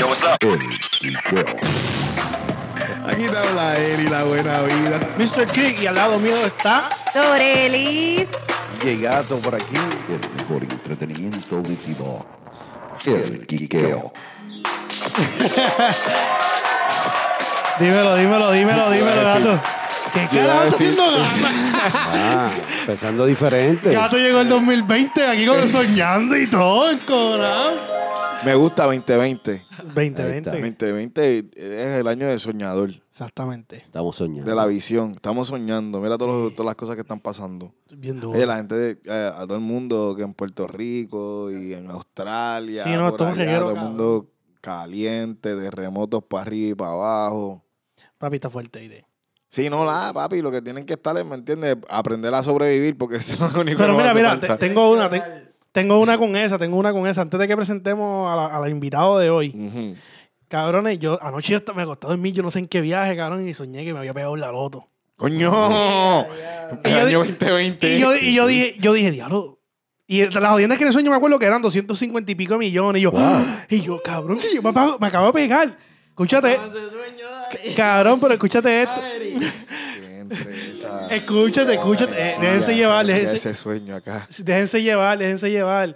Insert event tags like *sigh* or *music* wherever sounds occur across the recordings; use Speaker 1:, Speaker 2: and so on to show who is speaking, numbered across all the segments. Speaker 1: Yo, what's up?
Speaker 2: Aquí está la Eri, la buena vida.
Speaker 3: Mr. Crick y al lado mío está.
Speaker 4: Dorelis.
Speaker 5: Llegado por aquí.
Speaker 6: El mejor entretenimiento líquido. El quiqueo.
Speaker 3: Dímelo, dímelo, dímelo, dímelo, gato. ¿Qué
Speaker 2: Yo iba a
Speaker 3: carajo está
Speaker 2: decir-
Speaker 3: haciendo gato?
Speaker 5: Ah, empezando diferente.
Speaker 3: Gato llegó el 2020 aquí con soñando y todo, el corazón.
Speaker 2: Me gusta 2020.
Speaker 3: 2020.
Speaker 2: 2020 es el año del soñador,
Speaker 3: Exactamente.
Speaker 5: Estamos soñando.
Speaker 2: de la visión. Estamos soñando. Mira todos los- todas las cosas que están pasando.
Speaker 3: Bien duro.
Speaker 2: Oye, la gente, de- eh, a todo el mundo que en Puerto Rico y en Australia,
Speaker 3: Sí, no,
Speaker 2: por
Speaker 3: todo un
Speaker 2: allá,
Speaker 3: reguero,
Speaker 2: todo el
Speaker 3: cabrón.
Speaker 2: mundo caliente, terremotos para arriba y para abajo.
Speaker 3: Papi está fuerte idea.
Speaker 2: Sí, no, la papi, lo que tienen que estar es, ¿me entiendes? Aprender a sobrevivir porque *laughs* eso es lo único que
Speaker 3: Pero
Speaker 2: nos
Speaker 3: mira,
Speaker 2: hace
Speaker 3: mira,
Speaker 2: falta.
Speaker 3: te- tengo una. te- tengo una con esa, tengo una con esa. Antes de que presentemos a la, a la invitada de hoy,
Speaker 2: Ujú.
Speaker 3: cabrones, yo anoche yo me acosté a dormir, yo no sé en qué viaje, cabrón, y soñé que me había pegado la loto.
Speaker 2: ¡Coño!
Speaker 3: Y yo
Speaker 2: El
Speaker 3: di-
Speaker 2: año 2020.
Speaker 3: Y yo, y yo dije, yo dije, diablo. Y las audiencias que en el sueño me acuerdo que eran 250 y pico millones. Y yo, ¡ah! *gasps* y yo cabrón, que yo me, apago- me acabo de pegar. Escúchate, cabrón, pero escúchate esto.
Speaker 2: Gente, esa-
Speaker 3: Escúchate, escúchate. Eh, déjense
Speaker 2: Ah, Ya,
Speaker 3: llevar,
Speaker 2: ya
Speaker 3: déjense,
Speaker 2: ese sueño acá.
Speaker 3: déjense llevar, déjense llevar.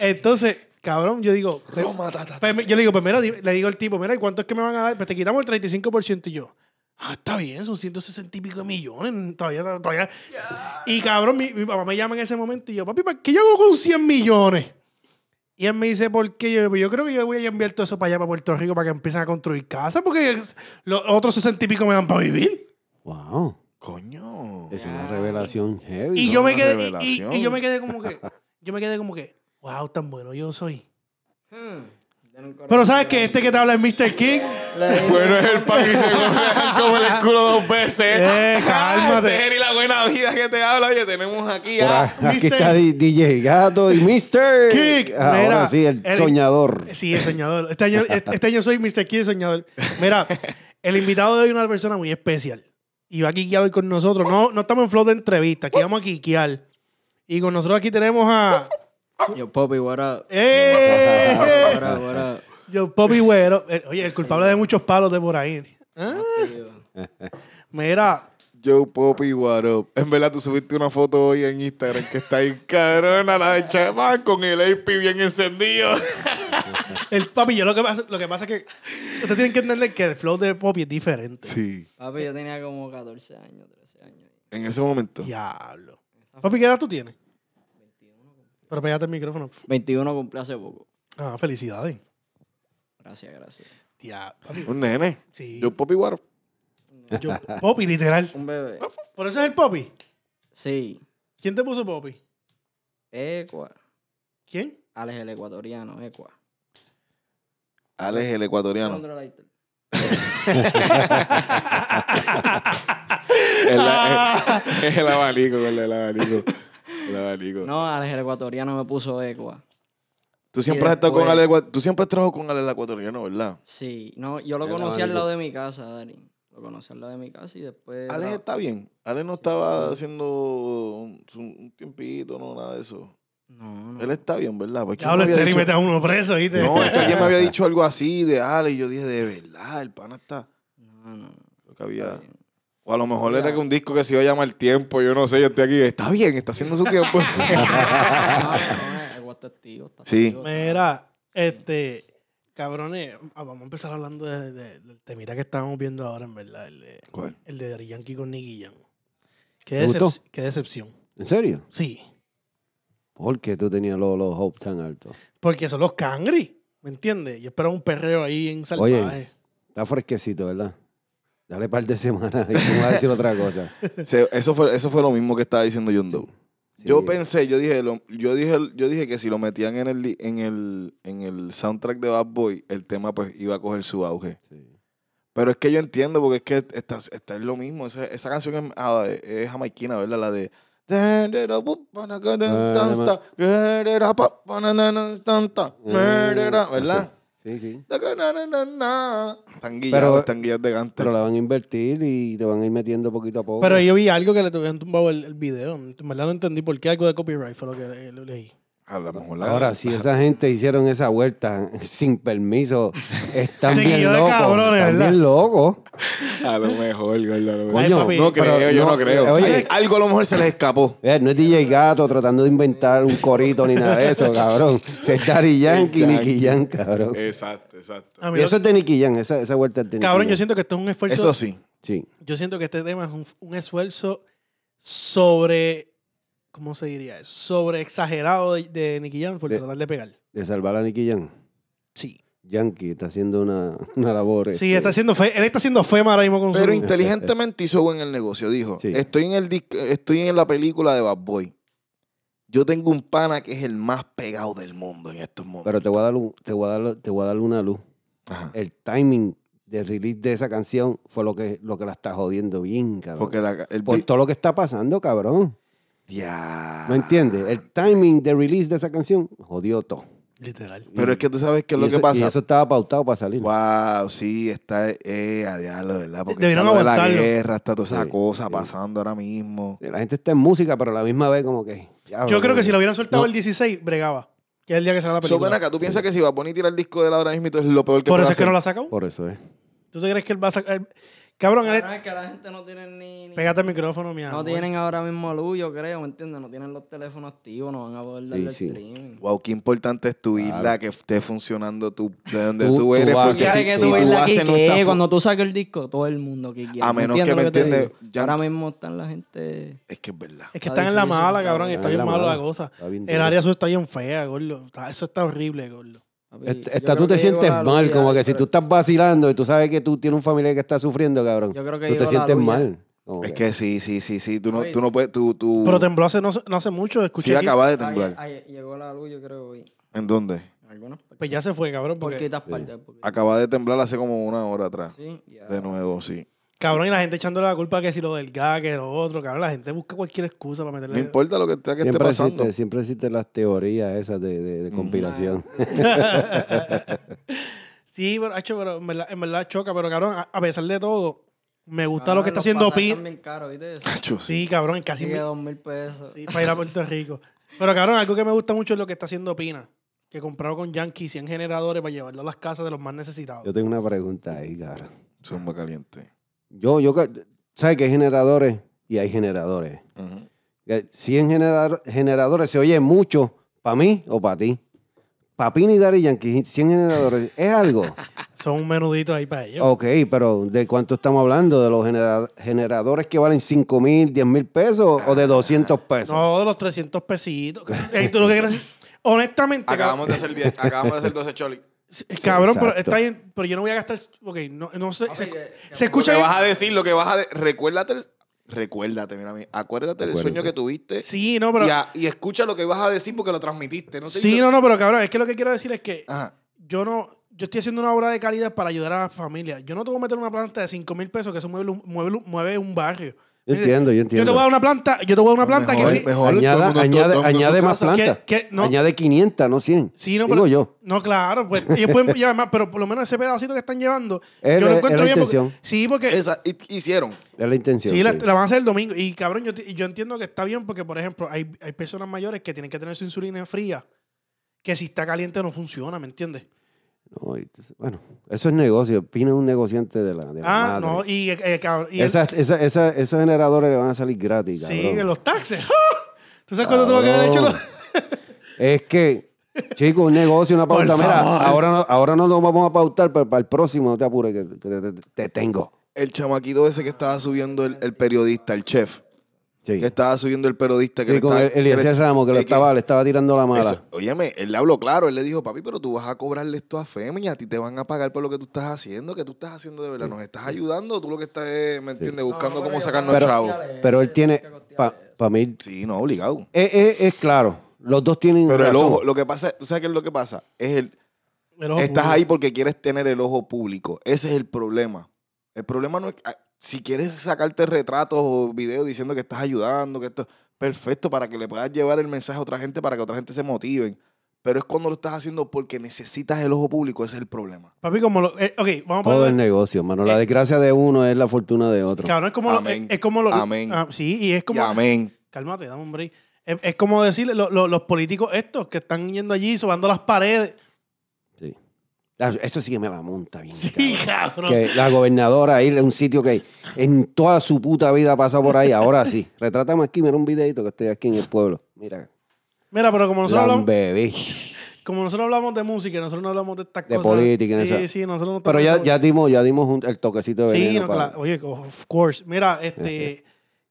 Speaker 3: Entonces, cabrón, yo digo, pues,
Speaker 2: Roma, ta, ta, ta.
Speaker 3: pues, yo le digo, pues mira, di- le digo al tipo, mira, ¿y cuánto es que me van a dar? Pues te quitamos el 35% y yo. Ah, está bien, son 160 y pico de millones. Todavía, todavía. Y cabrón, mi, mi papá me llama en ese momento y yo, papi, ¿para qué yo hago con 100 millones? Y él me dice, ¿por qué? Yo, yo creo que yo voy a enviar todo eso para allá, para Puerto Rico, para que empiecen a construir casas, porque los otros 60 y pico me dan para vivir.
Speaker 5: Wow.
Speaker 2: Coño.
Speaker 5: Es una revelación heavy.
Speaker 3: Y
Speaker 5: ¿no?
Speaker 3: yo me
Speaker 2: una
Speaker 3: quedé, y- y,
Speaker 2: revelación.
Speaker 3: y yo me quedé como que, yo me quedé como que, wow, tan bueno yo soy. Pero sabes que este que te habla es Mr. King.
Speaker 2: *laughs* Bueno, es el pan y se como el *laughs* culo dos veces.
Speaker 3: Eh,
Speaker 7: *laughs*
Speaker 3: cálmate.
Speaker 2: y la buena vida que te habla. Oye, tenemos aquí
Speaker 5: Por a-
Speaker 3: Mr.
Speaker 5: aquí está Di- DJ Gato y Mr.
Speaker 3: Kick.
Speaker 5: Ahora
Speaker 3: Mira,
Speaker 5: sí, el,
Speaker 3: el-
Speaker 5: soñador.
Speaker 3: Sí, el soñador. Este año, este año soy Mr. King el soñador. Mira, el invitado de hoy es una persona muy especial. Y va a quiquear hoy con nosotros. No, no estamos en flow de entrevista, aquí vamos a quiquear. Y con nosotros aquí tenemos a.
Speaker 7: Yo, Poppy, what up?
Speaker 3: *laughs* ¡Eh!
Speaker 7: What up, what up?
Speaker 3: Yo, Poppy Güero. Eh, Oye, el culpable de muchos palos de por ahí. Ah, Mira,
Speaker 2: Joe Poppy, what up? En verdad, tú subiste una foto hoy en Instagram que está ahí, *laughs* cabrona, la de Chaval con el AP bien encendido.
Speaker 3: el papi, yo lo que pasa, lo que pasa es que. Ustedes tienen que entender que el flow de Poppy es diferente.
Speaker 2: *laughs* Sí,
Speaker 7: Papi, yo tenía como 14 años, 13 años.
Speaker 2: en ese momento.
Speaker 3: Diablo. Papi, ¿qué edad tú tienes? 21. Pero pégate el micrófono.
Speaker 7: 21 cumplí hace poco.
Speaker 3: Ah, felicidades.
Speaker 7: Gracias, gracias.
Speaker 3: Ya, papi.
Speaker 2: Un nene.
Speaker 3: Sí.
Speaker 2: Joe Poppy, what up?
Speaker 3: Yo, Poppy, literal.
Speaker 7: Un bebé.
Speaker 3: Por eso es el Poppy.
Speaker 7: Sí.
Speaker 3: ¿Quién te puso Poppy?
Speaker 7: Ecua.
Speaker 2: *laughs*
Speaker 3: ¿Quién?
Speaker 7: Alex el ecuatoriano, Ecua.
Speaker 2: Alex, el ecuatoriano.
Speaker 7: Alejandro Leiter.
Speaker 2: Es
Speaker 3: Ah,
Speaker 2: la- es- es *laughs* el abanico, es el abanico. El abanico.
Speaker 7: No, Alex el ecuatoriano me puso Ecua.
Speaker 2: Tú siempre has
Speaker 7: Y
Speaker 2: estado con
Speaker 7: después-
Speaker 2: Ale, Gua- tú siempre has trabajado con Ale la ecuatoriano, ¿verdad?
Speaker 7: Sí. No, yo lo
Speaker 5: El
Speaker 7: conocí al
Speaker 5: abanico.
Speaker 7: lado de mi casa, Dari. Lo conocí al lado de mi casa y después...
Speaker 2: Ale está bien. Ale no estaba haciendo un, su- un tiempito, no, nada de eso.
Speaker 7: No,
Speaker 2: Él
Speaker 7: no.
Speaker 2: está bien, ¿verdad? Porque
Speaker 3: Diablo,
Speaker 2: me
Speaker 3: este
Speaker 2: había
Speaker 3: y
Speaker 2: dicho-
Speaker 3: mete a uno preso, ¿viste?
Speaker 2: No, es que alguien me había dicho algo así de Ale y yo dije, de verdad, el pana está.
Speaker 7: No, no.
Speaker 2: Creo que había.
Speaker 7: Está bien.
Speaker 2: O a lo mejor era que un disco que se iba a llamar Tiempo, yo no sé, yo estoy aquí. Está bien, está haciendo su tiempo. *laughs*
Speaker 7: No, no, no, Ecua es testigo. está
Speaker 2: Sí.
Speaker 7: testigo, está-
Speaker 3: Mira, este. Cabrones, ah, vamos a empezar hablando de- de- del temita que estábamos viendo ahora, en verdad. El de,
Speaker 2: ¿Cuál?
Speaker 3: El de Dari Yankee con Nicky Jam. Qué,
Speaker 5: ¿Te
Speaker 3: decep-
Speaker 5: gustó?
Speaker 3: qué decepción.
Speaker 5: ¿En serio?
Speaker 3: Sí.
Speaker 5: ¿Por qué tú tenías los, los hopes tan altos?
Speaker 3: Porque son los cangri, ¿me entiendes? Yo esperaba un perreo ahí en salvaje.
Speaker 5: Oye. Está fresquecito, ¿verdad? Dale par de semanas y tú me vas a decir otra
Speaker 2: *laughs*
Speaker 5: cosa.
Speaker 2: Se- eso, fue, eso fue lo mismo que estaba diciendo John Doe.
Speaker 5: Sí.
Speaker 2: Yo pensé, yo dije, lo- yo dije, yo dije que si lo metían en el, li- en el, en el soundtrack de Bad Boy, el tema pues iba a coger su auge.
Speaker 5: Sí.
Speaker 2: Pero es que yo entiendo, porque es que está, está en lo mismo. Esa, esa canción es, ah, es jamaiquina, ¿verdad? La de.
Speaker 5: Ah, Ah,
Speaker 2: ¿Verdad?
Speaker 5: Sí, sí. Pero-
Speaker 2: Tanguillados, tanguillas de Gante.
Speaker 5: Pero la van a invertir y te van a ir metiendo poquito a poco.
Speaker 3: Pero yo vi algo que le tuvieron tumbado el, el video. En verdad no entendí por qué algo de copyright fue lo que le- le- leí.
Speaker 2: A lo mejor la-
Speaker 5: Ahora, si esa gente hicieron esa vuelta *laughs* sin permiso, están
Speaker 3: Seguido
Speaker 5: bien
Speaker 3: de
Speaker 5: locos.
Speaker 3: cabrones,
Speaker 5: Están
Speaker 3: ¿verdad?
Speaker 5: bien locos.
Speaker 2: *laughs* A lo mejor, gordo, a lo mejor.
Speaker 5: Coño,
Speaker 3: papi.
Speaker 2: no creo,
Speaker 5: pero
Speaker 2: yo no,
Speaker 5: no, eh,
Speaker 2: creo.
Speaker 5: oye.
Speaker 2: Algo a lo mejor se les escapó.
Speaker 5: Eh, no es DJ Gato tratando de inventar un corito ni nada de *laughs* eso, cabrón. Es Daddy Yankee, Eh, Nicky Yan, cabrón.
Speaker 2: Exacto, exacto.
Speaker 3: A mí
Speaker 5: Y
Speaker 3: lo-
Speaker 5: eso es de Nicky Yan, esa, esa vuelta es de Nicky
Speaker 3: cabrón,
Speaker 5: Yan.
Speaker 3: yo siento que esto es un esfuerzo.
Speaker 2: Eso sí.
Speaker 5: Sí.
Speaker 3: Yo siento que este tema es un, un esfuerzo sobre. ¿Cómo se diría? eso? Sobre exagerado de, de Nicky Jam por
Speaker 5: De-
Speaker 3: tratar de pegar.
Speaker 5: De salvar a Nicky Yan.
Speaker 3: Sí.
Speaker 5: Yankee está haciendo una, una labor.
Speaker 3: Sí,
Speaker 5: este,
Speaker 3: está haciendo fe, él está haciendo FEMA ahora mismo con
Speaker 2: Pero
Speaker 3: su.
Speaker 2: inteligentemente hizo buen el negocio. Dijo,
Speaker 5: Sí.
Speaker 2: estoy, en el disc- estoy en la película de Bad Boy. Yo tengo un pana que es el más pegado del mundo en estos momentos.
Speaker 5: Pero te voy, a dar un- te, voy a dar, te voy a dar una luz.
Speaker 2: Ajá.
Speaker 5: El timing de release de esa canción fue lo que, lo que la está jodiendo bien, cabrón.
Speaker 2: Porque la- el
Speaker 5: Por
Speaker 2: beat-
Speaker 5: todo lo que está pasando, cabrón.
Speaker 2: Ya.
Speaker 5: ¿No entiendes? El timing de release de esa canción jodió todo.
Speaker 3: Literal.
Speaker 2: Pero es que tú sabes qué es lo
Speaker 5: Y eso-
Speaker 2: que pasa.
Speaker 5: Y eso estaba pautado para salir.
Speaker 2: Wow, sí, está eh, a diablo, ¿verdad? Porque
Speaker 3: Debieron
Speaker 2: está lo de la
Speaker 3: aguantarlo.
Speaker 2: guerra, está toda esa
Speaker 5: Sí,
Speaker 2: cosa
Speaker 5: sí.
Speaker 2: pasando ahora mismo.
Speaker 5: La gente está en música, pero a la misma vez como que... ya,
Speaker 3: Yo creo que si lo hubieran soltado
Speaker 5: Ah, No.
Speaker 3: el 16, bregaba. Que es el día que sale la
Speaker 2: So,
Speaker 3: película.
Speaker 2: ven acá, ¿tú piensas que si va a poner tirar el disco de la ahora mismo es lo peor que
Speaker 3: por
Speaker 2: puede
Speaker 3: eso es que
Speaker 2: hacer?
Speaker 3: no la sacó.
Speaker 5: Por eso es.
Speaker 3: ¿Tú te crees que él va a sacar? él- Cabrón, él-
Speaker 7: Cabrón, es que la gente no tiene ni... ni-
Speaker 3: pégate el micrófono, mi
Speaker 7: no
Speaker 3: amor.
Speaker 7: tienen ahora mismo luz, yo creo, ¿me entiendes? No tienen los teléfonos activos, no van a poder
Speaker 5: Sí,
Speaker 7: darle
Speaker 5: sí.
Speaker 7: streaming.
Speaker 2: Wow, qué importante es tu isla, que esté funcionando tú, de donde tú,
Speaker 5: Tú- tú
Speaker 2: eres.
Speaker 5: haces.
Speaker 2: porque
Speaker 7: Ya
Speaker 2: si,
Speaker 7: sé que
Speaker 2: si
Speaker 7: tú ves la
Speaker 2: haces no
Speaker 7: quique,
Speaker 2: está fu-
Speaker 7: cuando tú saques el disco, todo el mundo que quiere.
Speaker 2: A menos que me entiende, ya-
Speaker 7: Ahora mismo están la gente.
Speaker 2: Es que es verdad.
Speaker 3: Es que
Speaker 7: Está
Speaker 3: están en la
Speaker 7: difícil,
Speaker 3: mala,
Speaker 7: cabrón.
Speaker 3: cabrón. Está
Speaker 5: Está
Speaker 3: bien
Speaker 5: en la
Speaker 3: malo la
Speaker 5: mala.
Speaker 3: cosa.
Speaker 5: Está bien
Speaker 3: El
Speaker 5: duro.
Speaker 3: área sur está bien fea, gordo. Está- Eso está horrible, gordo.
Speaker 7: papi,
Speaker 5: Est-
Speaker 7: yo
Speaker 5: Esta
Speaker 7: creo
Speaker 5: tú te
Speaker 7: que llegó
Speaker 5: sientes
Speaker 7: la
Speaker 5: mal,
Speaker 7: luz
Speaker 5: como
Speaker 7: ya,
Speaker 5: que si
Speaker 7: pero-
Speaker 5: tú estás vacilando y tú sabes que tú tienes un familiar que está sufriendo, cabrón.
Speaker 7: Yo creo que
Speaker 5: tú te
Speaker 7: llegó la
Speaker 5: sientes
Speaker 7: luz ya.
Speaker 5: mal. Como
Speaker 2: Es
Speaker 5: que-
Speaker 2: que sí, sí, sí, sí. Tú no,
Speaker 7: Oye.
Speaker 2: tú no puedes, tú, tú.
Speaker 3: Pero tembló hace, no, no hace mucho. Escuché
Speaker 2: sí,
Speaker 3: aquí.
Speaker 2: acabas de
Speaker 7: Ayer-
Speaker 2: temblar.
Speaker 7: ayer llegó la luz, yo creo, hoy.
Speaker 2: ¿En dónde?
Speaker 7: En algunas partes.
Speaker 3: Pues ya se fue, cabrón.
Speaker 7: Por
Speaker 3: Porque,
Speaker 7: quitas partes. porque-
Speaker 2: Acaba de temblar hace como una hora atrás.
Speaker 7: Sí, ya.
Speaker 2: De nuevo, sí.
Speaker 3: Cabrón, y la gente echándole la culpa que si lo del gas, que lo otro. Cabrón, la gente busca cualquier excusa para meterle.
Speaker 2: No importa lo que, está, que esté
Speaker 5: siempre,
Speaker 2: pasando. Mm.
Speaker 5: existe, siempre existen las teorías esas de, de- de conspiración.
Speaker 3: Sí, pero, hacho, pero en, verdad, en verdad choca. Pero, cabrón, a, a pesar de todo, me gusta lo
Speaker 7: Cabrón,
Speaker 3: que está
Speaker 7: los
Speaker 3: haciendo
Speaker 7: pasajes
Speaker 3: Pin.
Speaker 7: están bien caros, ¿viste? Eso
Speaker 2: Cacho, sí.
Speaker 3: Sí, cabrón, casi
Speaker 7: Sigue
Speaker 3: mil-
Speaker 7: dos mil pesos.
Speaker 3: sí, para ir a Puerto Rico. Pero cabrón, algo que me gusta mucho es lo que está haciendo Pina, que compraron con Yankee 100 generadores para llevarlo a las casas de los más necesitados.
Speaker 5: Yo tengo una pregunta ahí, cabrón.
Speaker 2: Zumba caliente.
Speaker 5: Yo, yo, ca- ¿sabes que hay generadores? Y hay generadores.
Speaker 2: Ujú.
Speaker 5: Eh, 100 generador- generadores se oye mucho para mí o para ti. Para Pini y Daddy Yankee, 100 generadores
Speaker 3: *laughs*
Speaker 5: es algo.
Speaker 3: Son un menudito ahí para ellos.
Speaker 5: Ok, pero ¿de cuánto estamos hablando? ¿De los genera- generadores que valen 5 mil, 10 mil pesos o de 200 pesos?
Speaker 3: no, de los 300 pesitos. *laughs* Ey, ¿tú lo que quieres- Honestamente, cab-
Speaker 2: Acabamos de
Speaker 3: *laughs*
Speaker 2: hacer 10, acabamos de hacer 12 cholis.
Speaker 3: sí, cabrón, pero,
Speaker 5: exacto.
Speaker 3: está bien, pero yo no voy a gastar. Ok, no, no sé.
Speaker 7: Papi,
Speaker 3: se, se
Speaker 7: que- que-
Speaker 2: Lo
Speaker 3: escucha
Speaker 2: que
Speaker 3: bien-
Speaker 2: vas a decir, lo que vas a de- recuérdate, el- recuérdate, mira a mí, acuérdate del
Speaker 5: Acuérdate.
Speaker 2: sueño que tuviste
Speaker 3: Sí, no, pero.
Speaker 2: y, a- y escucha lo que vas a decir porque lo transmitiste. No te
Speaker 3: Sí,
Speaker 2: hizo-
Speaker 3: no, no, pero cabrón, es que lo que quiero decir es que
Speaker 2: Ajá.
Speaker 3: yo no. Yo estoy haciendo una obra de calidad para ayudar a la familia. Yo no te voy a meter una planta de 5 mil pesos que eso mueve, un- mueve, un- mueve un barrio.
Speaker 5: Yo entiendo, yo entiendo.
Speaker 3: Yo te voy a dar una planta, yo te voy a dar una planta
Speaker 2: Mejor,
Speaker 3: que sí.
Speaker 2: mejor, todo
Speaker 5: añada
Speaker 2: el mundo-
Speaker 5: añade,
Speaker 2: todo el mundo en su
Speaker 5: añade más
Speaker 2: casa.
Speaker 5: plantas.
Speaker 3: Que- que no.
Speaker 5: Añade 500, no 100.
Speaker 3: Sí, no,
Speaker 5: Digo
Speaker 3: pero,
Speaker 5: yo.
Speaker 3: No, claro, pues ellos pueden *laughs* llevar más, pero por lo menos ese pedacito que están llevando, yo
Speaker 5: Es la-
Speaker 3: lo
Speaker 5: es
Speaker 3: encuentro
Speaker 5: la
Speaker 3: bien. porque-
Speaker 5: intención.
Speaker 3: sí, porque
Speaker 2: Esa, hi- hicieron.
Speaker 5: Es la intención.
Speaker 3: sí, la,
Speaker 5: sí.
Speaker 3: la van a hacer el domingo. Y cabrón, yo, te- yo entiendo que está bien porque, por ejemplo, hay, hay personas mayores que tienen que tener su insulina fría, que si está caliente no funciona, ¿me entiendes?
Speaker 5: No, y tú- bueno, eso es negocio. Pina es un negociante de la, de la
Speaker 3: Ah,
Speaker 5: madre.
Speaker 3: no, y, eh, cabrón, y el-
Speaker 5: Esas- esa- esa- esos generadores le van a salir gratis,
Speaker 3: sí,
Speaker 5: cabrón.
Speaker 3: en los taxes. *laughs* ¿Tú sabes cuánto tuvo que haber hecho?
Speaker 5: Cabrón.
Speaker 3: los-
Speaker 5: Es que, chicos, un negocio,
Speaker 2: *laughs*
Speaker 5: una pauta. Mira,
Speaker 3: favor.
Speaker 5: ahora no, ahora no lo vamos a pautar, pero para el próximo, no te apures, que que te, te- te tengo.
Speaker 2: El chamaquito ese que estaba subiendo el, el periodista, el chef.
Speaker 5: Sí.
Speaker 2: Que estaba subiendo el periodista. Que
Speaker 5: Sí, con
Speaker 2: estaba,
Speaker 5: el, Eliezer Ramos, que lo
Speaker 2: eh,
Speaker 5: estaba, le estaba tirando la mala.
Speaker 2: eso, óyeme, él le habló claro. Él le dijo, papi, pero tú vas a cobrarle esto a Femi. A ti te van a pagar por lo que tú estás haciendo. Que tú estás haciendo de verdad. Nos estás ayudando. Tú lo que estás, es, ¿me entiendes? Buscando
Speaker 7: No, no,
Speaker 2: cómo
Speaker 7: pero yo
Speaker 2: sacarnos
Speaker 5: Pero-
Speaker 2: chavos.
Speaker 5: Pero él tiene,
Speaker 7: Hay que costear
Speaker 5: para
Speaker 7: eso.
Speaker 5: mí,
Speaker 2: Sí, no, obligado.
Speaker 5: es, es- es claro, los dos tienen
Speaker 2: Pero el
Speaker 5: razón.
Speaker 2: ojo, lo que pasa, ¿tú sabes qué es lo que pasa? Es el,
Speaker 3: El ojo
Speaker 2: Estás
Speaker 3: público.
Speaker 2: ahí porque quieres tener el ojo público. Ese es el problema. El problema no es ah, si quieres sacarte retratos o videos diciendo que estás ayudando, que esto perfecto para que le puedas llevar el mensaje a otra gente para que otra gente se motiven. Pero es cuando lo estás haciendo porque necesitas el ojo público, ese es el problema.
Speaker 3: Papi, como lo. eh, ok, vamos a
Speaker 5: Todo
Speaker 3: poner.
Speaker 5: el negocio, mano.
Speaker 2: Eh.
Speaker 5: La desgracia de uno es la fortuna de otro.
Speaker 3: Cabrón, es como lo-
Speaker 2: Amén.
Speaker 3: es- es como lo-
Speaker 2: Amén.
Speaker 3: ah, sí, y es como.
Speaker 2: Y amén.
Speaker 3: Cálmate, dame un break. Es, es como decir lo- lo- los políticos estos que están yendo allí sobando las
Speaker 5: *laughs*
Speaker 3: paredes.
Speaker 5: Sí. Ah, Eso sí que me la monta bien.
Speaker 3: Sí, cabrón.
Speaker 5: cabrón. Que la gobernadora ir a un sitio que en toda su puta vida ha pasado por ahí. Ahora sí. Retrátame aquí, mira un videito que estoy aquí en el pueblo. Mira.
Speaker 3: Mira, pero como nosotros, hablamos,
Speaker 5: Lambebí.
Speaker 3: como nosotros hablamos de música, nosotros no hablamos de estas
Speaker 5: De
Speaker 3: cosas.
Speaker 5: política, en
Speaker 3: Sí,
Speaker 5: esa-
Speaker 3: sí, nosotros no
Speaker 5: Pero
Speaker 3: estamos-
Speaker 5: ya, ya dimos, ya dimos un- el toquecito de
Speaker 3: Sí,
Speaker 5: veneno
Speaker 3: no,
Speaker 5: para-
Speaker 3: claro. Oye, of course.
Speaker 5: *laughs*
Speaker 3: Mira, este,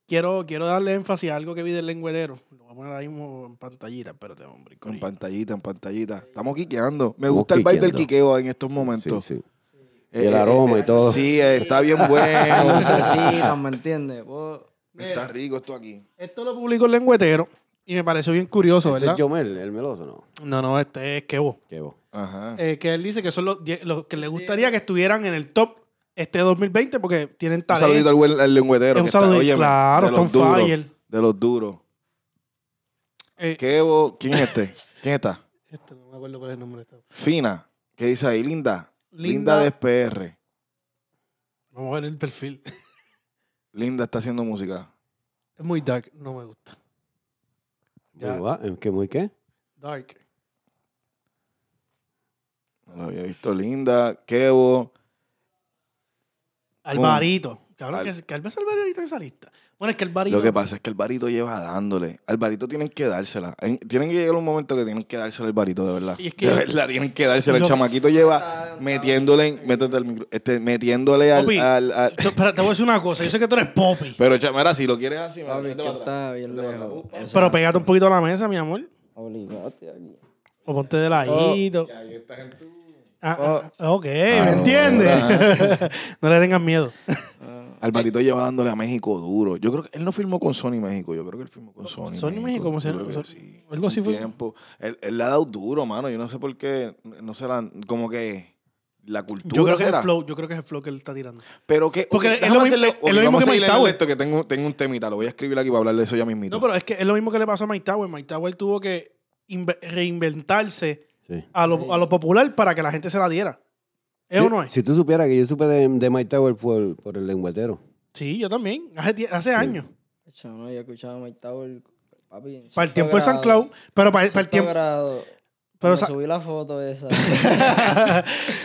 Speaker 3: quiero, quiero darle énfasis a algo que vi del lengüedero. Lo voy a poner ahí mismo en pantallita. Espérate, hombre.
Speaker 2: En
Speaker 3: corillo.
Speaker 2: pantallita, en pantallita. Estamos quiqueando. Me
Speaker 5: Estamos
Speaker 2: gusta el baile del
Speaker 5: quiqueando.
Speaker 2: quiqueo en estos
Speaker 5: Sí,
Speaker 2: momentos.
Speaker 5: sí. Y el aroma y todo.
Speaker 2: Sí, eh,
Speaker 3: *laughs*
Speaker 2: está bien bueno.
Speaker 7: Lucecitas, ¿me entiendes? Pues,
Speaker 2: está
Speaker 7: mira,
Speaker 2: rico esto aquí.
Speaker 3: Esto lo publicó el lengüetero y me pareció bien curioso,
Speaker 5: Ese
Speaker 3: ¿verdad?
Speaker 5: es Yomel, el meloso, ¿no?
Speaker 3: No, no, este es Kevo.
Speaker 5: Qué bo-
Speaker 2: Ajá.
Speaker 3: Eh, que él dice que son los, die- los que le gustaría que estuvieran en el top este 2020 porque tienen
Speaker 2: Un
Speaker 3: talento.
Speaker 2: saludito al, buen- al lengüetero.
Speaker 3: Es un
Speaker 2: que está,
Speaker 3: saludito,
Speaker 2: óyeme,
Speaker 3: claro,
Speaker 2: de los
Speaker 3: está on
Speaker 2: duros,
Speaker 3: fire.
Speaker 2: De los duros.
Speaker 3: Eh,
Speaker 2: Kevo, ¿quién es este? ¿Quién está?
Speaker 3: este, no me acuerdo cuál es el nombre de este. esta.
Speaker 2: Fina. ¿Qué dice ahí? Linda.
Speaker 3: Linda.
Speaker 2: Linda, de SPR.
Speaker 3: Vamos a ver el perfil. *laughs*
Speaker 2: Linda está haciendo música.
Speaker 3: Es muy dark, no me gusta. Ya.
Speaker 5: Muy gua- eh, ¿Qué muy qué?
Speaker 3: Dark.
Speaker 2: No lo había visto. Linda, Kevo.
Speaker 3: Alvarito. Cabrón,
Speaker 2: Al-
Speaker 3: que, que Alvarito ahorita en esa lista. Bueno, es que Alvarito.
Speaker 2: Lo que pasa es que el barito lleva dándole. Al barito tienen que dársela. En- tienen que llegar un momento que tienen que dársela al barito, de verdad.
Speaker 3: Y es que-
Speaker 2: de verdad, tienen que dársela. El
Speaker 3: Lo-
Speaker 2: chamaquito lleva metiéndole, en- métete al micro- este, metiéndole al...
Speaker 3: Popi,
Speaker 2: al- al-
Speaker 3: yo- espera, te voy a decir una cosa. Yo sé que tú eres Poppy.
Speaker 2: Pero chamera, si lo quieres así, me
Speaker 7: papi, es que
Speaker 2: para atrás.
Speaker 7: está bien lejos.
Speaker 3: Pero pégate un poquito a la mesa, mi amor.
Speaker 7: Obligate aquí.
Speaker 3: O ponte de ladito. Ah, ah, ok, ¿me
Speaker 2: Ahora.
Speaker 3: entiendes? *laughs* no le tengas miedo.
Speaker 7: Ah,
Speaker 2: Al barito lleva dándole a México duro. Yo creo que él no firmó con Sony México. Yo creo que él firmó con Sony.
Speaker 3: Sony México, ¿cómo se
Speaker 2: Yo
Speaker 3: llama?
Speaker 2: creo que
Speaker 3: Son-
Speaker 2: sí.
Speaker 3: algo así
Speaker 2: Un
Speaker 3: fue.
Speaker 2: Tiempo. Él, él le ha dado duro, mano. Yo no sé por qué. No sé, la, como que la cultura
Speaker 3: Yo creo que es el
Speaker 2: será.
Speaker 3: flow, yo creo que es el flow que él está tirando.
Speaker 2: Pero que.
Speaker 3: Porque
Speaker 2: ok,
Speaker 3: es
Speaker 2: déjame
Speaker 3: lo mi-
Speaker 2: hacerle-
Speaker 3: es lo
Speaker 2: ok,
Speaker 3: mismo
Speaker 2: vamos
Speaker 3: que
Speaker 2: a seguirle
Speaker 3: Mike
Speaker 2: en
Speaker 3: Tower.
Speaker 2: esto, que tengo, tengo un temita. Lo voy a escribir aquí para hablar de eso ya mismito.
Speaker 3: No, pero es que es lo mismo que le pasó a Mike Tower. Mike Tower tuvo que inve- reinventarse
Speaker 5: Sí.
Speaker 3: a lo, a lo popular para que la gente se la diera. ¿Es o
Speaker 5: Sí,
Speaker 3: no es?
Speaker 5: Si tú supieras que yo supe de, de Mike Tower por, por el lengüetero.
Speaker 3: Sí, yo también. Hace, tie- hace años.
Speaker 7: hecho, no, yo escuchaba a Mike Tower, papi. en
Speaker 3: Para el
Speaker 7: sexto
Speaker 3: tiempo de San
Speaker 7: grado,
Speaker 3: Cloud. Pero para, para el
Speaker 7: sexto
Speaker 3: tiempo.
Speaker 7: grado,
Speaker 3: Pero
Speaker 7: me
Speaker 3: sa-
Speaker 7: subí la
Speaker 3: *laughs*
Speaker 7: foto esa.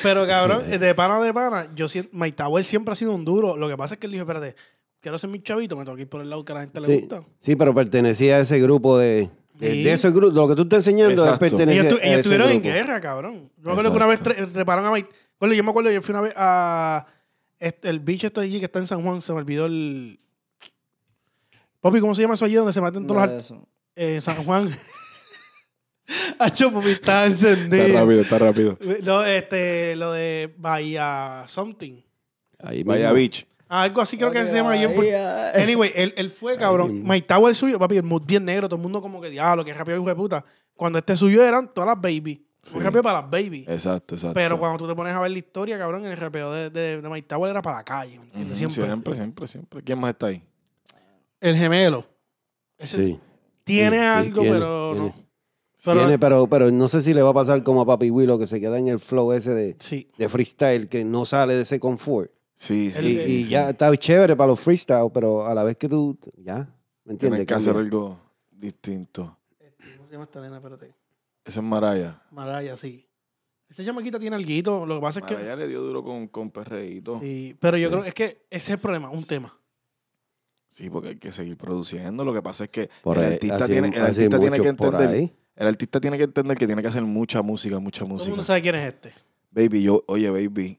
Speaker 3: Pero cabrón, de pana de pana, yo siento, Mike Tower siempre ha sido un duro. Lo que pasa es que él dijo, espérate, quiero ser mi chavito, me tengo que ir por el lado que a la gente le
Speaker 5: Sí,
Speaker 3: gusta.
Speaker 5: sí, pero pertenecía a ese grupo de... De,
Speaker 3: Sí.
Speaker 5: de ese grupo, lo que tú estás enseñando es
Speaker 2: Exacto.
Speaker 5: pertenecer
Speaker 3: Ellos, estu-
Speaker 5: a
Speaker 3: ellos
Speaker 5: ese
Speaker 3: estuvieron en
Speaker 5: grupo.
Speaker 3: guerra, cabrón. Yo me acuerdo que una vez tre- treparon a Mike. Bueno, yo me acuerdo, yo fui una vez a este- el bicho este allí que está en San Juan, se me olvidó el. Papi, ¿cómo se llama eso allí donde se matan todos
Speaker 7: Nada
Speaker 3: los
Speaker 7: de
Speaker 3: al-
Speaker 7: eso.
Speaker 3: eh, en San Juan? *laughs* Hacho, papi, está encendido.
Speaker 2: Está rápido, está rápido.
Speaker 3: No, este, lo de Bahía Something.
Speaker 5: Ahí mismo.
Speaker 2: Vaya bitch.
Speaker 3: Ah, Algo así creo que se llama ahí en Puerto-
Speaker 7: Ay, ay.
Speaker 3: Anyway, él, él fue, cabrón.
Speaker 5: mismo.
Speaker 3: Mike Tower suyo, papi, el mood bien negro, todo el mundo como que diablo, que rápido hijo de puta. Cuando este suyo eran todas las baby. Fue
Speaker 2: Sí.
Speaker 3: rapeo para las baby.
Speaker 2: Exacto, exacto.
Speaker 3: Pero cuando tú te pones a ver la historia, cabrón, el rapeo de, de, de Mike Tower era para la calle, ¿me entiendes?
Speaker 2: Ujú,
Speaker 3: siempre.
Speaker 2: siempre, siempre, siempre. ¿Quién más está ahí?
Speaker 3: El gemelo. Ese
Speaker 5: Sí.
Speaker 3: Tiene
Speaker 5: Sí, sí,
Speaker 3: algo,
Speaker 5: tiene,
Speaker 3: pero
Speaker 5: tiene.
Speaker 3: no. Pero-
Speaker 5: Tiene, pero, pero no sé si le va a pasar como a Papi Willow, que se queda en el flow ese de,
Speaker 3: Sí.
Speaker 5: de freestyle, que no sale de ese confort.
Speaker 2: Sí,
Speaker 3: El-
Speaker 2: sí.
Speaker 5: y
Speaker 2: sí,
Speaker 5: y
Speaker 2: sí.
Speaker 5: ya está chévere para los freestyle, pero a la vez que tú, ya, ¿me entiendes?
Speaker 2: Tienes que hacer
Speaker 5: Cambia.
Speaker 2: algo distinto.
Speaker 3: ¿Cómo se llama esta nena? Espérate.
Speaker 2: Esa es Maraya.
Speaker 3: Maraya, sí. Esta chamaquita tiene alguito. Lo que pasa es que.
Speaker 2: Maraya le dio duro con, con perreíto. Sí.
Speaker 3: Sí, pero yo creo es que ese es el problema, un tema.
Speaker 2: porque hay que seguir produciendo. Lo que pasa es que
Speaker 5: Por
Speaker 2: el
Speaker 5: ahí,
Speaker 2: artista,
Speaker 5: así
Speaker 2: tiene,
Speaker 5: mu-
Speaker 2: el
Speaker 5: así
Speaker 2: artista tiene
Speaker 5: mucho
Speaker 2: que
Speaker 5: por
Speaker 2: entender.
Speaker 5: ahí.
Speaker 2: El artista tiene que entender que tiene que hacer mucha música, mucha
Speaker 3: Todo el mundo
Speaker 2: música.
Speaker 3: sabe quién es este.
Speaker 2: Baby, yo, oye, baby.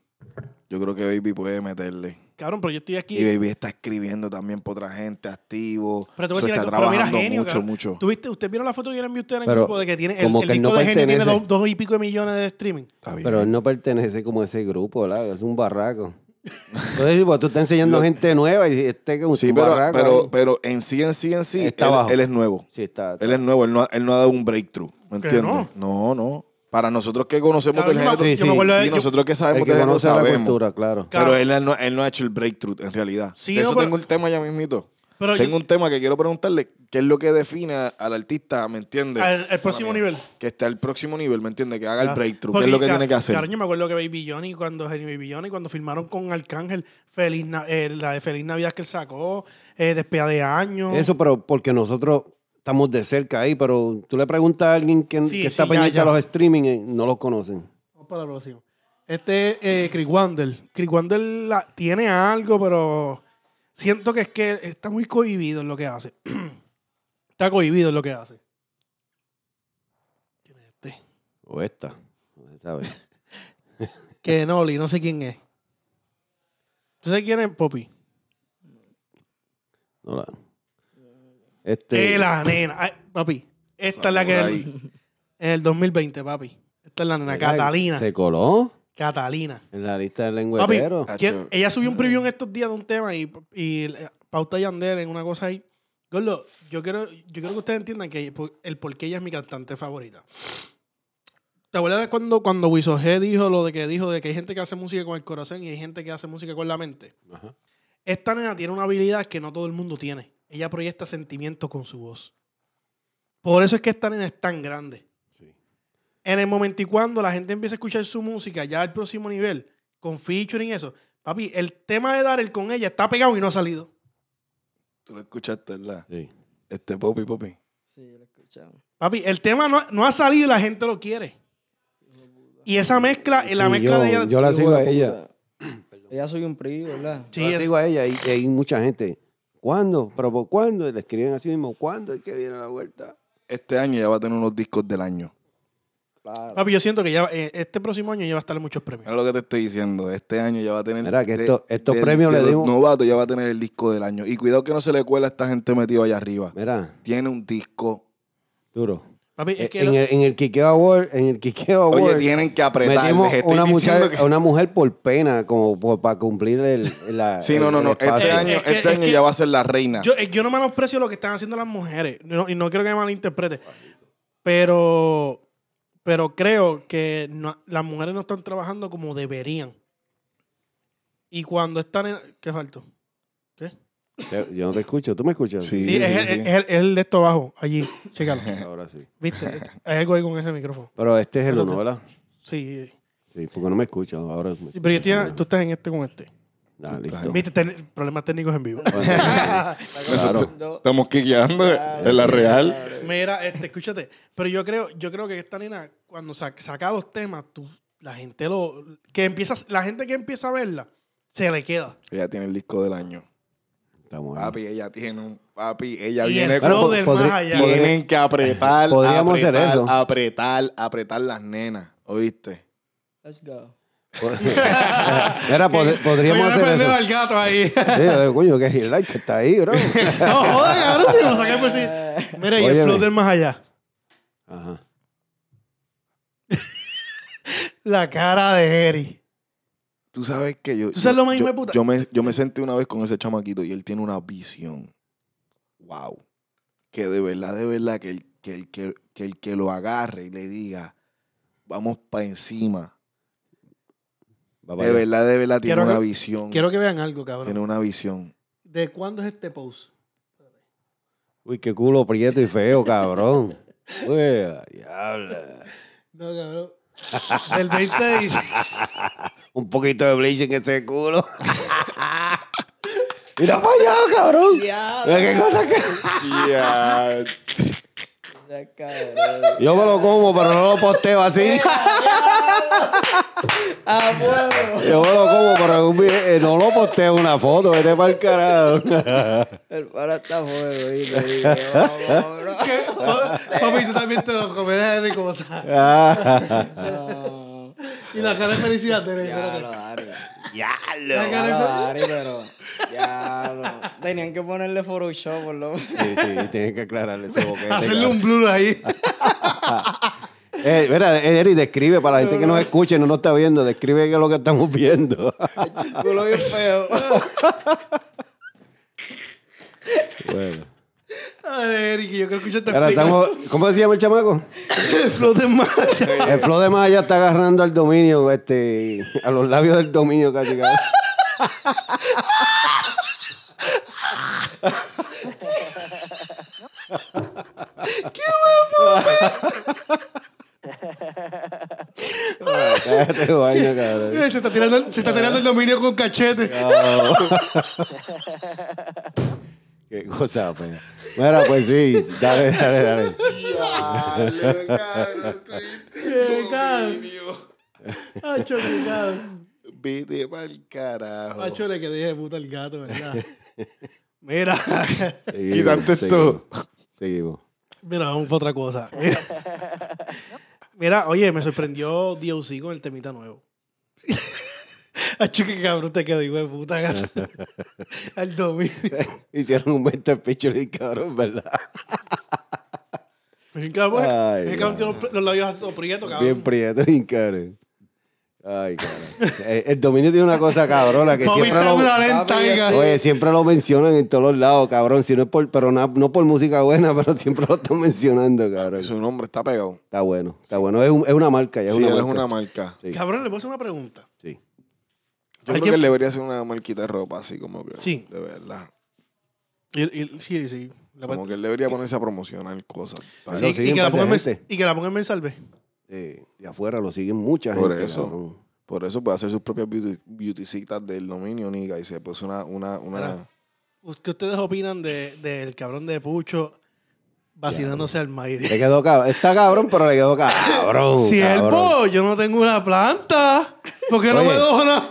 Speaker 2: Yo creo que baby puede meterle.
Speaker 3: Cabrón, pero yo estoy aquí.
Speaker 2: Y baby está escribiendo también por otra gente, activo.
Speaker 3: Pero te voy a
Speaker 2: So,
Speaker 3: decir
Speaker 2: está
Speaker 3: algo, pero mira,
Speaker 2: trabajando
Speaker 3: genio,
Speaker 2: mucho,
Speaker 3: cabrón.
Speaker 2: mucho.
Speaker 3: ¿Tuviste, ¿Usted vieron la foto que yo le envié a usted en el
Speaker 5: Pero
Speaker 3: grupo de que tiene el,
Speaker 5: como
Speaker 3: el
Speaker 5: que él
Speaker 3: disco
Speaker 5: no
Speaker 3: de Genio tiene
Speaker 5: pertenece.
Speaker 3: dos, dos y pico de millones de streaming?
Speaker 2: Está bien.
Speaker 5: Pero él no pertenece como a ese grupo, ¿verdad? Es un barraco. Entonces, pues, tú estás enseñando gente nueva y este que es un
Speaker 2: sí, pero,
Speaker 5: barraco. ahí.
Speaker 2: pero, pero en sí, en sí, en sí,
Speaker 5: Está
Speaker 2: él-
Speaker 5: abajo.
Speaker 2: él es nuevo.
Speaker 5: sí, está. está.
Speaker 2: Él es nuevo, él no, ha- él no ha dado un breakthrough. ¿Me
Speaker 3: ¿Que
Speaker 2: entiendes? No? no, Para nosotros que conocemos
Speaker 3: Cabrón,
Speaker 2: del
Speaker 3: yo me-
Speaker 2: género,
Speaker 5: Sí,
Speaker 2: sí,
Speaker 3: yo me
Speaker 5: sí.
Speaker 3: acuerdo de- yo-
Speaker 2: nosotros que
Speaker 5: El
Speaker 2: sabemos
Speaker 5: que
Speaker 2: del género
Speaker 5: conoce la
Speaker 2: sabemos.
Speaker 5: cultura, claro.
Speaker 2: Pero él, no, él no ha hecho el breakthrough en realidad.
Speaker 3: Sí,
Speaker 2: De
Speaker 3: no,
Speaker 2: eso
Speaker 3: pero-
Speaker 2: tengo el tema ya mismito.
Speaker 3: Pero yo-
Speaker 2: tengo un tema que quiero preguntarle, ¿qué es lo que define a- al artista, me entiendes?
Speaker 3: al, al próximo nivel.
Speaker 2: Que esté al próximo nivel, ¿me entiendes? Que haga el
Speaker 3: Ya.
Speaker 2: breakthrough,
Speaker 3: Ah. Porque,
Speaker 2: ¿qué es lo que
Speaker 3: ca-
Speaker 2: tiene que
Speaker 3: Cabrón,
Speaker 2: hacer?
Speaker 3: yo me acuerdo que Baby Johnny, cuando Henry Baby Johnny, cuando firmaron con Arcángel, feliz Na- eh, la de Feliz Navidad que él sacó, eh, Despedida de Año.
Speaker 5: Eso, pero porque nosotros estamos de cerca ahí, pero tú le preguntas a alguien que,
Speaker 3: Sí,
Speaker 5: que está
Speaker 3: sí, ya,
Speaker 5: pendiente
Speaker 3: ya.
Speaker 5: a los streaming, eh, no los conocen.
Speaker 3: Vamos para la próxima. Este eh, Chris Wander. Chris Wander la- tiene algo, pero siento que es que está muy cohibido en lo que hace. *clears throat* está cohibido en lo que hace. ¿Quién es este?
Speaker 5: O esta. no se sabe.
Speaker 3: Kenoli, no sé quién es. ¿Tú sabes quién es Poppy?
Speaker 5: No la- Este,
Speaker 3: Eh, la nena. Ay, papi, esta es la que...
Speaker 2: Samurai.
Speaker 3: En el 2020, papi. Esta es la nena,
Speaker 5: mira,
Speaker 3: Catalina.
Speaker 5: Se coló
Speaker 3: Catalina.
Speaker 5: en la lista del
Speaker 3: Papi,
Speaker 5: lengüetero.
Speaker 3: ¿quién-
Speaker 2: Hacho.
Speaker 3: ella subió un preview en estos días de un tema y, y le- Pauta Yandel en una cosa ahí. Gordo, yo quiero, yo quiero que ustedes entiendan que por- el por qué ella es mi cantante favorita. ¿Te acuerdas cuando, cuando Wiso G dijo lo de que dijo de que hay gente que hace música con el corazón y hay gente que hace música con la mente?
Speaker 5: Ajá.
Speaker 3: Esta nena tiene una habilidad que no todo el mundo tiene. Ella proyecta sentimientos con su voz. Por eso es que esta nena es tan grande.
Speaker 5: Sí.
Speaker 3: En el momento y cuando la gente empieza a escuchar su música, ya al próximo nivel, con featuring y eso. Papi, el tema de Darel con ella está pegado y no ha salido.
Speaker 2: Tú lo escuchaste, ¿verdad?
Speaker 5: Sí.
Speaker 2: Este Poppy Poppy.
Speaker 7: Sí, lo escuchamos.
Speaker 3: Papi, el tema no, no ha salido y la gente lo quiere. Y esa mezcla, la
Speaker 5: Sí,
Speaker 3: mezcla
Speaker 5: yo,
Speaker 3: de ella.
Speaker 5: yo la sigo a ella.
Speaker 7: Ella subió un preview, ¿verdad?
Speaker 3: Sí,
Speaker 5: yo la
Speaker 3: es-
Speaker 5: sigo a ella y, y hay mucha gente. ¿Cuándo? ¿Pero por cuándo? Y le escriben así mismo. ¿Cuándo es que viene la vuelta?
Speaker 2: Este año ya va a tener unos discos del año.
Speaker 5: Claro.
Speaker 3: papi, yo siento que ya eh, este próximo año ya va a estar en muchos premios.
Speaker 2: Mira lo que te estoy diciendo. Este año ya va a tener.
Speaker 5: Mira que esto- estos
Speaker 2: del-
Speaker 5: premios
Speaker 2: de
Speaker 5: le
Speaker 2: los
Speaker 5: dimos-
Speaker 2: novatos ya va a tener el disco del año. Y cuidado que no se le cuela a esta gente metida allá arriba.
Speaker 5: Mira,
Speaker 2: Tiene un disco.
Speaker 5: duro.
Speaker 3: Papi, es
Speaker 5: Eh,
Speaker 3: que.
Speaker 5: En
Speaker 3: lo-
Speaker 5: el, en el Kikeo Award, en el Kikeo Award.
Speaker 2: Oye, tienen que apretar.
Speaker 5: metimos
Speaker 2: Les estoy
Speaker 5: una
Speaker 2: diciendo
Speaker 5: mujer,
Speaker 2: que-
Speaker 5: una mujer por pena, como por- para cumplir el, la.
Speaker 2: Sí,
Speaker 5: el-
Speaker 2: no, no,
Speaker 5: el
Speaker 2: no.
Speaker 5: espacio.
Speaker 2: Este
Speaker 3: Es-
Speaker 2: año,
Speaker 3: es que-
Speaker 2: este
Speaker 3: es
Speaker 2: año
Speaker 3: que-
Speaker 2: ya va a ser la reina.
Speaker 3: Yo, eh, yo no menosprecio lo que están haciendo las mujeres no- y no quiero que me malinterprete, pero, pero creo que no- las mujeres no están trabajando como deberían. Y cuando están en... ¿Qué faltó? ¿Qué?
Speaker 5: Yo- Yo no te escucho, tú me escuchas.
Speaker 2: Sí,
Speaker 3: Sí, es,
Speaker 2: sí,
Speaker 3: el-
Speaker 2: sí.
Speaker 3: es el- es el de esto abajo, allí,
Speaker 2: *laughs*
Speaker 3: chécalo.
Speaker 5: Ahora sí.
Speaker 3: ¿Viste? Hay algo ahí con ese micrófono.
Speaker 5: Pero este es el
Speaker 3: Pero
Speaker 5: uno,
Speaker 3: te-
Speaker 5: ¿verdad?
Speaker 3: Sí,
Speaker 5: Sí, porque no me escucho. Ahora me-
Speaker 3: sí, pero yo estoy- tú estás en este con este.
Speaker 5: Ah, listo.
Speaker 3: ¿Viste? Ten- problemas técnicos en vivo.
Speaker 2: Nosotros estamos quiqueando en la real.
Speaker 3: Mira, este, escúchate, pero yo creo, yo creo que esta nena, cuando sa- saca los temas, tú, la gente lo, que empieza, la gente que empieza a verla, se le queda.
Speaker 2: Ella tiene el disco del año. *laughs*
Speaker 5: Estamos ahí.
Speaker 2: Papi, ella tiene un. Papi, ella
Speaker 3: Y
Speaker 2: viene
Speaker 3: el
Speaker 2: con.
Speaker 5: Bueno,
Speaker 3: flow
Speaker 5: po-
Speaker 3: del
Speaker 5: podri-
Speaker 3: más allá.
Speaker 5: podri-
Speaker 2: Tienen que apretar,
Speaker 5: Podríamos hacer
Speaker 2: apretar,
Speaker 5: eso.
Speaker 2: apretar, apretar las nenas, ¿oíste?
Speaker 7: Let's go.
Speaker 5: Era, pod- podríamos
Speaker 3: Oye, me
Speaker 5: hacer eso.
Speaker 3: prendeo al gato ahí. *laughs*
Speaker 5: Sí, yo digo, coño, que Gil Light está ahí, bro.
Speaker 3: no, joder, cabrón, si lo saqué por sí. Mira, y el
Speaker 5: Óyeme.
Speaker 3: flow del más allá.
Speaker 5: Ajá.
Speaker 3: La cara de Jerry.
Speaker 2: Tú sabes que yo.
Speaker 3: ¿Tú sabes
Speaker 2: yo-
Speaker 3: lo más hijo
Speaker 2: yo,
Speaker 3: de puta?
Speaker 2: yo me, yo me senté una vez con ese chamaquito y él tiene una visión. Wow. Que de verdad, de verdad, que el que, el, que, que el que lo agarre y le diga, vamos para encima.
Speaker 5: Va para
Speaker 2: De
Speaker 5: allá.
Speaker 2: verdad, de verdad, tiene
Speaker 3: Quiero
Speaker 2: una
Speaker 3: que-
Speaker 2: visión.
Speaker 3: Quiero que vean algo, cabrón.
Speaker 2: Tiene una visión.
Speaker 3: ¿De cuándo es este post?
Speaker 5: Uy, qué culo prieto y feo, cabrón. Uy, diabla.
Speaker 3: No, cabrón. Del 20 de diciembre.
Speaker 5: Un poquito de bleach en ese culo. Mira para allá, cabrón. Mira qué cosa que...
Speaker 2: Ya.
Speaker 7: Ya, cabrón.
Speaker 5: Yo me lo como, pero no lo posteo así.
Speaker 7: ¡A huevo!
Speaker 5: Yo me lo como, pero en un video- eh, no lo posteo en una foto. Vete para el carajo.
Speaker 7: El para está a fuego, ¿viste?
Speaker 5: *laughs*
Speaker 7: Dije, vamos, vamos, bro.
Speaker 3: Papi, tú también te lo comes de cosas.
Speaker 7: No.
Speaker 3: Y la cara de felicidad de Jerry.
Speaker 7: Ya
Speaker 3: espérate.
Speaker 7: lo haré.
Speaker 3: La
Speaker 7: Ya
Speaker 3: cara de
Speaker 7: lo
Speaker 3: fel-
Speaker 7: haré, pero. Ya lo. Tenían que ponerle Photoshop, por lo menos.
Speaker 5: Sí, sí, tienes que aclararle ese boquete.
Speaker 3: *laughs* Hacerle
Speaker 5: cabrón. Ah.
Speaker 3: un blur ahí.
Speaker 5: Eh, mira, eh, Eric, describe para la
Speaker 3: *laughs*
Speaker 5: gente que nos escucha y no nos está viendo, describe qué es lo que estamos viendo.
Speaker 7: Culo
Speaker 5: *laughs*
Speaker 7: bien feo.
Speaker 5: bueno. *laughs*
Speaker 3: Ay, Eric, yo creo que yo te
Speaker 5: Ahora
Speaker 3: explico.
Speaker 5: estamos, ¿Cómo se llama el chamaco?
Speaker 3: El *laughs* flow de Maya.
Speaker 5: El flow de Maya está agarrando al dominio, este, a los labios del dominio
Speaker 3: *laughs*
Speaker 5: casi. cabrón. *laughs* Ay, Ah, cállate, vaina, cabrón.
Speaker 3: Se está, tirando, el- se está tirando el dominio con cachete.
Speaker 5: No. Qué Qué cosa fea. Bueno, pues sí, dale, dale, dale.
Speaker 2: Diablo, cabrón,
Speaker 3: Qué cabrón.
Speaker 2: mío.
Speaker 3: Hacho, qué cabrón.
Speaker 2: Vete pa'l carajo.
Speaker 3: Hacho, le quedé de puta al gato, ¿verdad?
Speaker 5: *laughs*
Speaker 3: Mira,
Speaker 5: Seguimos,
Speaker 2: Quítate esto.
Speaker 5: seguimos, Seguimos.
Speaker 3: mira, vamos para otra cosa. Mira. Mira, oye, me sorprendió DOC con el temita nuevo. *laughs* Hacho, qué cabrón te quedó, hijo de puta,
Speaker 5: *laughs*
Speaker 3: gato. Al domingo.
Speaker 5: Hicieron un mental picture, cabrón, ¿verdad?
Speaker 3: Ese cabrón,
Speaker 5: Ay,
Speaker 3: ese cabrón tiene los- los labios hasta prietos, cabrón.
Speaker 5: Bien prieto, bien cabrón. Ay, cabrón. Eh, El dominio tiene una cosa cabrona que
Speaker 3: Papi,
Speaker 5: siempre
Speaker 3: está
Speaker 5: lo,
Speaker 3: una lenta,
Speaker 7: Papi,
Speaker 3: hija.
Speaker 5: oye, siempre lo mencionan en todos los lados, cabrón. Si no es por, pero na- no por música buena, *laughs* pero siempre lo están mencionando, cabrón.
Speaker 2: Su nombre está pegado.
Speaker 5: Está bueno, está bueno. Es, un- es una marca, ya es
Speaker 2: sí,
Speaker 5: una
Speaker 2: él es
Speaker 5: marca.
Speaker 2: una marca.
Speaker 5: Sí.
Speaker 3: Cabrón, le puedo hacer una pregunta.
Speaker 5: Sí.
Speaker 2: Yo
Speaker 3: Hay
Speaker 2: creo
Speaker 3: que-
Speaker 2: que él debería hacer una marquita de ropa, así como que.
Speaker 3: Sí.
Speaker 2: De verdad.
Speaker 3: Y- y- sí, sí. La
Speaker 2: Como que él debería ponerse a promocionar cosas.
Speaker 5: Sí,
Speaker 3: Y-
Speaker 5: Lo
Speaker 3: y,
Speaker 5: siguen
Speaker 3: que la
Speaker 5: par de
Speaker 3: pongan en,
Speaker 5: gente.
Speaker 3: y que la pongan en Salve.
Speaker 5: Eh, de afuera lo siguen mucha gente.
Speaker 2: Por eso.
Speaker 5: cabrón.
Speaker 2: Por eso puede hacer sus propias beauty, beautycitas del dominio, niga. Y se puso una. una, una...
Speaker 3: Mira. Us- Pues, ¿Qué ustedes opinan de- del cabrón de Pucho vacilándose al
Speaker 5: Le
Speaker 3: Mayri?
Speaker 5: quedó cabrón. Está cabrón, pero le quedó cabrón.
Speaker 3: *laughs*
Speaker 5: cabrón.
Speaker 3: ¡Siervo! Yo no tengo una planta. ¿Por qué no
Speaker 5: Oye.
Speaker 3: me dona?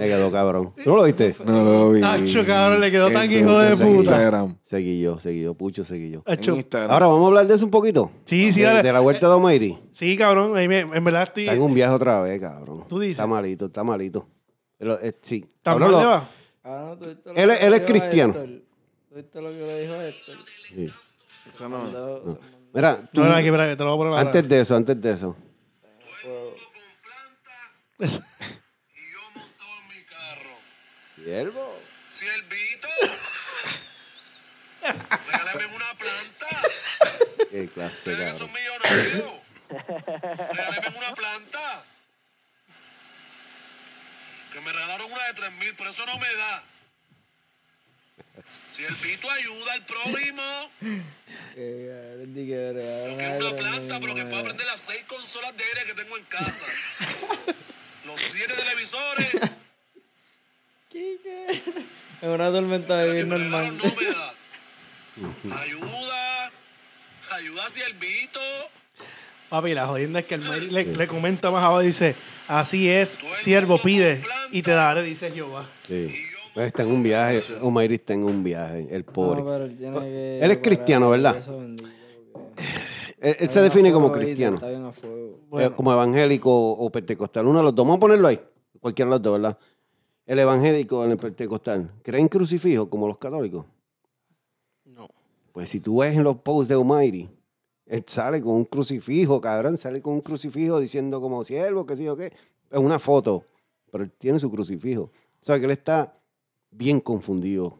Speaker 5: Le quedó cabrón. ¿Tú no lo viste?
Speaker 2: No lo vi.
Speaker 3: Tacho, cabrón, le quedó
Speaker 5: Este
Speaker 3: tan hijo de
Speaker 2: Entonces, en
Speaker 5: puta.
Speaker 2: Instagram.
Speaker 5: Seguí yo, seguí yo, Pucho, seguí yo.
Speaker 2: En Instagram.
Speaker 5: Ahora vamos a hablar de eso un poquito.
Speaker 3: Sí, sí,
Speaker 5: de,
Speaker 3: dale.
Speaker 5: de la vuelta de Omairi.
Speaker 3: Sí, cabrón. ahí me- En verdad estoy.
Speaker 5: Está en un viaje otra vez, cabrón.
Speaker 3: Tú dices.
Speaker 5: Está malito, está malito. Pero, eh, sí.
Speaker 3: ¿Tan
Speaker 5: Cabrón,
Speaker 3: mal le
Speaker 5: lo-
Speaker 3: va?
Speaker 7: Ah, no, ¿tú viste lo
Speaker 5: Él es-
Speaker 7: que
Speaker 5: él
Speaker 7: le
Speaker 5: es
Speaker 7: dijo a
Speaker 5: cristiano.
Speaker 7: Héctor? ¿Tú viste lo que le dijo a Héctor?
Speaker 5: Sí.
Speaker 2: Esa no.
Speaker 5: Mm.
Speaker 7: Mandó- se
Speaker 5: Mira, tú-
Speaker 3: No, no, aquí, espera, que te lo voy a poner.
Speaker 5: antes de eso, antes de eso.
Speaker 3: ahora.
Speaker 1: Y yo montado en mi carro.
Speaker 5: Siervo.
Speaker 1: ¡Siervito! Regálame una planta.
Speaker 5: Qué clase,
Speaker 1: Ustedes que
Speaker 5: cabrón.
Speaker 1: son millonarios. Regálame una planta. Que me regalaron una de tres mil, pero eso no me da. Siervito ayuda al prójimo.
Speaker 7: Eh, él dijo que era
Speaker 1: Yo
Speaker 7: una
Speaker 1: quiero una
Speaker 7: gran
Speaker 1: planta, pero que
Speaker 7: manera.
Speaker 1: pueda prender las seis consolas de aire que tengo en casa. Los siete televisores.
Speaker 7: Quique. *laughs* Es una tormenta de bien
Speaker 1: Pero el
Speaker 7: normal.
Speaker 1: regalo no me da. Ayuda. Ayuda, siervito.
Speaker 3: *laughs* Papi, la jodienda es que el Mayri le, le comenta más abajo. Dice: Así es, siervo, pide y te daré, dice Jehová.
Speaker 5: Sí. Está en un viaje. Omairi está en un viaje, el pobre.
Speaker 7: No, pero él tiene que
Speaker 5: Él es cristiano,
Speaker 7: parar,
Speaker 5: ¿verdad?
Speaker 7: eso bendito, porque-
Speaker 5: él él
Speaker 7: Está
Speaker 5: se
Speaker 7: bien a
Speaker 5: define como
Speaker 7: fuego ahorita,
Speaker 5: cristiano.
Speaker 7: Está bien a fuego.
Speaker 5: Eh, como evangélico o pentecostal. Uno de los dos. Vamos a ponerlo ahí. Cualquiera de los dos, ¿verdad? El evangélico o el pentecostal. ¿Creen crucifijo como los católicos?
Speaker 3: No.
Speaker 5: Pues si tú ves en los posts de Omairi, él sale con un crucifijo, cabrón. Sale con un crucifijo diciendo como siervo, qué sé yo qué. Es una foto. Pero él tiene su crucifijo. O sea que él está bien confundido.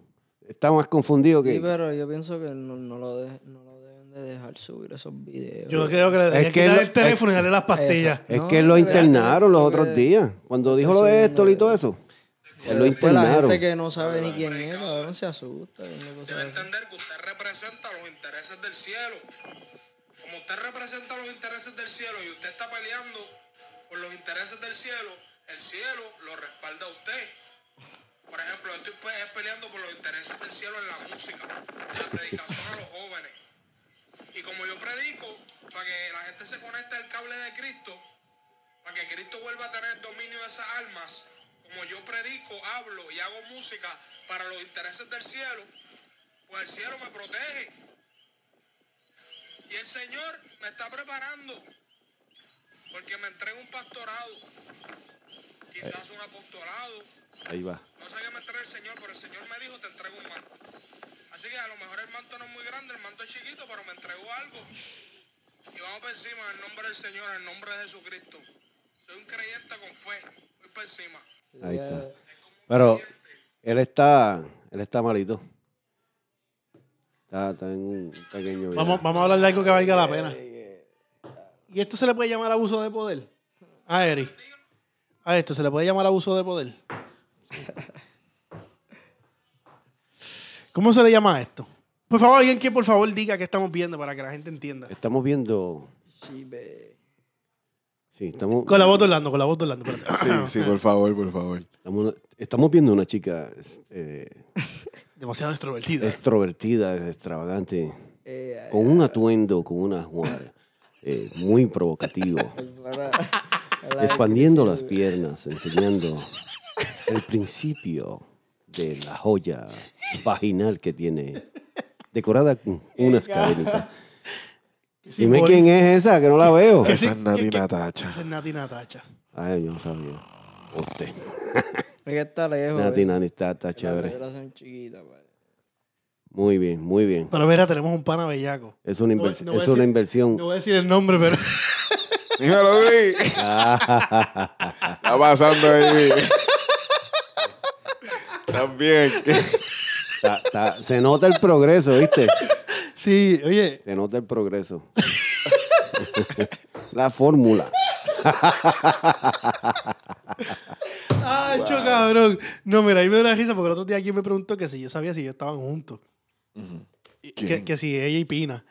Speaker 5: Está más confundido que...
Speaker 7: Sí, pero yo pienso que no, no lo de- no lo deben de dejar subir esos videos.
Speaker 3: Yo creo que le debería
Speaker 5: Es que
Speaker 3: quitar
Speaker 5: lo-
Speaker 3: el teléfono y darle las pastillas.
Speaker 5: Es
Speaker 7: No,
Speaker 5: que lo
Speaker 7: que-
Speaker 5: internaron los
Speaker 7: que-
Speaker 5: otros días. Cuando dijo
Speaker 7: eso
Speaker 5: lo de
Speaker 7: mismo,
Speaker 5: esto y
Speaker 7: eh.
Speaker 5: todo eso.
Speaker 7: Se
Speaker 5: Él lo
Speaker 7: después la
Speaker 5: internaron.
Speaker 7: gente que no sabe ni quién es, cabrón, se asusta. viendo cosas
Speaker 1: Debe
Speaker 7: así.
Speaker 1: entender que usted representa los intereses del cielo. Como usted representa los intereses del cielo y usted está peleando por los intereses del cielo, el cielo lo respalda a usted. Por ejemplo, yo estoy pe- peleando por los intereses del cielo en la música, en la predicación a los jóvenes. Y como yo predico, para que la gente se conecte al cable de Cristo, para que Cristo vuelva a tener dominio de esas almas, como yo predico, hablo y hago música para los intereses del cielo, pues el cielo me protege. Y el Señor me está preparando, porque me entrega un pastorado, quizás un apostolado,
Speaker 5: Ahí va.
Speaker 1: no sé qué me trae el Señor, pero el Señor me dijo, te entrego un manto. Así que a lo mejor el manto no es muy grande, el manto es chiquito, pero me entregó algo. Y vamos por encima, en el nombre del Señor, en el nombre de Jesucristo. Soy un creyente con fe, voy por encima.
Speaker 5: Ahí está. Pero él está, él está malito. Está, está en un pequeño viaje.
Speaker 3: Vamos, vamos a hablar de algo que valga la pena. ¿Y esto se le puede llamar abuso de poder? A Eri. A esto se le puede llamar abuso de poder. ¿Cómo se le llama a esto? Por favor, alguien que por favor diga qué estamos viendo para que la gente entienda.
Speaker 5: Estamos viendo.
Speaker 7: Chive.
Speaker 5: Sí, estamos,
Speaker 3: Con la voz de Orlando, con la voz de Orlando.
Speaker 5: *laughs*
Speaker 3: espérate.
Speaker 2: Sí, sí, por favor, por favor.
Speaker 5: estamos, estamos viendo una chica es- eh,
Speaker 3: demasiado extrovertida.
Speaker 5: Extrovertida, extravagante.
Speaker 7: Eh,
Speaker 5: Con un atuendo, con una jugada eh, muy provocativo.
Speaker 7: *laughs* para- para-
Speaker 5: Expandiendo las piernas, enseñando el principio de la joya vaginal que tiene. Decorada con unas cadenitas. Dime
Speaker 3: Simbólico.
Speaker 5: quién es esa, que no la veo.
Speaker 3: sí,
Speaker 2: Esa es Nati
Speaker 3: que- que-
Speaker 2: Natacha.
Speaker 3: Esa es Nati Natacha.
Speaker 5: Ay, yo no sabía. Usted.
Speaker 7: Es que está lejos.
Speaker 5: Nati,
Speaker 7: eso.
Speaker 5: Nani, está, está
Speaker 7: Las
Speaker 5: chévere.
Speaker 7: piedras son chiquitas, pues. padre.
Speaker 5: Muy bien, muy bien.
Speaker 3: Pero mira, tenemos un pana bellaco.
Speaker 5: Es una,
Speaker 3: No voy-
Speaker 5: invers-
Speaker 3: no voy a
Speaker 5: es una
Speaker 3: decir-
Speaker 5: inversión.
Speaker 3: No voy a decir el nombre, pero *laughs*
Speaker 2: Dímelo, Luis. Está pasando ahí. También.
Speaker 5: Ta- ta- se nota el progreso, ¿viste?
Speaker 3: sí, oye,
Speaker 5: Se nota el progreso.
Speaker 3: *laughs*
Speaker 5: la fórmula.
Speaker 3: ¡Ay, cho, cabrón! No, mira, ahí me da una risa porque el otro día alguien me preguntó que si yo sabía si ellos estaban juntos. Y- Que,
Speaker 2: ¿Quién?
Speaker 3: que si ella y Pina.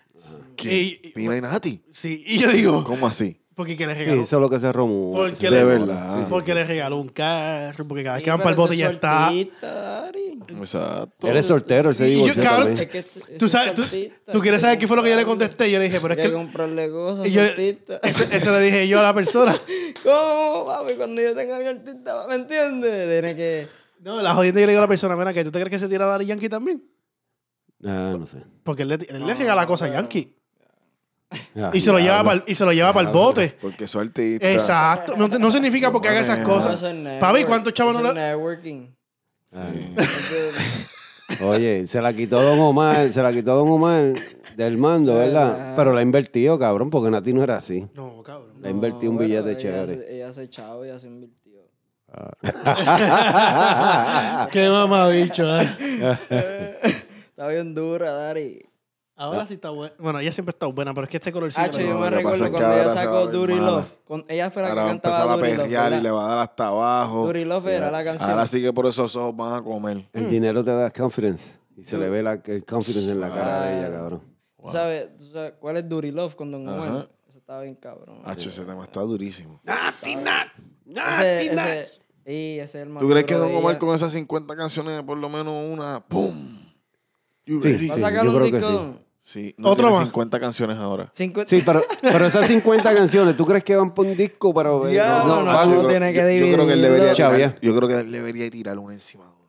Speaker 2: ¿Quién? Pina y Nati.
Speaker 3: Sí, y yo digo,
Speaker 2: ¿Cómo así?
Speaker 3: porque que le
Speaker 5: Sí,
Speaker 3: regaló.
Speaker 5: eso es lo que se rumora.
Speaker 3: porque
Speaker 2: de
Speaker 3: le,
Speaker 2: verdad.
Speaker 3: sí, porque le regaló un carro, porque cada vez
Speaker 7: Sí,
Speaker 3: que van para el
Speaker 7: pero
Speaker 3: bote
Speaker 7: ese
Speaker 3: ya está.
Speaker 7: soltista, Ari.
Speaker 2: Exacto.
Speaker 5: Eres soltero, ese
Speaker 3: Sí, y yo,
Speaker 5: divorcio
Speaker 3: cabrón,
Speaker 5: también.
Speaker 7: Es que este- ese
Speaker 3: ¿Tú, sabes, tú,
Speaker 7: soltista,
Speaker 3: tú quieres
Speaker 7: hay
Speaker 3: saber qué fue lo que yo le
Speaker 7: comprarle.
Speaker 3: contesté? Yo le dije, pero es
Speaker 7: Hay
Speaker 3: que.
Speaker 7: comprarle cosas,
Speaker 3: y yo- *laughs*
Speaker 7: soltista.
Speaker 3: Eso, eso le dije yo a la
Speaker 7: *laughs*
Speaker 3: persona.
Speaker 7: ¿Cómo, papi? Cuando yo tenga mi artista, ¿me entiendes? Tiene que...
Speaker 3: No, la jodienda yo le digo a la persona, mira, que tú te crees que se tira a Daddy Yankee también.
Speaker 5: Ah, no sé.
Speaker 3: Porque él le, él le regala cosas a Yankee.
Speaker 5: Ah,
Speaker 3: Y se lo lleva
Speaker 5: diablo.
Speaker 3: pa'l- y se lo lleva para el bote.
Speaker 2: Porque soy artista.
Speaker 3: Exacto. No, te- no significa porque haga esas
Speaker 2: No,
Speaker 3: cosas.
Speaker 7: Eso es network,
Speaker 3: Papi, ¿cuántos chavos
Speaker 7: eso
Speaker 3: no
Speaker 7: es
Speaker 3: le-
Speaker 5: *laughs*
Speaker 7: networking.
Speaker 5: Ay.
Speaker 7: Entonces,
Speaker 5: Eh, Oye, se la quitó Don Omar, se la quitó Don Omar del mando, ¿verdad?
Speaker 7: Ajá.
Speaker 5: Pero la ha invertido, cabrón, porque Nati no era así.
Speaker 3: No, cabrón.
Speaker 5: Le invertí un
Speaker 7: bueno,
Speaker 5: billete
Speaker 7: ella
Speaker 5: chévere.
Speaker 7: se- Ella se chavo, ella se invirtió.
Speaker 3: Ah, Qué eh. mamabicho,
Speaker 7: Está bien dura, Dari.
Speaker 3: Ahora sí está buena. Bueno, ella siempre está buena, pero es que este colorcito.
Speaker 7: Hacho, Ah, yo
Speaker 2: no,
Speaker 7: me
Speaker 2: lo que pasa es
Speaker 7: recuerdo
Speaker 2: que
Speaker 7: cuando ella
Speaker 2: ahora se va a
Speaker 7: sacó
Speaker 2: ver
Speaker 7: Duri
Speaker 2: mala.
Speaker 7: Love. Con- Ella fue la
Speaker 2: Ahora
Speaker 7: que
Speaker 2: va a empezar
Speaker 7: cantaba
Speaker 2: a
Speaker 7: Duri Love.
Speaker 2: perrear y le
Speaker 7: ¿verdad?
Speaker 2: va a dar hasta abajo.
Speaker 7: Duri Love era la canción.
Speaker 2: Ahora sí que por esos ojos van a comer.
Speaker 5: El dinero te da confidence. Y se le ve la, el confidence en la cara de ella,
Speaker 7: Wow.
Speaker 5: cabrón.
Speaker 7: ¿Tú sabes, tú sabes cuál es Duri Love con Don Omar?
Speaker 2: Ajá. Ah,
Speaker 7: Eso estaba bien cabrón.
Speaker 2: Hacho, ese tema está durísimo.
Speaker 7: Ese, ese, y ese es el más
Speaker 2: ¿Tú crees
Speaker 7: duro
Speaker 2: que Don
Speaker 7: de
Speaker 2: Omar
Speaker 7: ella.
Speaker 2: con esas 50 canciones, por lo menos una, ¡pum! You
Speaker 5: Sí.
Speaker 2: ready?
Speaker 7: Va a
Speaker 5: Sí,
Speaker 7: sacar
Speaker 5: yo
Speaker 7: un
Speaker 5: creo que
Speaker 7: disco.
Speaker 2: Sí, no
Speaker 3: Otra
Speaker 2: tiene
Speaker 3: más.
Speaker 2: 50 canciones ahora.
Speaker 7: 50 *laughs*
Speaker 5: Sí, pero, pero esas 50 canciones, ¿tú crees que van por un disco? Pero, eh,
Speaker 7: Ya,
Speaker 5: no,
Speaker 7: no,
Speaker 5: van-
Speaker 7: no
Speaker 2: yo creo-
Speaker 7: tiene que
Speaker 2: yo- Yo creo que él
Speaker 7: dividirlo.
Speaker 2: debería
Speaker 5: Chavia.
Speaker 2: tirar, yo creo que él debería tirar una encima de otra.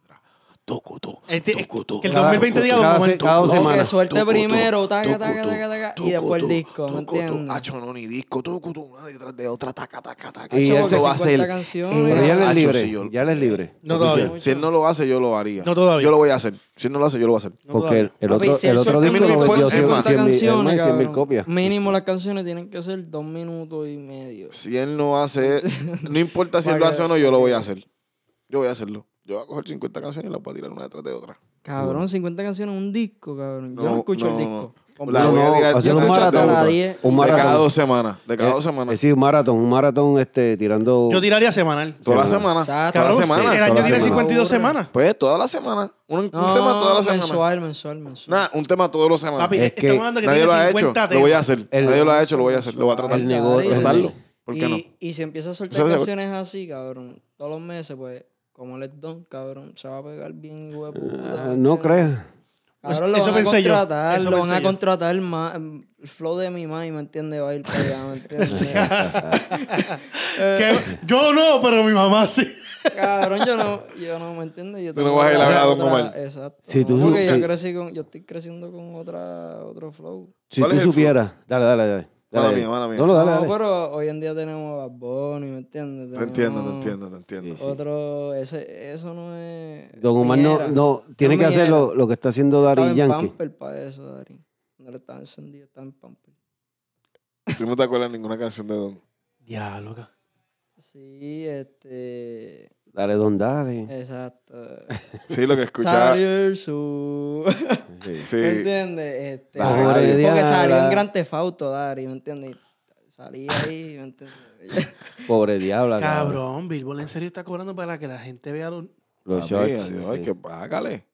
Speaker 2: Toco, toco,
Speaker 3: Este-
Speaker 2: toco, toco,
Speaker 3: que el
Speaker 5: cada-
Speaker 3: 2020 diga un
Speaker 5: cada-
Speaker 3: momento.
Speaker 5: cada dos
Speaker 7: Como que
Speaker 5: semanas.
Speaker 7: suelte
Speaker 2: Toco,
Speaker 7: primero,
Speaker 2: toco,
Speaker 7: taca,
Speaker 2: toco,
Speaker 7: taca, taca, taca, y después el disco, ¿me entiendes?
Speaker 2: Hacho, no, ni disco, toco, toco, una detrás de otra, taca, taca, taca.
Speaker 5: Y
Speaker 2: Si él
Speaker 5: ese-
Speaker 2: lo va a
Speaker 7: 50
Speaker 2: hacer.
Speaker 7: canciones.
Speaker 2: eh,
Speaker 5: Pero ya él es
Speaker 2: Hacho,
Speaker 5: libre.
Speaker 2: si yo-
Speaker 5: Ya él es libre.
Speaker 3: No todavía.
Speaker 5: Suficiente.
Speaker 2: Si él no lo hace, yo lo haría.
Speaker 3: No todavía.
Speaker 2: Yo lo voy a hacer. Si él no lo hace, yo lo voy a hacer.
Speaker 5: Porque el, el
Speaker 7: Papi,
Speaker 5: otro,
Speaker 7: si
Speaker 5: el
Speaker 7: el
Speaker 5: otro
Speaker 7: suelta
Speaker 5: disco lo
Speaker 2: mínimo
Speaker 5: vendió
Speaker 2: importa-
Speaker 5: 100
Speaker 2: Emma,
Speaker 7: cincuenta
Speaker 5: mil-
Speaker 7: canciones,
Speaker 5: Emma, 100 mil
Speaker 7: cabrón.
Speaker 5: copias.
Speaker 7: Mínimo las canciones tienen que ser dos minutos y medio.
Speaker 2: Si él
Speaker 5: *laughs*
Speaker 2: no hace, no importa si él lo
Speaker 7: Para que-
Speaker 2: hace o no, yo lo voy a hacer. Yo voy a hacerlo. Yo voy a coger 50 canciones y las voy a tirar una detrás de otra.
Speaker 7: Cabrón, 50 canciones, un disco, cabrón. Yo
Speaker 2: No,
Speaker 7: no escucho
Speaker 2: no,
Speaker 7: el disco.
Speaker 2: no. La voy
Speaker 5: No,
Speaker 2: a
Speaker 5: no,
Speaker 2: tirar
Speaker 5: hacer
Speaker 2: una
Speaker 5: un
Speaker 2: detrás de
Speaker 5: maratón.
Speaker 2: otra.
Speaker 7: a
Speaker 2: De
Speaker 7: diez.
Speaker 5: Un
Speaker 2: cada
Speaker 5: maratón. Eh,
Speaker 2: dos semanas. De cada dos
Speaker 5: Es
Speaker 2: semanas.
Speaker 5: decir, un maratón, un maratón este, tirando.
Speaker 3: Yo tiraría semanal.
Speaker 2: Toda la
Speaker 5: semana.
Speaker 2: semana.
Speaker 7: Exacto.
Speaker 2: Toda la
Speaker 3: Cabrón, el
Speaker 2: semana.
Speaker 5: toda
Speaker 3: año
Speaker 5: la
Speaker 3: tiene
Speaker 5: semana.
Speaker 3: 52
Speaker 7: Aburre.
Speaker 3: semanas.
Speaker 2: Pues toda la semana. Un, un tema
Speaker 7: No,
Speaker 2: toda la semana.
Speaker 7: mensual, mensual, mensual.
Speaker 2: Nada, un tema todos los semanas.
Speaker 3: Papi,
Speaker 5: Es que
Speaker 3: estamos hablando que
Speaker 2: Nadie
Speaker 3: tiene
Speaker 2: lo ha hecho.
Speaker 3: 50
Speaker 2: Lo voy a
Speaker 3: temas.
Speaker 2: hacer.
Speaker 5: Eh, El-
Speaker 2: Nadie lo ha hecho. Lo voy a hacer. Lo voy a tratar.
Speaker 5: El negocio.
Speaker 2: Tratarlo. ¿Por qué
Speaker 7: y,
Speaker 2: no?
Speaker 7: y si empieza a soltar
Speaker 2: Eso se-
Speaker 7: canciones así, cabrón, todos los meses, pues, como el don, cabrón, se va a pegar bien, hijo de puta,
Speaker 5: Ah,
Speaker 7: ¿me
Speaker 5: no
Speaker 7: entiendes?
Speaker 5: crees.
Speaker 7: Cabrón, lo
Speaker 3: Eso
Speaker 7: van a
Speaker 3: pensé yo,
Speaker 7: contratar,
Speaker 3: eso
Speaker 7: lo van
Speaker 3: pensé
Speaker 7: a
Speaker 3: yo.
Speaker 7: contratar más. El flow de mi mami, ¿me entiendes? Va a ir para allá,
Speaker 5: *laughs*
Speaker 7: ¿me entiendes?
Speaker 3: Que- Eh, yo no, pero mi mamá sí.
Speaker 7: Cabrón, yo no, yo no, ¿me entiendes? Yo
Speaker 2: Tú no
Speaker 7: tengo
Speaker 2: vas a ir a ver a
Speaker 7: otra-
Speaker 2: Don Omar.
Speaker 7: Exacto.
Speaker 5: Si
Speaker 7: no,
Speaker 5: tú-
Speaker 7: porque
Speaker 5: si-
Speaker 7: yo, crecí con, yo estoy creciendo con otra, otro flow.
Speaker 5: Si
Speaker 2: ¿Cuál
Speaker 5: tú
Speaker 2: es el
Speaker 5: supieras. Dale, dale, dale.
Speaker 2: Mala
Speaker 5: dale.
Speaker 2: mía, mala mía.
Speaker 5: No, no, dale,
Speaker 7: no,
Speaker 5: dale.
Speaker 7: pero hoy en día tenemos a Bad Bunny, ¿me entiendes?
Speaker 2: Te entiendo, te
Speaker 7: Tenemos
Speaker 2: entiendo, te entiendo.
Speaker 7: Otro, ese, eso no es.
Speaker 5: Don Omar no,
Speaker 7: Piñera.
Speaker 5: no tiene
Speaker 7: No
Speaker 5: que hacer
Speaker 7: Piñera.
Speaker 5: lo, lo que está haciendo
Speaker 7: Estaba
Speaker 5: Dari
Speaker 7: en
Speaker 5: Yankee.
Speaker 7: Pamper para eso, Dari. No le estaba encendido, estaba en Pamper.
Speaker 2: Tú no te acuerdas de ninguna canción de Don.
Speaker 3: Ya, loca.
Speaker 7: Sí, este.
Speaker 5: Dale, don, dale.
Speaker 7: Exacto.
Speaker 2: Sí, lo que escuchaba.
Speaker 7: Salió el *laughs* sur.
Speaker 5: Sí.
Speaker 2: Sí.
Speaker 7: ¿Me entiendes? Este,
Speaker 2: Pobre
Speaker 7: porque
Speaker 5: diabla.
Speaker 7: salió en Gran Tefauto, Dari, ¿me entiendes? Y Salí ahí, ¿me entiendes? *laughs*
Speaker 5: Pobre diabla, cabrón.
Speaker 3: Cabrón, Billboard en serio está cobrando para que la gente vea los.
Speaker 5: Los
Speaker 2: Papi,
Speaker 5: shorts.
Speaker 2: adiós, ay,
Speaker 5: sí.
Speaker 2: que págale.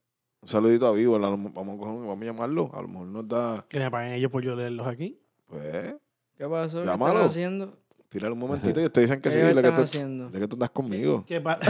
Speaker 2: Un saludito a Vivo. a lo- Vamos a, coger- vamos a llamarlo. A lo mejor nos da.
Speaker 3: Que me paguen ellos por yo leerlos aquí.
Speaker 2: Pues,
Speaker 7: ¿Qué pasó? ¿Qué
Speaker 2: Llámalo.
Speaker 7: están haciendo? *laughs*
Speaker 2: tírale un momentito y te dicen que sí.
Speaker 7: Ellos
Speaker 2: Dile que,
Speaker 7: están
Speaker 2: tú,
Speaker 7: haciendo.
Speaker 2: dile que tú andas conmigo.
Speaker 3: Que pa-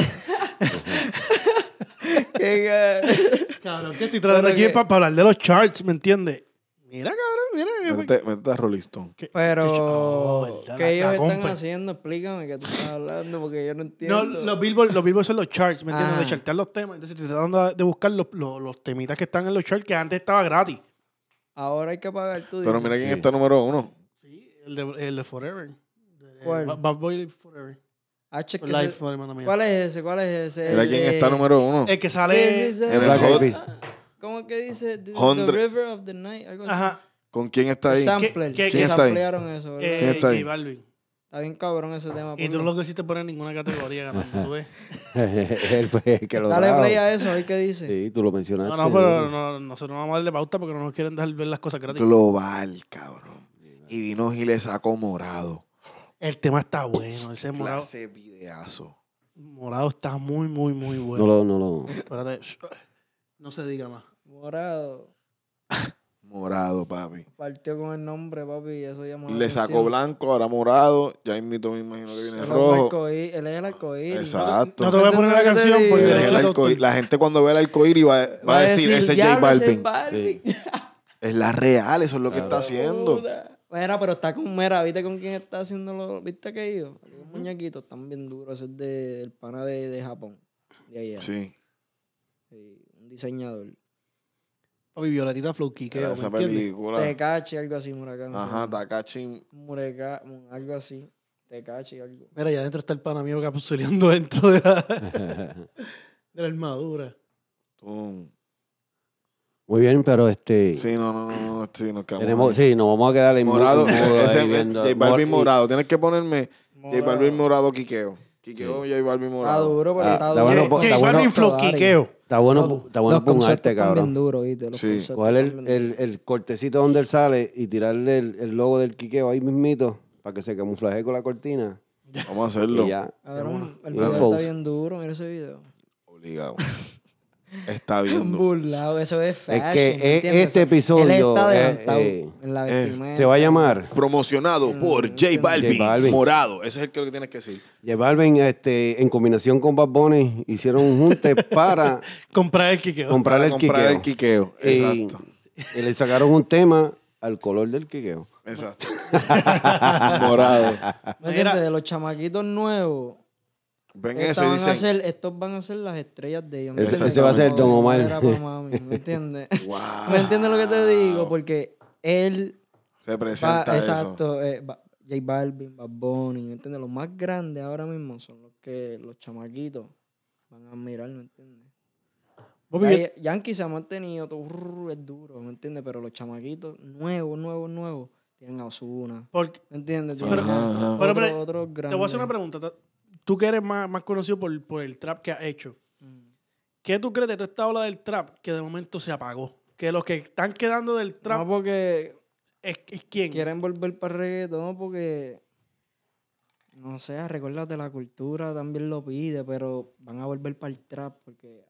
Speaker 7: Que, eh,
Speaker 3: *laughs* Cabrón, que estoy tratando
Speaker 7: Pero
Speaker 3: aquí
Speaker 7: que-
Speaker 3: para hablar de los charts, ¿me entiendes? Mira, cabrón, mira. que-
Speaker 2: Métete, métete a Rolling Stone.
Speaker 3: que-
Speaker 7: Pero,
Speaker 3: Oh, verdad, la-
Speaker 7: ¿qué ellos
Speaker 3: la
Speaker 7: están
Speaker 3: compa.
Speaker 7: haciendo? Explícame que tú estás hablando porque yo no
Speaker 3: No,
Speaker 7: entiendo.
Speaker 3: los billboards los billboards son los charts, ¿me entiendes?
Speaker 7: Ah.
Speaker 3: De chartear los temas. Entonces estoy tratando de buscar los, los, los temitas que están en los charts que antes estaba gratis.
Speaker 7: Ahora hay que pagar tú.
Speaker 2: Pero
Speaker 7: dices.
Speaker 2: mira quién
Speaker 5: Sí.
Speaker 2: está número uno.
Speaker 3: Sí, el de, el de Forever. De-
Speaker 7: ¿Cuál?
Speaker 3: Ba- Bad Boy Forever.
Speaker 7: Ah, che, que
Speaker 3: Life,
Speaker 7: se-
Speaker 3: madre mía.
Speaker 7: ¿Cuál es ese? ¿Cuál es ese?
Speaker 2: Mira
Speaker 7: El
Speaker 2: quién
Speaker 7: de-
Speaker 2: está número uno.
Speaker 3: El que
Speaker 7: ¿Qué
Speaker 3: sale.
Speaker 7: es ese?
Speaker 2: En el
Speaker 5: Black Eyed
Speaker 2: hot-
Speaker 5: Peas.
Speaker 7: ¿Cómo que dice? The, the
Speaker 2: Hundred-
Speaker 7: River of the Night. Algo así.
Speaker 3: Ajá.
Speaker 2: ¿Con quién está ahí?
Speaker 3: ¿Qué-
Speaker 7: Sampler.
Speaker 3: qué-
Speaker 7: que
Speaker 2: quién está ahí?
Speaker 7: samplearon eso, ¿verdad?
Speaker 3: Eh,
Speaker 2: ¿Quién está ahí?
Speaker 3: J Balvin.
Speaker 7: Está bien cabrón ese tema.
Speaker 3: Y tú no
Speaker 7: ponlo.
Speaker 3: lo quisiste poner en ninguna categoría,
Speaker 7: *laughs*
Speaker 3: cabrón. ¿Tú ves?
Speaker 5: Él fue *laughs* el que lo
Speaker 7: Dale
Speaker 5: trajo.
Speaker 7: play a eso, a ver qué dice.
Speaker 5: Sí, tú lo
Speaker 7: Ah,
Speaker 5: mencionaste.
Speaker 3: No, no, pero no, nosotros no vamos a darle pauta porque no nos quieren dejar ver las cosas gratis.
Speaker 2: Global, cabrón. Y vino y le sacó morado.
Speaker 3: El tema está bueno. Ese morado,
Speaker 2: Clase videazo.
Speaker 3: morado está muy, muy, muy bueno.
Speaker 5: No lo, no lo.
Speaker 3: Espérate. shh, No se diga más.
Speaker 7: Morado.
Speaker 2: Morado, papi.
Speaker 7: Partió con el nombre, papi, y eso llamó la
Speaker 2: Le sacó
Speaker 7: atención.
Speaker 2: blanco, ahora morado. Ya invito, me imagino que viene
Speaker 7: Él es
Speaker 2: el
Speaker 7: el
Speaker 2: rojo.
Speaker 7: arcoíris, Él es el arcoíris.
Speaker 2: Exacto.
Speaker 3: No te voy a poner la canción porque
Speaker 2: El-
Speaker 7: Él es
Speaker 2: el
Speaker 3: el
Speaker 2: arcoí- la gente cuando ve el arcoíris va, va a decir, ese es J
Speaker 7: "Diablo, ese es
Speaker 2: Balvin.
Speaker 7: Balvin".
Speaker 2: Es la real, eso es lo que está haciendo.
Speaker 7: Puta. Mira, pero está con Mera, ¿viste con quién está haciéndolo? ¿Viste que ellos? Los muñequitos están bien duros, ese es de, el pana de, de Japón, de allá.
Speaker 2: Sí.
Speaker 7: Sí, un diseñador.
Speaker 3: Papi, Violetita Flow Kike.
Speaker 2: Era
Speaker 3: ¿me
Speaker 2: esa
Speaker 3: entiendes?
Speaker 2: película.
Speaker 7: Tecachi, algo así, Murakami.
Speaker 2: Ajá, Takachi.
Speaker 7: Mureka, algo así. Tecachi, algo.
Speaker 3: Mira, ya adentro está el pana mío capsuleando *laughs* dentro de la, de la armadura.
Speaker 2: tú.
Speaker 5: *laughs* Muy bien, pero este.
Speaker 2: Sí, no, no, no, no, sí, nos quedamos
Speaker 5: tenemos,
Speaker 2: ahí.
Speaker 5: sí, nos vamos a quedar en
Speaker 2: Morado,
Speaker 5: mudo ahí
Speaker 2: ese es
Speaker 5: viendo-
Speaker 2: J Balvin
Speaker 5: Mor- y-
Speaker 2: morado. Tienes que ponerme J Balvin
Speaker 7: Morado.
Speaker 2: morado, Quiqueo. Quiqueo, J Balvin
Speaker 7: Está
Speaker 2: morado.
Speaker 7: duro, pero
Speaker 5: Ah,
Speaker 7: está
Speaker 5: está
Speaker 7: duro.
Speaker 5: bueno,
Speaker 3: J-
Speaker 5: po-
Speaker 3: J
Speaker 5: está bueno.
Speaker 3: Balvin Flow
Speaker 7: Dari.
Speaker 3: Kikeo.
Speaker 5: Está bueno, está bueno
Speaker 7: Los
Speaker 5: para un
Speaker 7: conceptos
Speaker 5: arte,
Speaker 7: están bien
Speaker 5: cabrón.
Speaker 7: duros, ¿viste? Los
Speaker 2: Sí.
Speaker 7: conceptos
Speaker 5: Coger
Speaker 7: están
Speaker 5: el,
Speaker 7: bien
Speaker 5: el, el cortecito donde él sale y tirarle el, el logo del quiqueo ahí mismito para que se camuflaje con la cortina.
Speaker 2: Vamos a hacerlo.
Speaker 5: Y ya.
Speaker 7: Cabrón, el
Speaker 5: Y
Speaker 7: video
Speaker 5: un
Speaker 7: está
Speaker 5: post.
Speaker 7: bien duro, mira ese video.
Speaker 2: Obligado. *laughs* Está viendo.
Speaker 7: Burlado, eso es
Speaker 5: que
Speaker 7: fashion. ¿me
Speaker 5: e-
Speaker 7: entiendes?
Speaker 5: este
Speaker 7: O sea,
Speaker 5: episodio
Speaker 7: Él
Speaker 5: es-
Speaker 7: está adelantado
Speaker 5: eh,
Speaker 7: en la
Speaker 2: es-
Speaker 7: vestimenta.
Speaker 5: Se va a llamar.
Speaker 2: Promocionado
Speaker 7: Mm,
Speaker 2: por J Balvin,
Speaker 5: J Balvin.
Speaker 2: morado. Ese es el que que tienes que decir.
Speaker 5: J Balvin, este, en combinación con Bad Bunny, hicieron un
Speaker 2: *laughs*
Speaker 5: junte para
Speaker 3: Comprar el Kikeo.
Speaker 5: comprar
Speaker 2: Para
Speaker 5: el quiqueo.
Speaker 2: comprar el Quiqueo.
Speaker 5: Y-
Speaker 2: Exacto.
Speaker 5: Y le sacaron un tema al color del quiqueo.
Speaker 2: Exacto. *laughs* morado.
Speaker 7: ¿Me entiendes? De los chamaquitos nuevos.
Speaker 2: Ven
Speaker 7: estos,
Speaker 2: eso y
Speaker 7: van a
Speaker 2: dicen,
Speaker 7: ser, estos van a ser las estrellas de ellos. ¿me
Speaker 5: Ese-
Speaker 7: entiendes?
Speaker 2: ese va a
Speaker 7: Como
Speaker 5: ser Don Omar.
Speaker 7: era pa' mami, ¿Me entiendes? *laughs*
Speaker 2: wow.
Speaker 7: ¿Me entiendes lo que te digo? Porque él
Speaker 2: Se
Speaker 7: Va-
Speaker 2: presenta eso.
Speaker 7: exacto. eh, va- J Balvin, Bad Bunny, ¿me entiendes? Los más grandes ahora mismo son los que los chamaquitos van a admirar, ¿me entiendes?
Speaker 3: Papi, yo-
Speaker 7: Ya- Yankee se ha mantenido, todo, brrr, es duro, ¿me entiendes? Pero los chamaquitos nuevos, nuevos, nuevos, tienen a Ozuna,
Speaker 3: porque-
Speaker 7: ¿me entiendes?
Speaker 3: Pero-
Speaker 7: Tienen
Speaker 2: ajá.
Speaker 3: Pero,
Speaker 7: otro-
Speaker 3: pero,
Speaker 7: otros
Speaker 3: te voy a hacer una
Speaker 7: grandes.
Speaker 3: pregunta. Ta- Tú que eres más, más conocido por, por el trap que has hecho.
Speaker 7: Mm.
Speaker 3: ¿Qué tú crees de toda esta ola del trap que de momento se apagó? Que los que están quedando del trap
Speaker 7: No porque
Speaker 3: es, es quién.
Speaker 7: quieren volver para reggaetón, porque no sé, recuérdate la cultura también lo pide, pero van a volver para el trap porque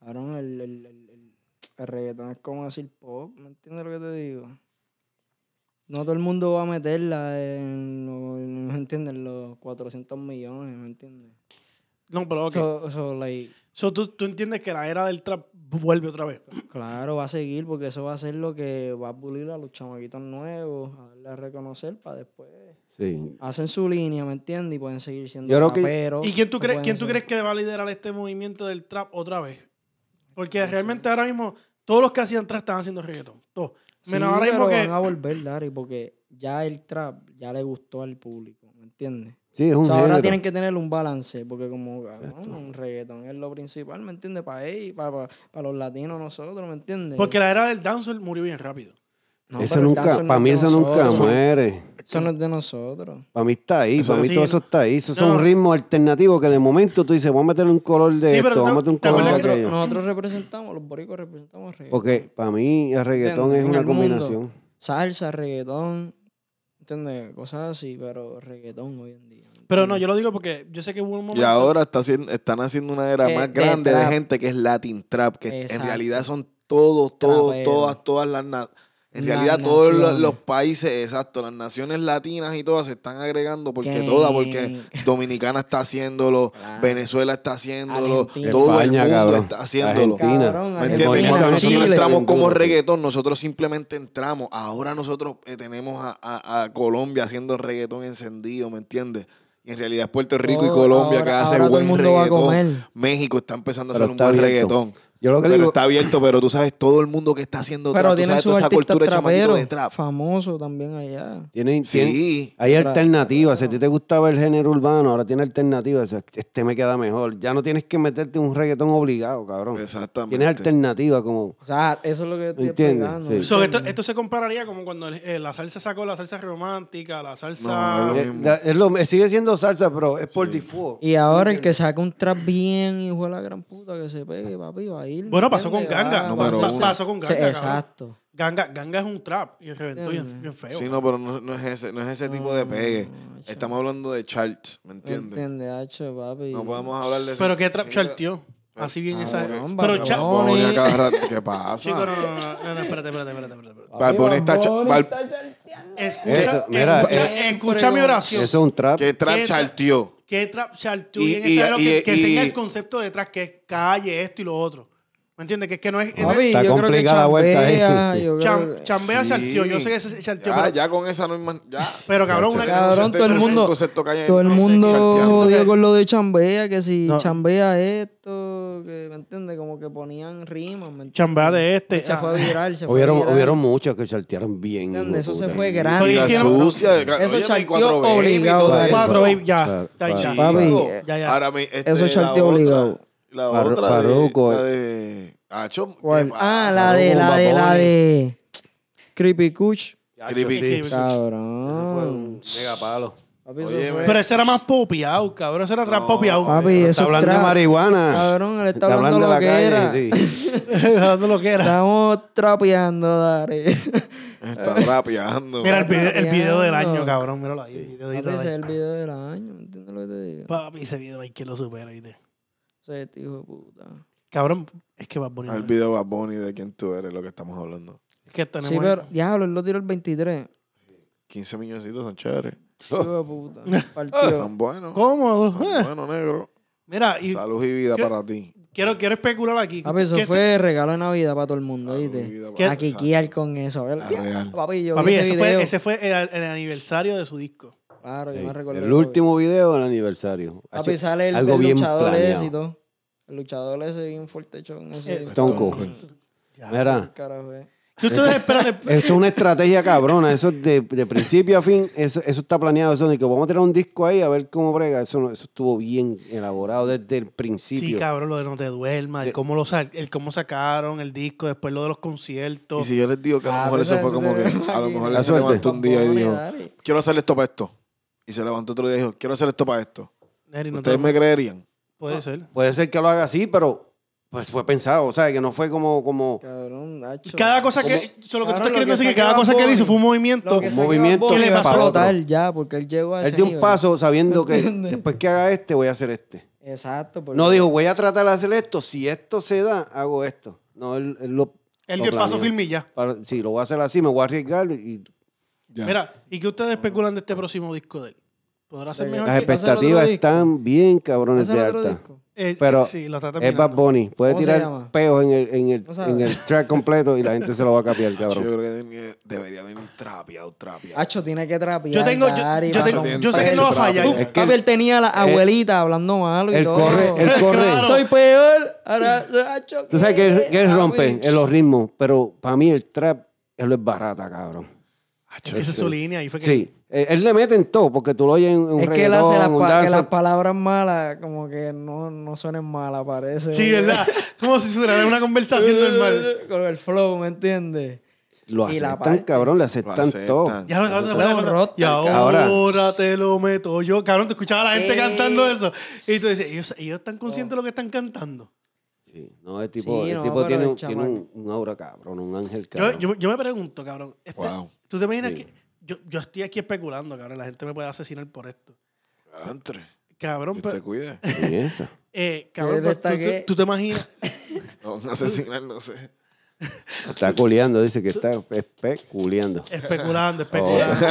Speaker 7: cabrón, el, el, el, el- el reggaetón es como decir pop, ¿me entiendes lo que te digo? No todo el mundo va a meterla en, lo- en- ¿me entiendes? los 400 millones, ¿me entiendes?
Speaker 3: No, pero ok. So,
Speaker 7: So- so, like,
Speaker 3: tú, tú entiendes que la era del trap vuelve otra vez.
Speaker 7: claro, va a seguir porque eso va a ser lo que va a pulir a los chamaquitos nuevos, a darle a reconocer para después
Speaker 5: Sí.
Speaker 7: hacen su línea, ¿me entiendes? Y pueden seguir siendo
Speaker 5: Yo creo que-
Speaker 7: raperos.
Speaker 3: ¿Y quién tú,
Speaker 7: o
Speaker 3: crees,
Speaker 7: Pues pueden
Speaker 3: quién tú crees
Speaker 7: ser-
Speaker 3: que va a liderar este movimiento del trap otra vez? Porque
Speaker 7: Pues
Speaker 3: realmente ahora mismo todos los que hacían trap están haciendo reggaetón. Todos.
Speaker 7: Sí,
Speaker 3: Menos ahora mismo
Speaker 7: pero
Speaker 3: que...
Speaker 7: van a volver, Dari, porque ya el trap ya le gustó al público, ¿me entiendes?
Speaker 5: Sí, es
Speaker 7: O
Speaker 5: un
Speaker 7: sea, ahora
Speaker 5: género.
Speaker 7: tienen que tener un balance, porque como cabrón, un reggaetón es lo principal, ¿me entiendes? Para ellos, para, para, los latinos nosotros, ¿me entiendes?
Speaker 3: Porque la era del dancehall murió bien rápido.
Speaker 7: No,
Speaker 5: Eso
Speaker 7: pero el
Speaker 5: nunca,
Speaker 7: dancehall no
Speaker 5: para
Speaker 7: es
Speaker 5: mí
Speaker 7: de
Speaker 5: eso nunca
Speaker 7: nosotros.
Speaker 5: muere.
Speaker 7: Eso no es de nosotros.
Speaker 5: Para mí está ahí,
Speaker 2: Eso
Speaker 5: para mí
Speaker 3: sí,
Speaker 5: todo
Speaker 3: no.
Speaker 5: eso está ahí. Esos
Speaker 3: No,
Speaker 5: son
Speaker 3: no.
Speaker 5: ritmos alternativos que de momento tú dices, vamos a meterle un color de
Speaker 3: Sí, pero
Speaker 5: esto,
Speaker 3: tú-
Speaker 5: vamos a meter un
Speaker 3: ¿te
Speaker 5: color de
Speaker 3: acuerdas que-
Speaker 5: aquello.
Speaker 7: Nosotros, nosotros representamos, los boricos representamos reggaetón.
Speaker 5: Porque para mí el reggaetón
Speaker 7: ¿Entiendes?
Speaker 5: es
Speaker 7: En
Speaker 5: una
Speaker 7: el mundo.
Speaker 5: combinación.
Speaker 7: Salsa, reggaetón, ¿entiendes? Cosas así, pero reggaetón hoy en día. ¿me
Speaker 3: Pero
Speaker 7: entiendes?
Speaker 3: no, yo lo digo porque yo sé que hubo un momento...
Speaker 2: Y ahora está haciendo- están haciendo una era
Speaker 7: Eh,
Speaker 2: más
Speaker 7: de
Speaker 2: grande de
Speaker 7: trap.
Speaker 2: gente que es Latin Trap, que en
Speaker 7: Exacto.
Speaker 2: realidad son todos, todos,
Speaker 7: Traperos.
Speaker 2: todas, todas las na- En
Speaker 7: Las
Speaker 2: realidad, todos lo- los,
Speaker 7: naciones.
Speaker 2: países, exacto, las naciones latinas y todas se están agregando porque
Speaker 7: Que-
Speaker 2: todas, porque Dominicana está haciéndolo,
Speaker 7: Claro.
Speaker 2: Venezuela está haciéndolo,
Speaker 7: Argentina.
Speaker 2: todo
Speaker 5: España,
Speaker 2: el mundo
Speaker 5: cabrón.
Speaker 2: está haciéndolo.
Speaker 5: Argentina.
Speaker 7: Cabrón,
Speaker 2: ¿Me
Speaker 7: El
Speaker 2: entiendes?
Speaker 7: movimiento
Speaker 2: Y cuando nosotros
Speaker 7: Chile.
Speaker 2: entramos como
Speaker 5: reggaetón
Speaker 2: reggaetón, nosotros simplemente entramos. Ahora nosotros eh, tenemos a, a- a Colombia haciendo reggaetón encendido, ¿me entiendes? Y en realidad es Puerto Rico y
Speaker 7: Todo-
Speaker 2: Colombia que
Speaker 7: Oh, ahora-
Speaker 2: hace
Speaker 7: ahora todo
Speaker 2: buen
Speaker 7: el mundo va a comer.
Speaker 2: reggaetón. México está empezando a
Speaker 5: Pero
Speaker 2: hacer un
Speaker 5: está
Speaker 2: buen
Speaker 5: abierto.
Speaker 2: reggaetón.
Speaker 5: Yo lo que
Speaker 2: pero
Speaker 5: digo-
Speaker 2: está abierto, pero tú sabes todo el mundo que está haciendo
Speaker 7: Pero
Speaker 2: trap, tú
Speaker 7: tienen
Speaker 2: sabes
Speaker 7: sus
Speaker 2: toda esa
Speaker 7: artistas
Speaker 2: cultura de chamaquito de
Speaker 7: traperos
Speaker 2: trap.
Speaker 7: famosos también allá.
Speaker 5: Tienen,
Speaker 2: Sí.
Speaker 5: tienen- hay
Speaker 7: Ahora-
Speaker 5: alternativas. Si a ti te gustaba el género urbano, ahora tiene alternativas. O sea, Este me queda mejor. Ya no tienes que meterte un reggaetón obligado, cabrón.
Speaker 2: Exactamente.
Speaker 5: Tienes alternativas como...
Speaker 7: O sea, eso es lo que yo estoy
Speaker 5: Entiendo,
Speaker 7: explicando.
Speaker 5: sí.
Speaker 7: ¿me
Speaker 3: So, esto,
Speaker 7: entiendes?
Speaker 3: esto se compararía como cuando el- eh, la salsa sacó la salsa romántica, la
Speaker 2: No,
Speaker 3: salsa...
Speaker 2: no, Lo no.
Speaker 5: Eh,
Speaker 2: mismo.
Speaker 5: da- es lo- sigue siendo salsa, pero es por default.
Speaker 7: Y ahora el que saca un trap bien, hijo de la gran puta, que se pegue, papi, va a ir. ¿me
Speaker 3: Bueno, pasó con
Speaker 7: entiendes?
Speaker 3: Ganga.
Speaker 7: Va-
Speaker 2: Número
Speaker 7: va-
Speaker 2: uno.
Speaker 3: Pasó con
Speaker 7: Sí,
Speaker 3: Ganga, cabrón.
Speaker 7: Exacto.
Speaker 3: Ganga, Ganga es un trap y reventó bien, bien feo.
Speaker 2: Sí, no, pero no, no es ese, no es ese tipo
Speaker 7: Mm,
Speaker 2: de pegue. Estamos hablando de charts, ¿me
Speaker 7: ¿Me
Speaker 2: entiendes?
Speaker 7: entiendes, hacho, papi?
Speaker 2: No podemos hablar de ese-
Speaker 3: Pero qué trap
Speaker 2: sí,
Speaker 3: charteó. Así bien
Speaker 7: Ah,
Speaker 3: esa...
Speaker 7: cabrón,
Speaker 3: pero
Speaker 7: Bad
Speaker 3: cha-
Speaker 7: Bunny.
Speaker 2: Vamos a cada rato- ¿Qué
Speaker 3: Chico, no,
Speaker 2: pasa?
Speaker 3: no, no, no, no, espérate, espérate, espérate, espérate, espérate.
Speaker 2: Bad Bunny está cha- Bad-
Speaker 3: Escucha,
Speaker 5: Eso, mira,
Speaker 3: escucha,
Speaker 7: eh,
Speaker 3: escucha mi oración.
Speaker 5: Eso es un trap.
Speaker 2: ¿Qué trap
Speaker 3: ¿Qué tra-
Speaker 2: charteó?
Speaker 3: ¿Qué trap charteó
Speaker 2: Y-
Speaker 3: bien
Speaker 2: y-
Speaker 3: esa que,
Speaker 2: y-
Speaker 3: que enseña
Speaker 2: y-
Speaker 3: el concepto detrás, que es calle, esto y lo otro? ¿Me entiendes? Que es que no es...
Speaker 7: Papi,
Speaker 5: Está
Speaker 7: yo creo que
Speaker 5: complicada la vuelta ahí. *laughs*
Speaker 7: chambea, Ah, yo creo
Speaker 3: Cham-
Speaker 7: que-
Speaker 3: chambea
Speaker 2: Sí.
Speaker 3: charteó, yo sé que ese charteó,
Speaker 2: Ya,
Speaker 3: pero...
Speaker 2: ya con esa no hay más. Ya.
Speaker 3: Pero cabrón, una...
Speaker 7: Cabrón, todo el
Speaker 2: Pero ese
Speaker 7: mundo-
Speaker 2: concepto que hay en-
Speaker 7: Todo el
Speaker 2: no sé,
Speaker 7: mundo
Speaker 2: charteando.
Speaker 7: odia con lo de chambea, que si
Speaker 3: No.
Speaker 7: chambea esto, que, ¿me entiendes? Como que ponían rimas, ¿me entiendes?
Speaker 3: Chambea de este.
Speaker 7: Se fue a
Speaker 3: ah.
Speaker 7: viral, se fue
Speaker 5: Hubieron,
Speaker 7: viral.
Speaker 5: hubieron muchos que chartearon bien.
Speaker 7: ¿Entiendes?
Speaker 5: hijo de
Speaker 7: Eso se
Speaker 5: puta.
Speaker 7: fue
Speaker 2: Y
Speaker 7: grande.
Speaker 2: la
Speaker 3: Oye,
Speaker 2: sucia.
Speaker 7: Eso
Speaker 2: Eso
Speaker 7: charteó
Speaker 2: cuatro
Speaker 7: obligado,
Speaker 2: baby,
Speaker 7: Dale,
Speaker 3: Cuatro,
Speaker 7: bro.
Speaker 3: babe, ya.
Speaker 5: Claro,
Speaker 3: ya, ya.
Speaker 2: Sí,
Speaker 7: Papi,
Speaker 2: claro.
Speaker 7: eh,
Speaker 3: Ya, ya.
Speaker 2: Ahora mi- este,
Speaker 7: Eso es
Speaker 2: la
Speaker 7: charteo
Speaker 2: otra-
Speaker 7: obligado.
Speaker 2: La
Speaker 5: Parro-
Speaker 2: otra de-
Speaker 5: parruco,
Speaker 2: la
Speaker 5: eh.
Speaker 2: de... Acho, ¿qué
Speaker 7: ¿Cuál?
Speaker 2: pasa?
Speaker 7: Ah, la de,
Speaker 5: Como
Speaker 7: la de,
Speaker 5: Bad
Speaker 7: la
Speaker 5: Bunny.
Speaker 7: de. Creepy Kuch.
Speaker 2: Creepy.
Speaker 3: Sí, sí.
Speaker 5: Fue
Speaker 7: Cabrón.
Speaker 5: un megapalo.
Speaker 7: Papi, eso
Speaker 2: Óyeme.
Speaker 7: fue-
Speaker 3: Pero ese era más popiado, cabrón. Ese era trap
Speaker 2: No.
Speaker 3: popiado.
Speaker 7: Papi, eso
Speaker 5: Está
Speaker 7: es
Speaker 5: hablando de
Speaker 7: trap.
Speaker 5: marihuana.
Speaker 7: Cabrón, él está hablando lo que era. *laughs*
Speaker 5: sí.
Speaker 3: Dando lo que era.
Speaker 7: Estamos trapeando, *laughs* dale.
Speaker 2: Está rapeando.
Speaker 3: Mira el video, el
Speaker 7: rapeando.
Speaker 3: video del año, cabrón. Míralo ahí. El video
Speaker 7: Papi,
Speaker 3: del
Speaker 7: ese es
Speaker 3: año.
Speaker 7: el video del año, ¿entiendes lo que te digo?
Speaker 3: Papi, ese video hay que lo supera, ¿viste?
Speaker 7: Ese este hijo de puta.
Speaker 3: Cabrón, es que va a poner.
Speaker 2: El video Bad Bunny de quién tú eres, lo que estamos hablando.
Speaker 3: Es que tenemos.
Speaker 7: Sí, pero, diablo, él lo tiró el 23.
Speaker 2: 15 milloncitos son chéveres.
Speaker 7: Hijo de puta. *laughs* Partió.
Speaker 2: Son buenos.
Speaker 3: Cómodo.
Speaker 2: Son
Speaker 3: eh.
Speaker 2: buenos, negro.
Speaker 3: Mira, y
Speaker 2: Salud y vida
Speaker 3: ¿Qué?
Speaker 2: para ti.
Speaker 3: quiero, quiero especular aquí.
Speaker 7: Papi, Ah, pues, eso
Speaker 3: ¿Qué-
Speaker 7: fue regalo de Navidad para todo el mundo,
Speaker 2: Salud y
Speaker 7: ¿viste?
Speaker 2: vida
Speaker 3: ¿Qué-
Speaker 2: para
Speaker 7: A
Speaker 2: ti.
Speaker 7: quiquear con eso, ¿verdad?
Speaker 2: La real.
Speaker 7: Ah, Papi, yo
Speaker 3: Papi,
Speaker 7: vi ese
Speaker 3: ese
Speaker 7: video.
Speaker 3: fue, ese fue el, el aniversario de su disco.
Speaker 7: Claro, yo me recuerdo.
Speaker 5: El último video del aniversario.
Speaker 7: Papi,
Speaker 5: Hacho,
Speaker 7: sale el,
Speaker 5: algo
Speaker 7: el
Speaker 5: bien
Speaker 7: luchador ese y
Speaker 5: planeado.
Speaker 7: todo. El luchador ese bien fortechón.
Speaker 3: Eh,
Speaker 7: Ese
Speaker 5: Stone Cold. Mira,
Speaker 7: Carajo, eh.
Speaker 3: ¿Qué ustedes esperan de-
Speaker 5: *laughs* eso es una estrategia cabrona. Eso es de, de principio a fin, eso, eso está planeado. Eso de que vamos a tener un disco ahí a ver cómo brega. Eso, no- eso estuvo bien elaborado desde el
Speaker 3: Sí,
Speaker 5: principio.
Speaker 3: cabrón, lo de No Te Duermas,
Speaker 5: Eh.
Speaker 3: el cómo, lo sa- el cómo sacaron el disco, después lo de los
Speaker 2: Y
Speaker 3: conciertos.
Speaker 2: si yo les digo que a lo
Speaker 7: Ah,
Speaker 2: mejor eso
Speaker 7: pero-
Speaker 2: fue como que a
Speaker 7: *laughs*
Speaker 2: lo mejor él
Speaker 5: La
Speaker 2: se
Speaker 5: suerte.
Speaker 2: levantó un día y dijo,
Speaker 7: Dale.
Speaker 2: quiero hacer esto para esto. Y se levantó otro día y dijo, quiero hacer esto para esto.
Speaker 3: Neri, no te
Speaker 2: ¿Ustedes me creerían?
Speaker 3: Puede ser.
Speaker 5: Puede ser que lo haga así, pero pues fue pensado. O sea, que no fue como, como
Speaker 7: Cabrón, hacho.
Speaker 3: Cada cosa que. solo que tú
Speaker 7: Cabrón,
Speaker 3: estás
Speaker 7: lo
Speaker 3: queriendo
Speaker 7: que
Speaker 3: decir que
Speaker 7: saque
Speaker 3: cada
Speaker 7: Bad
Speaker 3: cosa que él
Speaker 7: Bunny,
Speaker 3: hizo fue un movimiento.
Speaker 7: Lo que
Speaker 5: Un
Speaker 7: saque
Speaker 5: movimiento
Speaker 7: Bad Bunny
Speaker 3: que le
Speaker 7: va a
Speaker 3: pasó.
Speaker 7: explotar ya, porque él llegó a ese
Speaker 5: Él dio un
Speaker 7: nivel.
Speaker 5: paso sabiendo que
Speaker 7: ¿Entiendes?
Speaker 5: después que haga este, voy a hacer este.
Speaker 7: Exacto. porque-
Speaker 5: No dijo, voy a tratar de hacer esto. Si esto se da, hago esto. No, él, él lo.
Speaker 3: Él
Speaker 5: lo
Speaker 3: dio el paso
Speaker 5: planeó.
Speaker 3: firme y ya.
Speaker 5: Para- sí, lo voy a hacer así, me voy a arriesgar. Y,
Speaker 2: Ya.
Speaker 3: Mira, ¿y qué ustedes especulan de este próximo disco de él? ¿Podrá ser
Speaker 7: De-
Speaker 3: mejor?
Speaker 5: las
Speaker 7: ¿Vas a hacer
Speaker 3: que-
Speaker 5: expectativas
Speaker 7: otro disco?
Speaker 5: están bien cabrones
Speaker 7: ¿Vas a
Speaker 5: de
Speaker 7: hacer otro
Speaker 5: alta.
Speaker 7: disco?
Speaker 3: Eh,
Speaker 5: Pero
Speaker 3: sí, lo está
Speaker 5: Es Bad
Speaker 3: terminando.
Speaker 5: Bunny. Puede
Speaker 7: ¿Cómo se
Speaker 5: tirar
Speaker 7: llama?
Speaker 5: peos en el, en, el,
Speaker 7: No
Speaker 5: en
Speaker 7: sabes.
Speaker 5: el track completo y la gente se lo va a
Speaker 7: *laughs*
Speaker 5: capiar,
Speaker 2: Yo
Speaker 5: cabrón.
Speaker 2: creo que tenía- debería venir trapeado, trapeado.
Speaker 7: Hacho tiene que trapear.
Speaker 3: Yo tengo- yo-
Speaker 7: Dari,
Speaker 3: yo
Speaker 7: va
Speaker 3: tengo-
Speaker 7: con
Speaker 3: yo sé que
Speaker 7: pecho.
Speaker 3: no va a fallar.
Speaker 7: Uh,
Speaker 5: Es que
Speaker 7: papi,
Speaker 5: él-
Speaker 7: él tenía a la abuelita hablando malo y
Speaker 5: Él
Speaker 7: todo.
Speaker 5: corre,
Speaker 3: *laughs*
Speaker 5: él
Speaker 3: Claro.
Speaker 5: corre.
Speaker 7: Soy peor. Ahora, hacho,
Speaker 5: Tú sabes que él,
Speaker 7: ¿qué?
Speaker 5: que él
Speaker 7: Papi.
Speaker 5: rompe en los ritmos, pero para mí el trap, él es barata, cabrón.
Speaker 3: Es que Esa es su línea. Y fue que
Speaker 5: Sí, él, él le mete en todo, porque tú lo oyes en un
Speaker 7: Es que él hace
Speaker 5: reggaetón,
Speaker 7: las,
Speaker 5: un
Speaker 7: pa- que
Speaker 5: dancehall,
Speaker 7: las palabras malas como que no, no suenen malas, parece.
Speaker 3: Sí, ¿verdad? Como si fuera una conversación normal.
Speaker 7: Con el flow, ¿me entiendes?
Speaker 5: Lo
Speaker 7: Y la
Speaker 5: aceptan,
Speaker 7: parte.
Speaker 5: cabrón, le
Speaker 2: Lo
Speaker 5: aceptan,
Speaker 2: aceptan.
Speaker 5: todo.
Speaker 3: Ya lo cabrón,
Speaker 7: Fue un
Speaker 3: cuando-
Speaker 7: rockstar,
Speaker 3: Y ahora,
Speaker 5: cabrón.
Speaker 3: te lo meto yo. Cabrón, te escuchaba a la gente
Speaker 7: Eh.
Speaker 3: cantando eso. Y tú dices, ellos, ellos están conscientes de lo que están cantando.
Speaker 5: Sí, no, el tipo,
Speaker 7: Sí,
Speaker 5: el
Speaker 7: no,
Speaker 5: tipo
Speaker 7: pero
Speaker 5: tiene,
Speaker 7: el
Speaker 5: un, tiene
Speaker 7: chamaco-
Speaker 5: un, un aura, cabrón, un ángel,
Speaker 3: Yo,
Speaker 5: cabrón.
Speaker 3: yo, yo me pregunto, cabrón. este-
Speaker 2: Wow.
Speaker 3: ¿Tú te imaginas
Speaker 5: Sí.
Speaker 3: que.? Yo, yo estoy aquí especulando, cabrón. La gente me puede asesinar por esto.
Speaker 2: Entre.
Speaker 3: Cabrón,
Speaker 2: Dios
Speaker 3: pero-
Speaker 2: te cuide.
Speaker 5: Y esa.
Speaker 3: eh, cabrón
Speaker 7: Él
Speaker 3: pero
Speaker 7: está
Speaker 3: tú- tú-
Speaker 7: que-
Speaker 3: tú te imaginas.
Speaker 2: No, un asesinar, no sé.
Speaker 5: Está culeando, dice que está especuleando. *laughs* Oh.
Speaker 3: Especulando, especulando.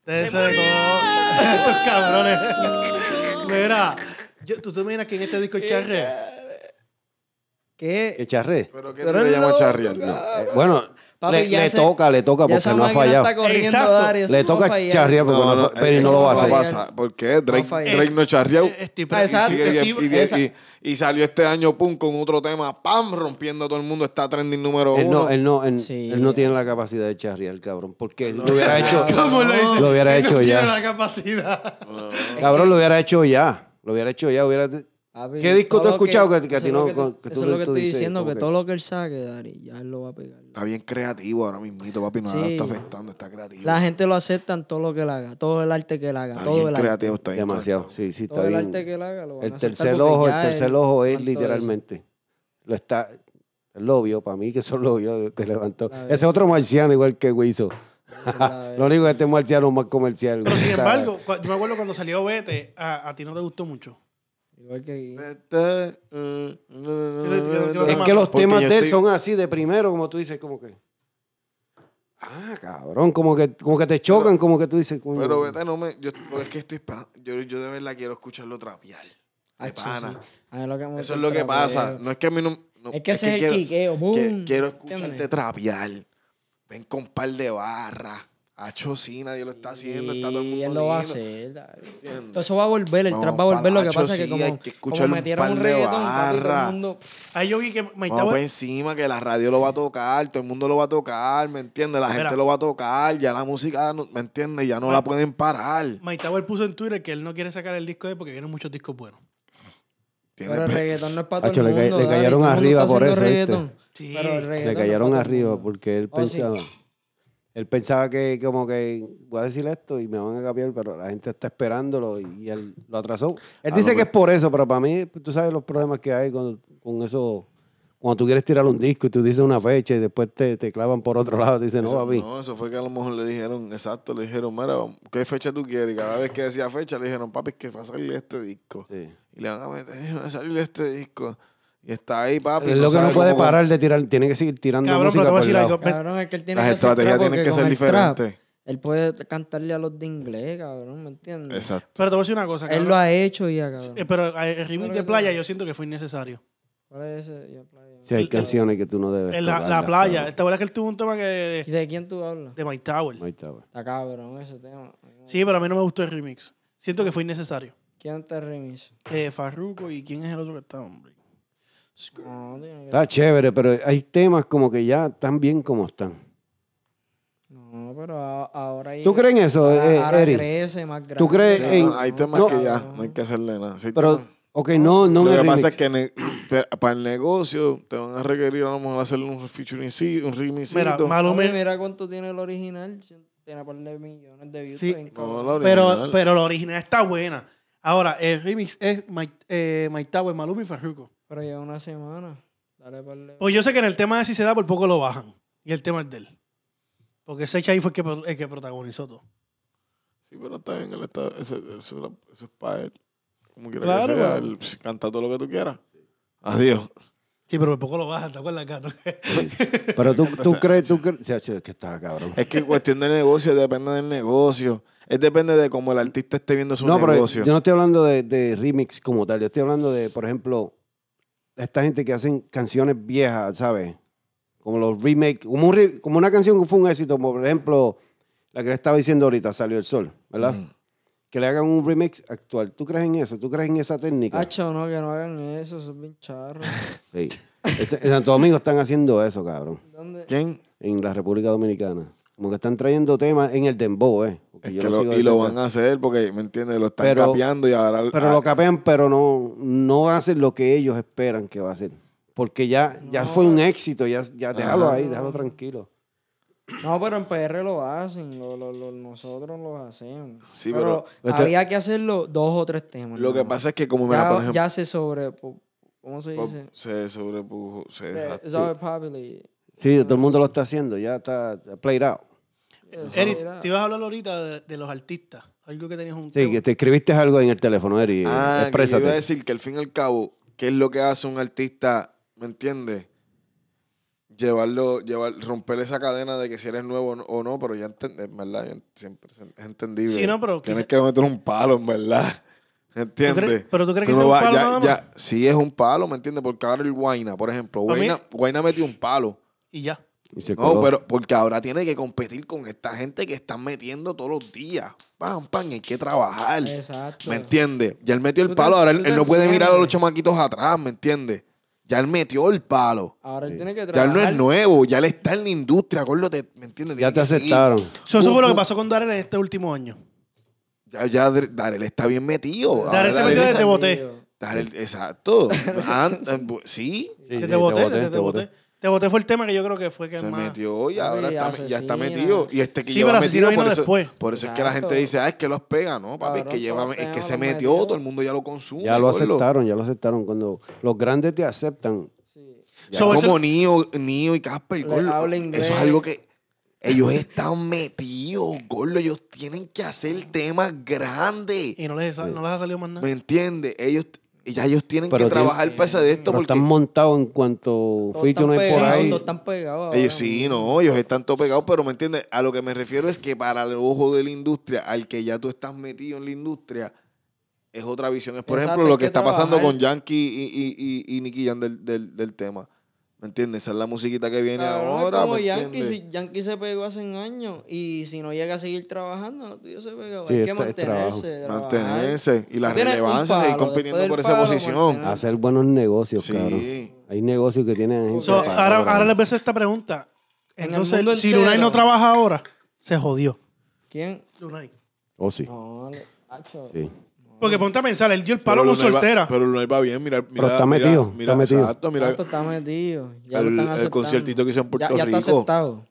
Speaker 3: Ustedes se *laughs* Estos cabrones. Mira, yo- ¿tú te imaginas que en este disco charre?
Speaker 5: ¿Qué
Speaker 7: ¿Qué?
Speaker 5: charré?
Speaker 2: ¿Pero qué
Speaker 7: Pero
Speaker 2: tú le llamas
Speaker 7: no,
Speaker 2: charrear?
Speaker 5: No, eh, bueno,
Speaker 7: Papi,
Speaker 5: le,
Speaker 7: ya
Speaker 5: le
Speaker 7: se-
Speaker 5: toca, le toca
Speaker 7: Ya esa
Speaker 5: porque no ha
Speaker 7: máquina
Speaker 5: fallado.
Speaker 7: está corriendo,
Speaker 3: Exacto.
Speaker 7: Dari, eso
Speaker 5: Le
Speaker 7: no va a
Speaker 5: toca
Speaker 7: fallar.
Speaker 5: charrear porque no, fa- pero y no lo va a
Speaker 7: eso
Speaker 5: hacer.
Speaker 7: no
Speaker 2: pasa. ¿Por qué? Drake,
Speaker 7: fallar.
Speaker 2: Drake no charreó.
Speaker 3: Eh, Estoy
Speaker 7: Ah, esa-
Speaker 2: Y, sigue- y-
Speaker 3: estoy-
Speaker 2: y- y-
Speaker 7: esa-
Speaker 2: y- y salió este año, pum, con otro tema, pam, rompiendo a todo el mundo. Está trending número
Speaker 5: Él
Speaker 2: uno.
Speaker 5: no, él no, él,
Speaker 7: Sí.
Speaker 5: él no tiene la capacidad de charrear, cabrón. Porque lo
Speaker 3: *laughs*
Speaker 5: hubiera hecho.
Speaker 3: ¿Cómo lo hice?
Speaker 5: Lo hubiera
Speaker 3: Él no
Speaker 5: hecho
Speaker 3: tiene
Speaker 5: ya.
Speaker 3: la capacidad.
Speaker 5: Cabrón, lo hubiera hecho ya. Lo hubiera hecho ya. Hubiera...
Speaker 7: Papi,
Speaker 5: ¿Qué disco
Speaker 7: todo
Speaker 5: tú has
Speaker 7: lo
Speaker 5: escuchado que- que a ti
Speaker 7: eso es
Speaker 5: no-
Speaker 7: lo te-
Speaker 5: que tú-
Speaker 7: Eso es lo que
Speaker 5: tú
Speaker 7: estoy
Speaker 5: dices,
Speaker 7: diciendo,
Speaker 5: como
Speaker 7: que
Speaker 5: que-
Speaker 7: todo lo que él saque, Dari, ya él lo va a pegar.
Speaker 2: Está bien creativo ahora mismito, papi. Nada
Speaker 7: Sí.
Speaker 2: está afectando, está creativo.
Speaker 7: La gente lo acepta en todo lo que él haga, todo el arte que él haga,
Speaker 2: está
Speaker 7: todo
Speaker 2: bien
Speaker 7: el arte.
Speaker 2: creativo, está bien
Speaker 5: Demasiado.
Speaker 2: conectado.
Speaker 5: Sí, sí, está
Speaker 7: Todo el arte que
Speaker 5: bien.
Speaker 7: él haga lo van a
Speaker 5: El
Speaker 7: aceptar
Speaker 5: tercer
Speaker 7: porque
Speaker 5: ojo, el
Speaker 7: ya
Speaker 5: tercer
Speaker 7: él-
Speaker 5: ojo es
Speaker 7: cuánto de eso. *laughs*
Speaker 5: literalmente. Lo está. Él lo vio, para mí que eso lo vio, que levantó.
Speaker 7: La
Speaker 5: Ese es otro marciano igual que Wiso. *laughs*
Speaker 7: La
Speaker 5: lo único que este marciano es más comercial.
Speaker 3: Pero sin
Speaker 5: Está-
Speaker 3: embargo, cua- yo me acuerdo cuando salió Vete, a, a ti no te gustó mucho.
Speaker 7: Igual
Speaker 2: Eh,
Speaker 7: que aquí.
Speaker 2: Este, eh,
Speaker 3: quiero- quiero-
Speaker 5: Es que los
Speaker 2: mm, Porque
Speaker 5: temas
Speaker 2: yo
Speaker 5: de él
Speaker 2: estoy-
Speaker 5: son así de primero, como tú dices, como que. Ah, cabrón, como que, como que te chocan, como que tú dices. coño.
Speaker 2: Pero vete, no me. Yo, porque es que estoy esperando. Yo, yo de verdad quiero escucharlo trapear. De
Speaker 7: Hacho,
Speaker 2: pana.
Speaker 7: sí. A mí lo que me
Speaker 2: Eso
Speaker 7: gusta
Speaker 2: es lo que
Speaker 7: trapeo.
Speaker 2: pasa. No es que a mí no. no,
Speaker 7: Es que ese es el
Speaker 2: quiero-
Speaker 7: quiqueo,
Speaker 2: que-
Speaker 7: boom.
Speaker 2: quiero
Speaker 7: ¿Entiendes?
Speaker 2: escucharte trapear. Ven con un par de barras. Hacho, sí, nadie lo está haciendo. Está todo el
Speaker 7: Y
Speaker 2: mundo
Speaker 7: él lo va a
Speaker 2: lindo,
Speaker 7: hacer. Dari.
Speaker 2: ¿entiendes?
Speaker 7: Todo eso va a volver, el
Speaker 2: Vamos
Speaker 7: trap va a volver. Lo que
Speaker 2: pa'l
Speaker 7: pasa es
Speaker 2: hacho,
Speaker 7: que
Speaker 2: sí,
Speaker 7: como,
Speaker 2: hay que
Speaker 7: como
Speaker 2: escucharle un
Speaker 7: metieron
Speaker 2: par
Speaker 7: un
Speaker 2: de
Speaker 7: reggaetón, papi, todo el
Speaker 2: barra.
Speaker 7: mundo...
Speaker 3: Ahí yo vi que Maite
Speaker 2: Vamos por
Speaker 3: Abuel-
Speaker 2: encima que la radio lo va a tocar, todo el mundo lo va a tocar, ¿me entiendes? La
Speaker 3: Mira.
Speaker 2: gente lo va a tocar, ya la música, no- ¿me entiendes? Ya no
Speaker 3: Bueno.
Speaker 2: la pueden parar.
Speaker 3: Maite Abuel puso en Twitter que él no quiere sacar el disco de él porque vienen muchos discos buenos.
Speaker 2: Tiene
Speaker 7: Pero el
Speaker 2: pe-
Speaker 7: reggaetón no es para
Speaker 5: Hacho,
Speaker 7: todo
Speaker 5: le
Speaker 7: el
Speaker 5: ca-
Speaker 7: mundo.
Speaker 5: le
Speaker 7: Dari,
Speaker 5: cayeron
Speaker 7: todo el mundo
Speaker 5: arriba
Speaker 7: está
Speaker 5: por
Speaker 7: haciendo
Speaker 5: eso, ¿viste?
Speaker 7: reggaetón.
Speaker 3: Sí.
Speaker 7: Pero el reggaetón
Speaker 5: Le
Speaker 7: no es
Speaker 5: cayeron
Speaker 7: para todo el
Speaker 5: arriba
Speaker 7: mundo.
Speaker 5: porque él
Speaker 7: Oh, sí.
Speaker 5: pensaba. Él pensaba que, como que, voy a decir esto y me van a cambiar, pero la gente está esperándolo y, y él lo atrasó. Él
Speaker 2: Ah,
Speaker 5: dice
Speaker 2: no,
Speaker 5: que
Speaker 2: pero-
Speaker 5: es por eso, pero para mí, pues, tú sabes los problemas que hay con, con eso. Cuando tú quieres tirar un disco y tú dices una fecha y después te, te clavan por otro lado, te dicen, no,
Speaker 2: eso,
Speaker 5: papi.
Speaker 2: no, eso fue que a lo mejor le dijeron, exacto, le dijeron, mira, ¿qué fecha tú quieres? Y cada vez que decía fecha, le dijeron, papi, es que va a salir este disco.
Speaker 5: Sí.
Speaker 2: Y le van a meter, va a salir este disco. Y está ahí, papi.
Speaker 5: es lo que
Speaker 2: sabe
Speaker 5: no puede
Speaker 2: cómo-
Speaker 5: parar de tirar, tiene que seguir tirando
Speaker 3: Cabrón, pero
Speaker 5: música
Speaker 3: te voy a
Speaker 5: por
Speaker 3: decir
Speaker 5: lado.
Speaker 3: algo. Ve-
Speaker 7: Cabrón, es que él tiene
Speaker 2: Las
Speaker 7: que hacer
Speaker 2: estrategias
Speaker 7: trap
Speaker 2: tienen que
Speaker 7: porque
Speaker 2: ser
Speaker 7: con el trap,
Speaker 2: diferentes.
Speaker 7: Él puede cantarle a los de inglés, cabrón, ¿me
Speaker 5: Eh,
Speaker 7: entiendes?
Speaker 2: Exacto.
Speaker 3: Pero te voy a decir una cosa.
Speaker 7: Él
Speaker 3: cabrón.
Speaker 7: lo ha hecho ya,
Speaker 3: Eh,
Speaker 7: cabrón.
Speaker 3: Pero eh, el remix de
Speaker 7: Claro que
Speaker 3: playa
Speaker 7: no.
Speaker 3: yo siento que fue innecesario.
Speaker 7: ¿Cuál es ese? Yo, playa.
Speaker 5: Si hay
Speaker 3: El-
Speaker 5: canciones que tú no
Speaker 7: Pues
Speaker 5: debes.
Speaker 3: En la, la
Speaker 5: tocarlas,
Speaker 3: playa. eh.
Speaker 5: cabrón.
Speaker 3: ¿Te acuerdas que él tuvo un tema que
Speaker 7: ¿Y
Speaker 3: de,
Speaker 7: de quién tú hablas?
Speaker 3: de My Tower?
Speaker 5: Ahí está, pues. güey.
Speaker 7: Está cabrón ese tema.
Speaker 3: Sí, pero a mí no me gustó el remix. Siento que fue innecesario.
Speaker 7: ¿Quién te remix?
Speaker 3: Eh, Farruko y quién es el otro que está, hombre.
Speaker 7: No, tío, que-
Speaker 5: Está chévere, pero hay temas como que ya están bien como están.
Speaker 7: no pero a- ahora... hay-
Speaker 5: ¿Tú crees en eso,
Speaker 7: ahora-
Speaker 5: eh,
Speaker 7: Ah, ahora
Speaker 5: Eric?
Speaker 7: crece más grande.
Speaker 5: ¿Tú crees
Speaker 2: Sí,
Speaker 5: Ey,
Speaker 2: no, hay temas
Speaker 5: eh, no.
Speaker 2: que ya no hay que hacerle nada. Sí,
Speaker 5: Pero,
Speaker 2: temas.
Speaker 5: ok, no, no en
Speaker 2: lo que
Speaker 5: el
Speaker 2: pasa
Speaker 5: remix.
Speaker 2: es que ne- *clears throat* pe- para el negocio te van a requerir a lo mejor hacerle un featuring,
Speaker 3: Mira,
Speaker 2: un remixito.
Speaker 7: Hombre,
Speaker 3: Maluma.
Speaker 7: mira cuánto tiene el original. cien- Tiene un par de millones de views.
Speaker 3: Sí.
Speaker 7: está bien
Speaker 2: No,
Speaker 7: cabrón.
Speaker 2: la
Speaker 3: Pero,
Speaker 2: original.
Speaker 3: pero la original está buena. Ahora, el remix es My, eh, My Tower, Maluma y Farruko.
Speaker 7: Pero lleva una semana. Dale par de...
Speaker 3: Pues yo sé que en el tema de si se da, por poco lo bajan. Y el tema es de él. Porque Secha ahí fue el que, pro- el que protagonizó todo.
Speaker 2: Sí, pero está bien, él está, ese- eso, era- eso es para él. Como quiera
Speaker 3: Claro,
Speaker 2: que sea,
Speaker 3: pero-
Speaker 2: él pss, canta todo lo que tú quieras. Adiós.
Speaker 3: Sí, pero por poco lo bajan, ¿te acuerdas, gato?
Speaker 5: *laughs* Pero tú,
Speaker 2: *laughs*
Speaker 5: tú crees, tú crees. Ya, che, Es que está cabrón.
Speaker 2: Es que cuestión de negocio, depende del negocio. Es depende de cómo el artista esté viendo su
Speaker 5: No, pero
Speaker 2: negocio.
Speaker 5: yo no estoy hablando de, de remix como tal. Yo estoy hablando de, por ejemplo, esta gente que hacen canciones viejas, ¿sabes? Como los remakes. Como, un re- como una canción que fue un éxito, como por ejemplo, la que le estaba diciendo ahorita, Salió el Sol, ¿verdad? Que le hagan un remix actual. ¿Tú crees en eso? ¿Tú crees en esa técnica?
Speaker 7: Hacho, no, que no hagan eso. Eso es bien
Speaker 2: *laughs*
Speaker 7: charro.
Speaker 5: Sí. Es- En Santo Domingo están haciendo eso, cabrón.
Speaker 7: ¿Dónde?
Speaker 2: ¿Quién?
Speaker 5: En la República Dominicana. Como que están trayendo temas en el dembow, ¿eh? Porque
Speaker 2: Es
Speaker 5: yo
Speaker 2: que
Speaker 5: lo
Speaker 2: lo-
Speaker 5: sigo de
Speaker 2: y lo
Speaker 5: cerca.
Speaker 2: van a hacer porque, ¿me entiendes? Lo están
Speaker 5: Pero-
Speaker 2: capeando y ahora...
Speaker 5: Pero
Speaker 2: ah,
Speaker 5: lo capean, pero no, no hacen lo que ellos esperan que va a hacer. Porque ya, ya fue un éxito, ya, ya déjalo ahí, déjalo tranquilo.
Speaker 7: No, pero en PR lo hacen, lo, lo- lo- nosotros lo hacemos.
Speaker 2: Sí,
Speaker 7: pero,
Speaker 5: pero-
Speaker 7: había que hacerlo dos o tres temas.
Speaker 2: lo que
Speaker 7: nada más.
Speaker 2: pasa es que como,
Speaker 7: ya,
Speaker 2: mira, por ejemplo...
Speaker 7: ya se sobre... po- ¿Cómo se
Speaker 2: Pop
Speaker 7: dice?
Speaker 2: se sobrepujo, se
Speaker 7: Eh,
Speaker 2: exacto.
Speaker 7: It's our probably.
Speaker 5: Sí, todo el mundo lo está haciendo, ya está played out.
Speaker 7: Eso
Speaker 3: Eric,
Speaker 7: era.
Speaker 3: te ibas a hablar ahorita de, de los artistas. Algo que tenías un
Speaker 5: Sí,
Speaker 3: tema.
Speaker 5: que te escribiste algo en el teléfono, Eri.
Speaker 2: Ah, que yo iba a
Speaker 5: exprésate.
Speaker 2: decir que al fin y al cabo, ¿qué es lo que hace un artista? ¿Me entiendes? llevarlo, llevar, romper esa cadena de que si eres nuevo no- o no, pero ya enten- en verdad, yo siempre se- es entendible.
Speaker 3: Sí, no, pero
Speaker 2: Tienes
Speaker 3: quizá-
Speaker 2: que meter un palo, en verdad. *laughs* ¿Entiendes?
Speaker 3: crees- pero tú crees que
Speaker 2: no
Speaker 3: sea un
Speaker 2: vas-
Speaker 3: palo
Speaker 2: ya-
Speaker 3: nada más?
Speaker 2: ya- sí es un palo, ¿me entiendes? Porque ahora el Guaina, por ejemplo,
Speaker 3: Para mí-
Speaker 2: Guaina, Guaina metió un palo.
Speaker 3: Y ya.
Speaker 5: Y se
Speaker 2: No,
Speaker 5: coló.
Speaker 2: pero porque ahora tiene que competir con esta gente que están metiendo todos los días. Pam, pam, hay que trabajar.
Speaker 7: Exacto.
Speaker 2: ¿Me entiendes? Ya él metió
Speaker 7: Tú
Speaker 2: el
Speaker 7: te-
Speaker 2: palo, ahora
Speaker 7: tú
Speaker 2: él,
Speaker 7: te
Speaker 2: él no puede mirar a
Speaker 7: enciendes.
Speaker 2: los chamaquitos atrás, ¿me entiendes? Ya él metió el palo.
Speaker 7: Ahora él tiene que
Speaker 2: Ya él
Speaker 7: trabajar.
Speaker 2: no es nuevo, ya él está en la industria, acuérdate, ¿me entiendes?
Speaker 5: ya
Speaker 2: Tiene
Speaker 5: te
Speaker 2: que seguir.
Speaker 5: aceptaron.
Speaker 3: So, eso
Speaker 2: Uh,
Speaker 3: fue lo que
Speaker 2: uh.
Speaker 3: pasó con Darrell en este último año.
Speaker 2: Ya, ya Dr- Darel está bien metido. Ahora
Speaker 3: Darrell se
Speaker 2: Darel
Speaker 3: metió
Speaker 2: es-
Speaker 3: desde boté.
Speaker 2: Darel- exacto. Ah, ah, bu- sí,
Speaker 5: Sí, sí,
Speaker 3: Desde boté,
Speaker 5: boté,
Speaker 3: desde
Speaker 5: te boté.
Speaker 3: boté. Te boté fue el tema que yo creo que fue que
Speaker 2: se
Speaker 3: más.
Speaker 2: metió y
Speaker 7: Papi,
Speaker 2: ahora está, ya está
Speaker 7: asesino.
Speaker 2: metido. Y este que
Speaker 3: Sí,
Speaker 2: lleva
Speaker 3: pero asesino
Speaker 2: metido,
Speaker 3: vino
Speaker 2: por eso,
Speaker 3: después.
Speaker 2: por eso es que la gente
Speaker 7: Exacto.
Speaker 2: dice, ah, es que los pega, ¿no? Papi, es que,
Speaker 7: Cabrón,
Speaker 2: lleva,
Speaker 7: todos
Speaker 2: es que
Speaker 7: los
Speaker 2: se
Speaker 7: pegan, los
Speaker 2: metió,
Speaker 7: metió.
Speaker 2: todo el mundo ya lo consume.
Speaker 5: Ya lo
Speaker 2: gordo.
Speaker 5: aceptaron, ya lo aceptaron. Cuando los grandes te aceptan,
Speaker 7: Sí.
Speaker 2: Ya
Speaker 3: So,
Speaker 2: como
Speaker 3: eso-
Speaker 2: Nio, Nio y Casper,
Speaker 7: Le
Speaker 2: gordo,
Speaker 7: habla inglés.
Speaker 2: eso es algo que ellos están metidos, gordo. Ellos tienen que hacer temas grandes.
Speaker 3: Y no les, no les ha salido más
Speaker 2: ¿Me
Speaker 3: nada.
Speaker 2: entiendes? Ellos, ya ellos tienen
Speaker 5: Pero tienen-
Speaker 2: que trabajar para hacer de esto
Speaker 5: pero
Speaker 2: porque
Speaker 5: están montados en cuanto
Speaker 7: Todos
Speaker 5: Ficho
Speaker 7: están
Speaker 5: no es por
Speaker 7: pegados,
Speaker 5: ahí.
Speaker 7: todos están pegados. ahora
Speaker 2: ellos sí,
Speaker 7: mismo.
Speaker 2: no, ellos están todo pegados, pero ¿me entiendes? A lo que me refiero es que para el ojo de la industria, al que ya tú estás metido en la industria, es otra visión. Es, por
Speaker 7: Exacto,
Speaker 2: ejemplo, lo
Speaker 7: hay
Speaker 2: que,
Speaker 7: que
Speaker 2: está pasando
Speaker 7: trabajar.
Speaker 2: con Yankee y, y, y, y Nicky Jam del, del, del tema. ¿Me entiendes? Esa es la musiquita que viene
Speaker 7: Cabrón, es
Speaker 2: ahora.
Speaker 7: como
Speaker 2: ¿me
Speaker 7: Yankee,
Speaker 2: entiendes?
Speaker 7: si Yankee se pegó hace un año y si no llega a seguir trabajando, lo tuyo se pegó.
Speaker 5: Sí,
Speaker 7: Hay que
Speaker 5: está- es trabajo.
Speaker 7: mantenerse. trabajar.
Speaker 2: Mantenerse y la
Speaker 7: Tienes un
Speaker 2: relevancia, seguir
Speaker 7: palo,
Speaker 2: compitiendo
Speaker 7: después
Speaker 2: por
Speaker 7: del
Speaker 2: esa
Speaker 7: palo,
Speaker 2: posición.
Speaker 7: mantener-
Speaker 5: Hacer buenos negocios, cabrón.
Speaker 2: Sí.
Speaker 5: Hay negocios que tienen gente
Speaker 3: So,
Speaker 5: pagada,
Speaker 3: ahora,
Speaker 5: cabrón.
Speaker 3: ahora les voy a hacer esta pregunta.
Speaker 7: En el
Speaker 3: Entonces,
Speaker 7: mundo
Speaker 3: si
Speaker 7: entero.
Speaker 3: Lunay no trabaja ahora, se jodió.
Speaker 7: ¿Quién?
Speaker 3: Lunay.
Speaker 5: Oh, sí.
Speaker 7: No, le- Acho.
Speaker 5: sí.
Speaker 3: Porque ponte a pensar, él dio el palo
Speaker 2: Pero
Speaker 3: con
Speaker 2: Lunay va-
Speaker 3: soltera.
Speaker 2: pero Lunay va bien, mira. mira
Speaker 5: está
Speaker 2: mira-
Speaker 5: metido,
Speaker 2: mira,
Speaker 5: está metido.
Speaker 2: Exacto, mira
Speaker 7: Tanto está metido. Ya
Speaker 2: el,
Speaker 7: lo están
Speaker 2: el
Speaker 7: aceptando.
Speaker 2: conciertito que hizo en Puerto
Speaker 7: ya, ya
Speaker 2: Rico.
Speaker 7: está aceptado.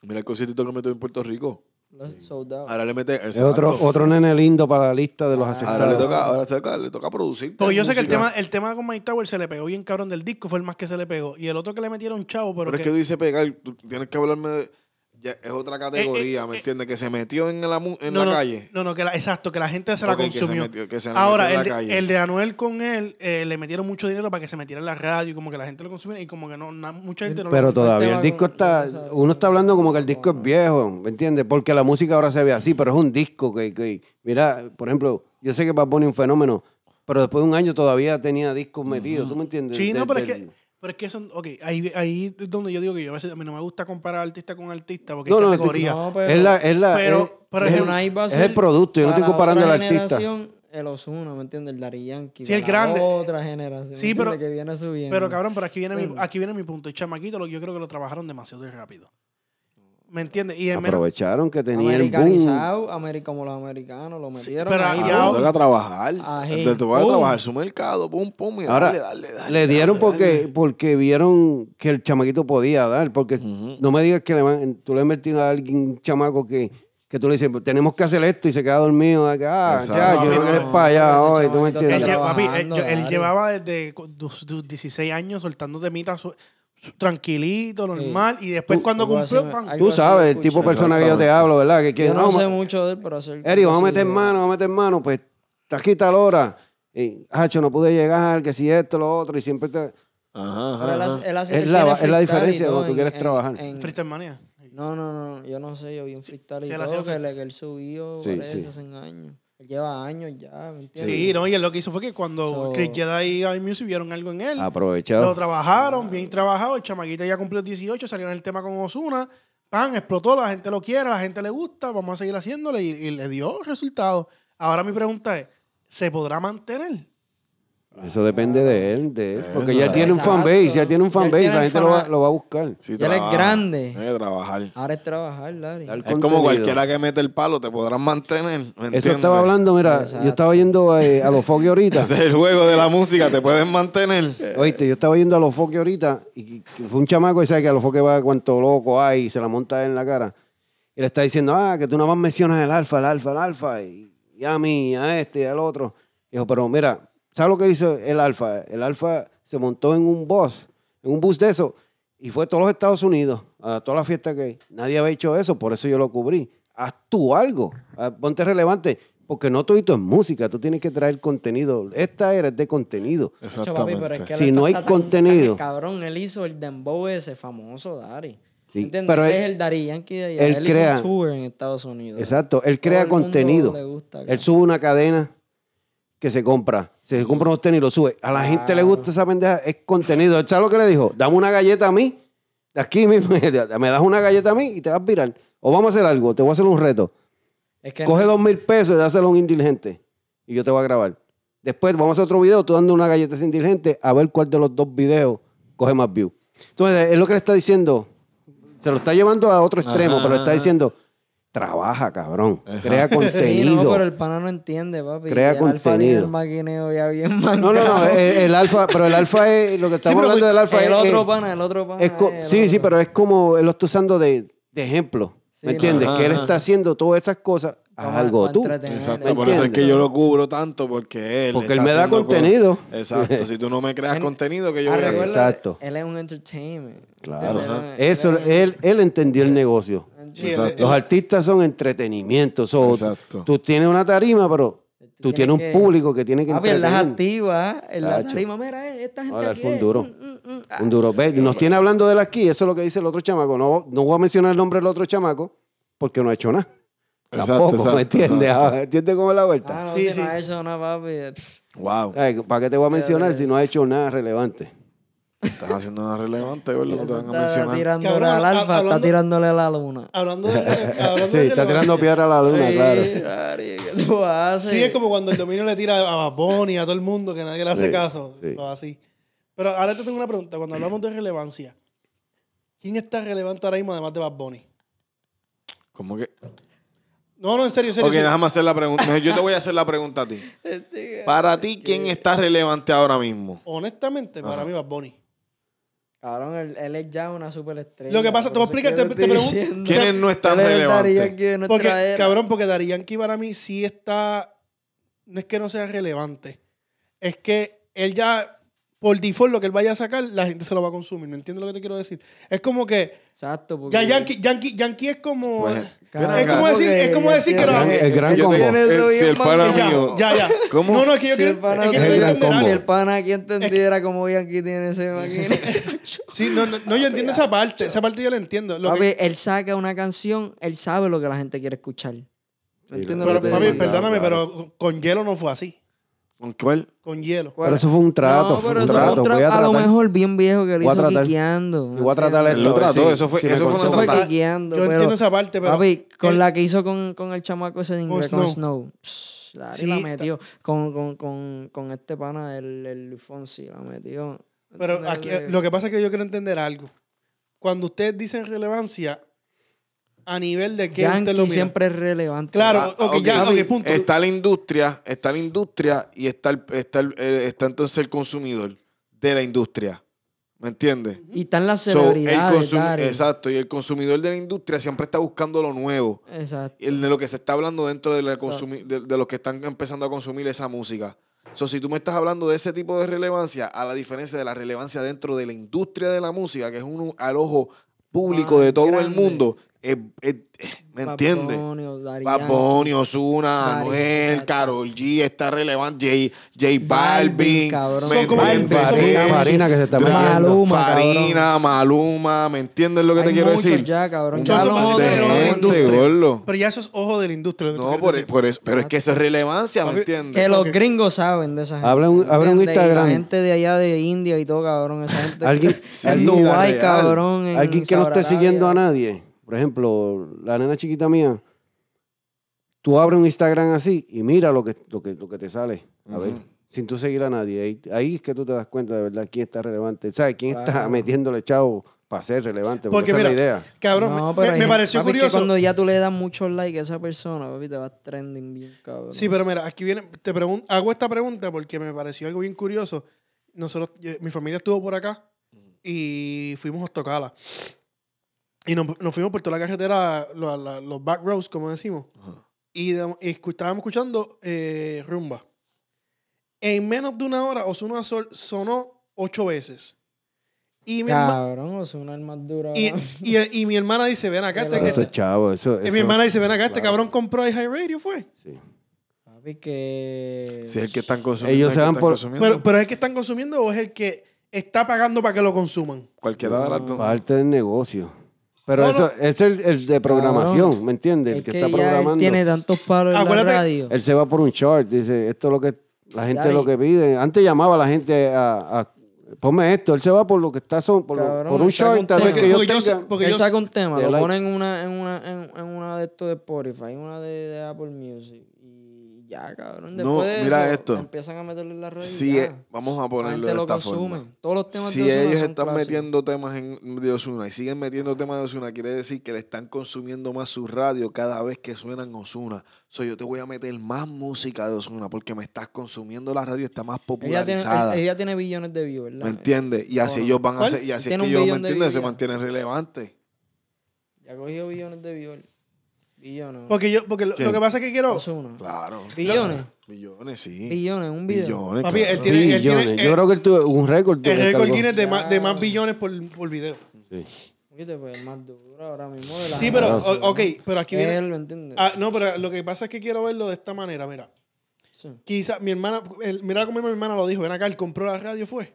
Speaker 2: Mira el conciertito que metió en Puerto Rico.
Speaker 7: Los soldados.
Speaker 2: Ahora le mete.
Speaker 5: Es otro,
Speaker 2: exacto.
Speaker 5: otro nene lindo para la lista de los
Speaker 2: Ahora le
Speaker 5: aceptados.
Speaker 2: toca, ahora le toca, le toca producir.
Speaker 3: Porque yo sé que el
Speaker 2: música.
Speaker 3: tema, el tema con Mike Tower se le pegó bien cabrón del disco, fue el más que se le pegó. Y el otro que le metieron chavo, pero,
Speaker 2: Pero es
Speaker 3: que-
Speaker 2: que dice pegar, tú tienes que hablarme de. ya es otra categoría,
Speaker 3: eh,
Speaker 2: ¿me
Speaker 3: eh.
Speaker 2: entiendes? Que se metió en la, mu- en
Speaker 3: no,
Speaker 2: la
Speaker 3: no,
Speaker 2: calle.
Speaker 3: No, no, que la, exacto, que la gente se la
Speaker 2: Ok, que se
Speaker 3: consumió.
Speaker 2: metió- que se la
Speaker 3: Ahora,
Speaker 2: metió
Speaker 3: el
Speaker 2: en la
Speaker 3: de,
Speaker 2: calle.
Speaker 3: el de Anuel con él, eh, le metieron mucho dinero para que se metiera en la radio y como que la gente lo consumiera y como que no, na- mucha gente no
Speaker 5: Pero
Speaker 3: lo
Speaker 5: todavía el
Speaker 7: tema
Speaker 5: disco
Speaker 7: Este con- con
Speaker 5: está.
Speaker 7: esa-
Speaker 5: Uno está hablando como que el disco es viejo, ¿me entiendes? Porque la música ahora se ve así, pero es un disco que. que- mira, por ejemplo, yo sé que Bad Bunny es un fenómeno, pero después de un año todavía tenía discos metidos, ¿tú me entiendes?
Speaker 3: Sí, no,
Speaker 5: Del-
Speaker 3: pero es
Speaker 5: del-
Speaker 3: que... Pero es que son, ok, ahí, ahí es donde yo digo que yo a veces a mí no me gusta comparar artista con artista porque
Speaker 5: No,
Speaker 3: hay
Speaker 5: no,
Speaker 3: categoría.
Speaker 7: no, pero-
Speaker 5: Es la. Es la
Speaker 3: Pero,
Speaker 5: es-
Speaker 3: por
Speaker 5: es el-
Speaker 3: ejemplo,
Speaker 7: Unai va a
Speaker 5: es
Speaker 7: ser
Speaker 5: el producto, yo no
Speaker 7: para
Speaker 5: estoy
Speaker 7: la
Speaker 5: comparando
Speaker 7: otra
Speaker 5: al artista.
Speaker 7: generación, El Osuna, ¿me entiendes? El Dari Yankee.
Speaker 3: Sí, el
Speaker 7: para la
Speaker 3: grande.
Speaker 7: Otra generación.
Speaker 3: Sí,
Speaker 7: ¿me entiendes?
Speaker 3: pero-
Speaker 7: Que viene subiendo.
Speaker 3: Pero cabrón, pero aquí viene, mi,
Speaker 7: Entiendo.
Speaker 3: aquí viene mi punto. El chamaquito, lo- yo creo que lo trabajaron demasiado de rápido. ¿Me entiendes?
Speaker 2: Ah,
Speaker 3: Y en menos-
Speaker 5: Aprovecharon que tenía el boom.
Speaker 7: Americanizado, ameri- como los americanos, lo
Speaker 3: Sí,
Speaker 7: metieron.
Speaker 3: pero
Speaker 7: ahí,
Speaker 3: ya-
Speaker 2: Ahora Ah, toca trabajar.
Speaker 7: Ajá.
Speaker 2: Entonces te vas a
Speaker 3: Pum.
Speaker 2: trabajar su mercado, pum, pum, y dale,
Speaker 5: Ahora,
Speaker 2: dale, dale, dale.
Speaker 5: Le dieron porque, porque vieron que el chamaquito podía dar. Porque no me digas que le van- tú le invertiste a alguien, un chamaco que, que tú le dices, tenemos que hacer esto y se queda dormido acá.
Speaker 2: Exacto.
Speaker 5: Ya, yo
Speaker 3: No,
Speaker 5: no quiero
Speaker 3: no,
Speaker 5: para allá
Speaker 7: ese
Speaker 5: hoy, tú me
Speaker 7: chamaquito
Speaker 3: él,
Speaker 5: entiendes.
Speaker 7: está
Speaker 3: lle- papi, él-
Speaker 7: trabajando,
Speaker 3: yo- él
Speaker 7: dale.
Speaker 3: llevaba desde cu- sus sus 16 años soltando temitas su- su- tranquilito, normal. Y después
Speaker 7: Tú-
Speaker 3: cuando
Speaker 7: algo así
Speaker 3: cumplió,
Speaker 7: me-
Speaker 3: pan,
Speaker 7: algo
Speaker 5: Tú
Speaker 7: así
Speaker 5: sabes, el
Speaker 7: escuché.
Speaker 5: tipo de persona que yo te hablo, ¿verdad? Que, que
Speaker 7: Yo no,
Speaker 5: no,
Speaker 7: sé
Speaker 5: ma-
Speaker 7: mucho de él, pero hacer.
Speaker 5: Eri, vamos a meter mano, vamos a meter mano. Pues está aquí tal hora. Y, Hacho, no pude llegar, que si esto, lo otro. Y siempre te...
Speaker 2: Ajá,
Speaker 7: Pero él
Speaker 2: ajá, ajá.
Speaker 7: hace- él hace
Speaker 5: Es
Speaker 7: que él
Speaker 5: la- es
Speaker 7: tiene
Speaker 5: la
Speaker 7: freestyle y
Speaker 5: diferencia
Speaker 7: todo
Speaker 5: cuando tú
Speaker 7: en-
Speaker 5: quieres
Speaker 7: en-
Speaker 5: trabajar.
Speaker 7: en-
Speaker 3: Freestyle Mania.
Speaker 7: No, no, no, yo no sé, yo vi un freestyle
Speaker 3: sí,
Speaker 7: y
Speaker 3: él hacía
Speaker 7: todo que,
Speaker 3: freestyle.
Speaker 7: le- que él subió
Speaker 5: Sí,
Speaker 7: parece,
Speaker 5: sí.
Speaker 7: hace años. Él lleva años ya, ¿me
Speaker 3: Sí,
Speaker 7: entiendes?
Speaker 3: no, y él lo que hizo fue que cuando
Speaker 7: So-
Speaker 3: Chris Jedi y Music vieron algo en
Speaker 5: Ah,
Speaker 3: él, lo
Speaker 5: Aprovechado.
Speaker 3: trabajaron, bien trabajado. El chamaquito ya cumplió 18, salió en el tema con Osuna. Pan, explotó, la gente lo quiere, la gente le gusta, vamos a seguir haciéndole y, y le dio resultados. Ahora mi pregunta es, ¿se podrá mantener?
Speaker 5: Eso depende de él, de él. Porque ya
Speaker 2: Eso,
Speaker 5: tiene un
Speaker 7: exacto.
Speaker 5: fanbase, ya tiene un
Speaker 7: Él
Speaker 5: fanbase.
Speaker 7: tiene
Speaker 5: La
Speaker 7: el
Speaker 5: gente lo va,
Speaker 7: fan-
Speaker 5: lo va a buscar.
Speaker 2: Sí,
Speaker 7: Ya él es
Speaker 2: trabaja.
Speaker 7: grande.
Speaker 2: Tiene que trabajar.
Speaker 7: Ahora es trabajar,
Speaker 5: Dale.
Speaker 7: Larry.
Speaker 2: Es
Speaker 5: contenido.
Speaker 2: como cualquiera que mete el palo, te podrán mantener. ¿me
Speaker 5: Eso
Speaker 2: entiendes?
Speaker 5: estaba hablando, mira, yo
Speaker 7: Exacto.
Speaker 5: estaba yendo eh, a los foques ahorita.
Speaker 2: *laughs* Ese es el juego de la música, te pueden mantener.
Speaker 5: *laughs* Oíste, yo estaba yendo a los foques ahorita y que fue un chamaco y sabe que a los foques va cuanto loco hay y se la monta en la cara. Y le está diciendo, ah, que tú nada más mencionas el alfa, el alfa, el alfa, y, y a mí, a este, y al otro. Y dijo, pero mira, ¿sabes lo que hizo el alfa? El alfa se montó en un bus, en un bus de eso, y fue a todos los Estados Unidos, a todas las fiestas que hay. Nadie había hecho eso, por eso yo lo cubrí. Haz tú algo, ah, ponte relevante. Porque no todo esto es música, tú tienes que traer contenido. Esta era es de contenido.
Speaker 7: Hacho, papi, pero es que
Speaker 5: Si
Speaker 7: él
Speaker 5: no hay
Speaker 7: está tan- tan
Speaker 5: contenido.
Speaker 7: cabrón, él hizo el dembow ese famoso, Dari.
Speaker 5: Sí,
Speaker 7: ¿Entiendes?
Speaker 5: pero
Speaker 7: Él
Speaker 5: él-
Speaker 7: es el Dari Yankee de allá.
Speaker 5: él
Speaker 7: hizo un
Speaker 5: crea-
Speaker 7: tour en Estados Unidos.
Speaker 5: Exacto, él
Speaker 7: Todo
Speaker 5: crea
Speaker 7: el mundo
Speaker 5: contenido.
Speaker 7: le gusta acá.
Speaker 5: Él sube una cadena que se compra. Se compra unos tenis y lo sube. A la gente le gusta esa pendeja. Es contenido. ¿Sabes lo que le dijo? Dame una galleta a mí. De aquí mismo. *laughs* Me das una galleta a mí y te vas a virar. O vamos a hacer algo. Te voy a hacer un reto.
Speaker 7: Es que
Speaker 5: Coge dos mil pesos y dáselo a un indigente. Y yo te voy a grabar. Después vamos a hacer otro video. Tú dando una galleta a ese indigente a ver cuál de los dos videos coge más views. Entonces, es lo que le está diciendo. Se lo está llevando a otro extremo,
Speaker 2: Ajá,
Speaker 5: pero le está
Speaker 2: ajá.
Speaker 5: diciendo, trabaja, cabrón.
Speaker 2: Exacto.
Speaker 5: Crea
Speaker 7: *laughs* Sí,
Speaker 5: contenido.
Speaker 7: no, pero el pana no entiende, papi.
Speaker 5: Crea
Speaker 7: Y el alfa tiene
Speaker 5: contenido.
Speaker 7: el maquineo ya bien
Speaker 5: No, no, no.
Speaker 7: mancado.
Speaker 5: El, el alfa, pero el alfa es lo que estamos
Speaker 3: pero
Speaker 5: hablando del alfa.
Speaker 7: pues, El
Speaker 5: es,
Speaker 7: otro
Speaker 5: es-
Speaker 7: pana, el otro pana.
Speaker 5: es co-
Speaker 7: eh, el
Speaker 5: sí, sí,
Speaker 7: otro.
Speaker 5: pero es como él lo está usando de, de ejemplo.
Speaker 7: Sí,
Speaker 5: ¿Me entiendes?
Speaker 2: ajá,
Speaker 5: que él
Speaker 2: ajá.
Speaker 5: está haciendo todas esas cosas. Haz
Speaker 7: Para-
Speaker 5: algo
Speaker 7: para
Speaker 5: tú.
Speaker 7: entretener.
Speaker 2: Exacto,
Speaker 5: ¿Me
Speaker 2: por eso es
Speaker 5: entiendes?
Speaker 2: que yo lo cubro tanto, porque él.
Speaker 5: Porque
Speaker 2: está
Speaker 5: él me da
Speaker 2: haciendo co-
Speaker 5: contenido.
Speaker 2: Exacto, si tú no me
Speaker 7: *laughs*
Speaker 2: creas
Speaker 7: En-
Speaker 2: contenido, que yo
Speaker 7: Ah,
Speaker 2: voy a
Speaker 7: recuerda,
Speaker 2: hacer.
Speaker 5: Exacto.
Speaker 7: Él es un entertainment.
Speaker 5: Claro.
Speaker 7: Él- él-
Speaker 5: Eso, él, él entendió el negocio.
Speaker 7: Sí,
Speaker 2: Exacto.
Speaker 5: Los artistas son entretenimiento. so,
Speaker 2: Eh, Exacto.
Speaker 5: Tú tienes una tarima, pero tú tienes
Speaker 7: tienes
Speaker 5: un
Speaker 7: que-
Speaker 5: público que tiene que
Speaker 7: Papi, Ah, pues, él las
Speaker 5: entretener.
Speaker 7: activa. ah, Él las
Speaker 5: Tacho.
Speaker 7: tarima, mira, eh, esta gente
Speaker 5: Ahora, él
Speaker 7: aquí
Speaker 5: fue un
Speaker 7: es,
Speaker 5: duro.
Speaker 7: mm, mm, mm, ah.
Speaker 5: Un duro. Ve, Nos tiene hablando de él aquí. Eso es lo que dice el otro chamaco. No, no voy a mencionar el nombre del otro chamaco porque no ha hecho nada.
Speaker 2: Exacto,
Speaker 5: Tampoco,
Speaker 2: exacto,
Speaker 5: ¿me entiendes?
Speaker 2: exacto.
Speaker 5: ¿Entiendes cómo es la
Speaker 7: Ah,
Speaker 5: vuelta?
Speaker 7: no,
Speaker 3: Sí,
Speaker 7: si
Speaker 3: sí.
Speaker 7: no ha hecho nada, papi.
Speaker 2: Wow,
Speaker 5: Ay, ¿Para qué te voy a mencionar
Speaker 7: ves.
Speaker 5: si no ha hecho nada relevante?
Speaker 2: estás haciendo una relevante, ¿verdad? No te van a
Speaker 7: Está
Speaker 2: mencionar.
Speaker 7: tirándole
Speaker 3: Cabrón,
Speaker 7: al
Speaker 3: a-
Speaker 7: alfa, está
Speaker 3: hablando-
Speaker 7: tirándole a la luna.
Speaker 5: *laughs*
Speaker 3: Hablando de... hablando
Speaker 5: Sí,
Speaker 3: de
Speaker 5: está
Speaker 3: relevancia.
Speaker 5: tirando piedra a la luna,
Speaker 7: Sí,
Speaker 5: claro.
Speaker 7: Ari, ¿qué tú haces?
Speaker 3: Sí, es como cuando el dominio le tira a Bad Bunny, a todo el mundo, que nadie le hace
Speaker 5: Sí,
Speaker 3: caso.
Speaker 5: sí.
Speaker 3: Lo así. Pero ahora te tengo una pregunta. Cuando hablamos de relevancia, ¿quién está relevante ahora mismo además de Bad Bunny?
Speaker 2: ¿Cómo que?
Speaker 3: No, no, en serio, en serio. en
Speaker 2: Ok,
Speaker 3: serio.
Speaker 2: déjame hacer la pregunta. Mejor, Yo te voy a hacer la pregunta a ti.
Speaker 7: Este
Speaker 2: Para ti, ¿quién está relevante ahora mismo?
Speaker 3: Honestamente, para mí Bad Bunny.
Speaker 7: Cabrón, él, él es ya una superestrella.
Speaker 3: Lo que pasa- te voy a
Speaker 7: por eso
Speaker 3: explicar,
Speaker 7: es que
Speaker 3: te-
Speaker 7: estoy
Speaker 3: te pregunto-
Speaker 7: diciendo.
Speaker 2: ¿Quiénes no están
Speaker 7: Él es el Daddy
Speaker 2: relevantes?
Speaker 7: Yankee de nuestra
Speaker 3: Porque,
Speaker 7: era.
Speaker 3: cabrón, porque Dari Yankee para mí sí está. No es que no sea relevante. Es que él ya, por default, lo que él vaya a sacar, la gente se lo va a consumir. ¿Me entiendes lo que te quiero decir? Es como que.
Speaker 7: Exacto. Porque
Speaker 3: Ya Yankee, Yankee, Yankee es como.
Speaker 2: Pues,
Speaker 7: Cabrón,
Speaker 2: ven
Speaker 3: es como
Speaker 2: acá.
Speaker 3: decir- es como
Speaker 7: ya
Speaker 3: decir que
Speaker 5: El
Speaker 7: tiene-
Speaker 5: gran,
Speaker 3: no-
Speaker 5: el gran
Speaker 2: Yo te-
Speaker 5: combo.
Speaker 7: Tienes eso
Speaker 2: Eh, si
Speaker 7: bien
Speaker 2: el pana
Speaker 7: manqueado.
Speaker 2: mío.
Speaker 3: ya, ya.
Speaker 2: ¿Cómo?
Speaker 3: No, no, es que yo
Speaker 7: Si
Speaker 3: creo.
Speaker 7: el pana
Speaker 3: es que yo
Speaker 5: no tiene-
Speaker 3: quiero
Speaker 5: Gran
Speaker 3: entender
Speaker 5: combo.
Speaker 7: Si
Speaker 3: algo.
Speaker 7: el pana aquí entendiera cómo Yankee tiene
Speaker 3: *laughs*
Speaker 7: ese máquina.
Speaker 3: Sí, no, no, no, yo entiendo esa parte. Esa parte yo la entiendo. Lo que-
Speaker 7: Papi, él saca una canción, él sabe lo que la gente quiere escuchar. ¿Me entiendes
Speaker 5: pero,
Speaker 7: lo que
Speaker 3: pero,
Speaker 7: te
Speaker 3: papi,
Speaker 7: digo?
Speaker 5: perdón.
Speaker 3: perdóname,
Speaker 5: claro.
Speaker 3: pero con hielo no fue así.
Speaker 2: ¿Con cuál?
Speaker 3: Con hielo.
Speaker 7: ¿Cuál?
Speaker 5: Pero eso fue un trato.
Speaker 7: No,
Speaker 5: fue
Speaker 7: pero
Speaker 5: un
Speaker 7: eso fue
Speaker 5: trato.
Speaker 7: un
Speaker 5: Voy a
Speaker 7: trato a,
Speaker 5: tratar.
Speaker 7: lo mejor bien viejo que lo
Speaker 5: Voy a
Speaker 7: hizo
Speaker 5: tratar.
Speaker 7: quiqueando.
Speaker 5: Sí, voy a tratar
Speaker 7: ¿entiendes?
Speaker 2: Él lo
Speaker 5: a ver
Speaker 2: trató,
Speaker 5: si-
Speaker 2: eso fue,
Speaker 5: si me
Speaker 2: eso fue
Speaker 5: consigo.
Speaker 2: una
Speaker 7: Eso fue
Speaker 2: tratada.
Speaker 7: quiqueando.
Speaker 3: Yo
Speaker 7: pero-
Speaker 3: entiendo esa parte, pero.
Speaker 7: Papi, con
Speaker 3: él-
Speaker 7: la que hizo con, con el chamaco ese de inglés,
Speaker 3: Con
Speaker 7: con
Speaker 3: Snow.
Speaker 7: Snow. Pss, la,
Speaker 3: Sí,
Speaker 7: la
Speaker 3: ta-
Speaker 7: metió. Con, con, con, con este pana, el, el Luis Fonsi, la metió. eh,
Speaker 3: Pero
Speaker 7: ¿Entiendes
Speaker 3: aquí,
Speaker 7: lo que te
Speaker 3: lo
Speaker 7: digo?
Speaker 3: que pasa es que yo quiero entender algo. Cuando ustedes dicen relevancia, a nivel de que usted lo
Speaker 7: Yankee
Speaker 3: mira.
Speaker 7: siempre es relevante.
Speaker 3: Claro,
Speaker 2: Ah,
Speaker 3: ok,
Speaker 2: ok.
Speaker 3: ya, ok, punto.
Speaker 2: Está la industria, está la industria y está, el- está, el- eh, está entonces el consumidor de la industria. ¿Me entiendes?
Speaker 7: Y están las
Speaker 2: So, el
Speaker 7: celebridades.
Speaker 2: consum-
Speaker 7: Dari.
Speaker 2: exacto, y el consumidor de la industria siempre está buscando lo nuevo,
Speaker 7: Exacto.
Speaker 2: el de lo que se está hablando dentro de, la consumi- de, de los que están empezando a consumir esa música. So, si tú me estás hablando de ese tipo de relevancia, a la diferencia de la relevancia dentro de la industria de la música, que es uno al ojo público
Speaker 7: Ah,
Speaker 2: de todo el
Speaker 7: grande.
Speaker 2: mundo, es- es- ¿me
Speaker 7: Bad
Speaker 2: entiendes?
Speaker 7: Bunny, o Daddy
Speaker 2: Bad
Speaker 7: Yankee.
Speaker 2: Bunny, Ozuna,
Speaker 7: Daddy,
Speaker 2: Anuel,
Speaker 7: exacto.
Speaker 2: Karol G, está relevante, J, J Balvin,
Speaker 7: Balvin, cabrón.
Speaker 2: ¿me
Speaker 3: Son como-
Speaker 2: entiendes?
Speaker 3: son como-
Speaker 2: Farina,
Speaker 5: Farina que se está
Speaker 2: Drake,
Speaker 5: metiendo.
Speaker 7: Maluma,
Speaker 2: Farina, Maluma, ¿me entiendes lo que te
Speaker 7: Hay
Speaker 2: quiero
Speaker 7: muchos
Speaker 2: decir?
Speaker 7: Ya, cabrón.
Speaker 3: Muchos
Speaker 7: Ya
Speaker 3: son
Speaker 7: lo
Speaker 3: más
Speaker 7: hemos
Speaker 3: de
Speaker 7: hablado
Speaker 3: la
Speaker 7: en
Speaker 2: gente,
Speaker 3: industria.
Speaker 2: gordo.
Speaker 3: Pero ya eso es ojo de la industria. lo que te
Speaker 2: No,
Speaker 3: quiero
Speaker 2: por, e,
Speaker 3: decir.
Speaker 2: por eso, pero es que eso es relevancia, ¿me
Speaker 3: Papi,
Speaker 2: entiendes?
Speaker 7: Que los
Speaker 3: Ok.
Speaker 7: gringos saben de esa gente.
Speaker 5: Habla un- abre un
Speaker 7: ¿entiendes? Y
Speaker 5: Instagram.
Speaker 7: La gente de allá de India y todo, cabrón. Esa gente. *laughs*
Speaker 5: Alguien-
Speaker 7: en
Speaker 2: alguien-
Speaker 7: Dubái,
Speaker 2: la real.
Speaker 7: cabrón. en
Speaker 5: Alguien que no esté
Speaker 7: Saudi
Speaker 5: siguiendo a
Speaker 7: Arabia.
Speaker 5: nadie. Por ejemplo, la nena chiquita mía. Tú abres un Instagram así y mira lo que, lo que, lo que te sale. A ver,
Speaker 2: Ujú.
Speaker 5: sin tú seguir a nadie. Ahí, ahí es que tú te das cuenta de verdad quién está relevante. ¿Sabes? ¿Quién está
Speaker 7: Claro.
Speaker 5: metiéndole chavo para ser relevante?
Speaker 3: Porque
Speaker 5: Porque, esa
Speaker 3: mira,
Speaker 5: es la idea.
Speaker 3: Cabrón,
Speaker 7: No,
Speaker 3: me-
Speaker 7: pero
Speaker 3: me,
Speaker 7: hay
Speaker 3: me
Speaker 7: gente-
Speaker 3: pareció
Speaker 7: papi, es que
Speaker 3: curioso.
Speaker 7: cuando ya tú le das muchos likes a esa persona, papi, te vas trending bien, cabrón.
Speaker 5: Pues
Speaker 3: Sí, pero mira, aquí viene, te pregun- hago esta pregunta porque me pareció algo bien curioso. Nosotros, yo- mi familia estuvo por acá y fuimos a Ostocala. Y nos, nos fuimos por toda la carretera, lo- la- los back roads, como decimos. Y, de- y escu- estábamos escuchando eh, rumba. En menos de una hora, Osuna sol, sonó ocho veces. Y mi, herma-
Speaker 7: Cabrón, o sea, una arma dura.
Speaker 3: y, y- y mi hermana dice, ven acá, este,
Speaker 7: Pero
Speaker 5: Eso
Speaker 3: este-
Speaker 5: es chavo. Eso,
Speaker 3: y
Speaker 5: eso-
Speaker 3: mi hermana dice, ven acá, este
Speaker 5: claro.
Speaker 3: cabrón compró iHeartRadio, ¿fue?
Speaker 5: Sí.
Speaker 7: Papi, que.
Speaker 2: Si es el que están consumiendo.
Speaker 5: Ellos
Speaker 2: el
Speaker 5: se
Speaker 2: que
Speaker 5: van
Speaker 2: están
Speaker 5: por-
Speaker 2: consumiendo.
Speaker 3: Pero, pero es el que están consumiendo o es el que está pagando para que lo consuman.
Speaker 2: Cualquiera de las dos.
Speaker 5: Parte del negocio. Pero
Speaker 3: No,
Speaker 5: eso
Speaker 3: no.
Speaker 5: es el, el de programación, ¿me entiendes? El
Speaker 7: es
Speaker 5: que,
Speaker 7: que,
Speaker 5: está
Speaker 7: ya él
Speaker 5: programando.
Speaker 7: tiene tantos palos
Speaker 3: Acuérdate-
Speaker 7: en la radio.
Speaker 5: Él se va por un chart, dice, esto es lo que la gente
Speaker 7: Dale.
Speaker 5: lo que pide. Antes llamaba a la gente a, a- ponme esto, él se va por lo que está son, por, lo-
Speaker 7: Cabrón,
Speaker 5: por un
Speaker 7: él saca
Speaker 5: chart,
Speaker 7: un
Speaker 5: tal vez
Speaker 7: tema.
Speaker 5: que yo
Speaker 3: Porque yo sé-
Speaker 5: tenga.
Speaker 3: porque
Speaker 7: él
Speaker 3: yo-
Speaker 7: saca un tema,
Speaker 5: de
Speaker 7: lo
Speaker 5: like.
Speaker 7: pone en una, en una, en, en una de estos de Spotify, una de, de Apple Music. Y ya, cabrón.
Speaker 2: No,
Speaker 7: Después de
Speaker 2: mira
Speaker 7: eso,
Speaker 2: esto.
Speaker 7: empiezan a meterle en la red. y
Speaker 2: Si
Speaker 7: ya.
Speaker 2: es- eh, vamos a
Speaker 7: la
Speaker 2: ponerlo
Speaker 7: gente
Speaker 2: de
Speaker 7: lo
Speaker 2: esta
Speaker 7: consume.
Speaker 2: forma.
Speaker 7: Todos los temas
Speaker 2: Si
Speaker 7: de Ozuna
Speaker 2: ellos
Speaker 7: son
Speaker 2: están
Speaker 7: clásicos.
Speaker 2: metiendo temas en, de Ozuna y siguen metiendo temas de Ozuna, quiere decir que le están consumiendo más su radio cada vez que suenan Ozuna. So, yo te voy a meter más música de Ozuna porque me estás consumiendo la radio, está más
Speaker 7: Ella tiene,
Speaker 2: popularizada.
Speaker 7: ella tiene billones de views, ¿verdad?
Speaker 2: ¿Me entiendes? Y así
Speaker 7: Ozuna.
Speaker 2: ellos van a
Speaker 3: ¿Cuál?
Speaker 2: hacer, y así es
Speaker 7: Tiene
Speaker 2: que
Speaker 7: un
Speaker 2: ellos, ¿me
Speaker 7: billón de
Speaker 2: entiendes? Se
Speaker 7: vida.
Speaker 2: mantienen relevantes.
Speaker 7: Ya cogió billones de views. Billones.
Speaker 3: Porque yo, porque lo,
Speaker 2: ¿Quién?
Speaker 3: lo que pasa es que quiero.
Speaker 7: Ozuna.
Speaker 2: Claro.
Speaker 7: Billones.
Speaker 2: Millones, sí.
Speaker 7: Billones, un video.
Speaker 2: Billones.
Speaker 3: Papi,
Speaker 2: claro.
Speaker 3: él tiene, él tiene-
Speaker 5: Billones.
Speaker 3: él-
Speaker 5: yo creo que él tuvo un récord.
Speaker 3: el
Speaker 5: que
Speaker 3: récord
Speaker 5: cargó.
Speaker 3: Guinness de,
Speaker 7: Ya.
Speaker 3: más, de más billones por, por video.
Speaker 7: Oíste, pues, el más duro ahora mismo de la
Speaker 3: Sí, pero,
Speaker 5: claro,
Speaker 3: o- ok, pero aquí viene.
Speaker 7: Él, ¿me entiendes?
Speaker 3: Ah, no, pero lo que pasa es que quiero verlo de esta manera, mira.
Speaker 7: Sí.
Speaker 3: Quizá mi hermana, el- mira cómo mi hermana lo dijo, ven acá, él compró la radio, fue.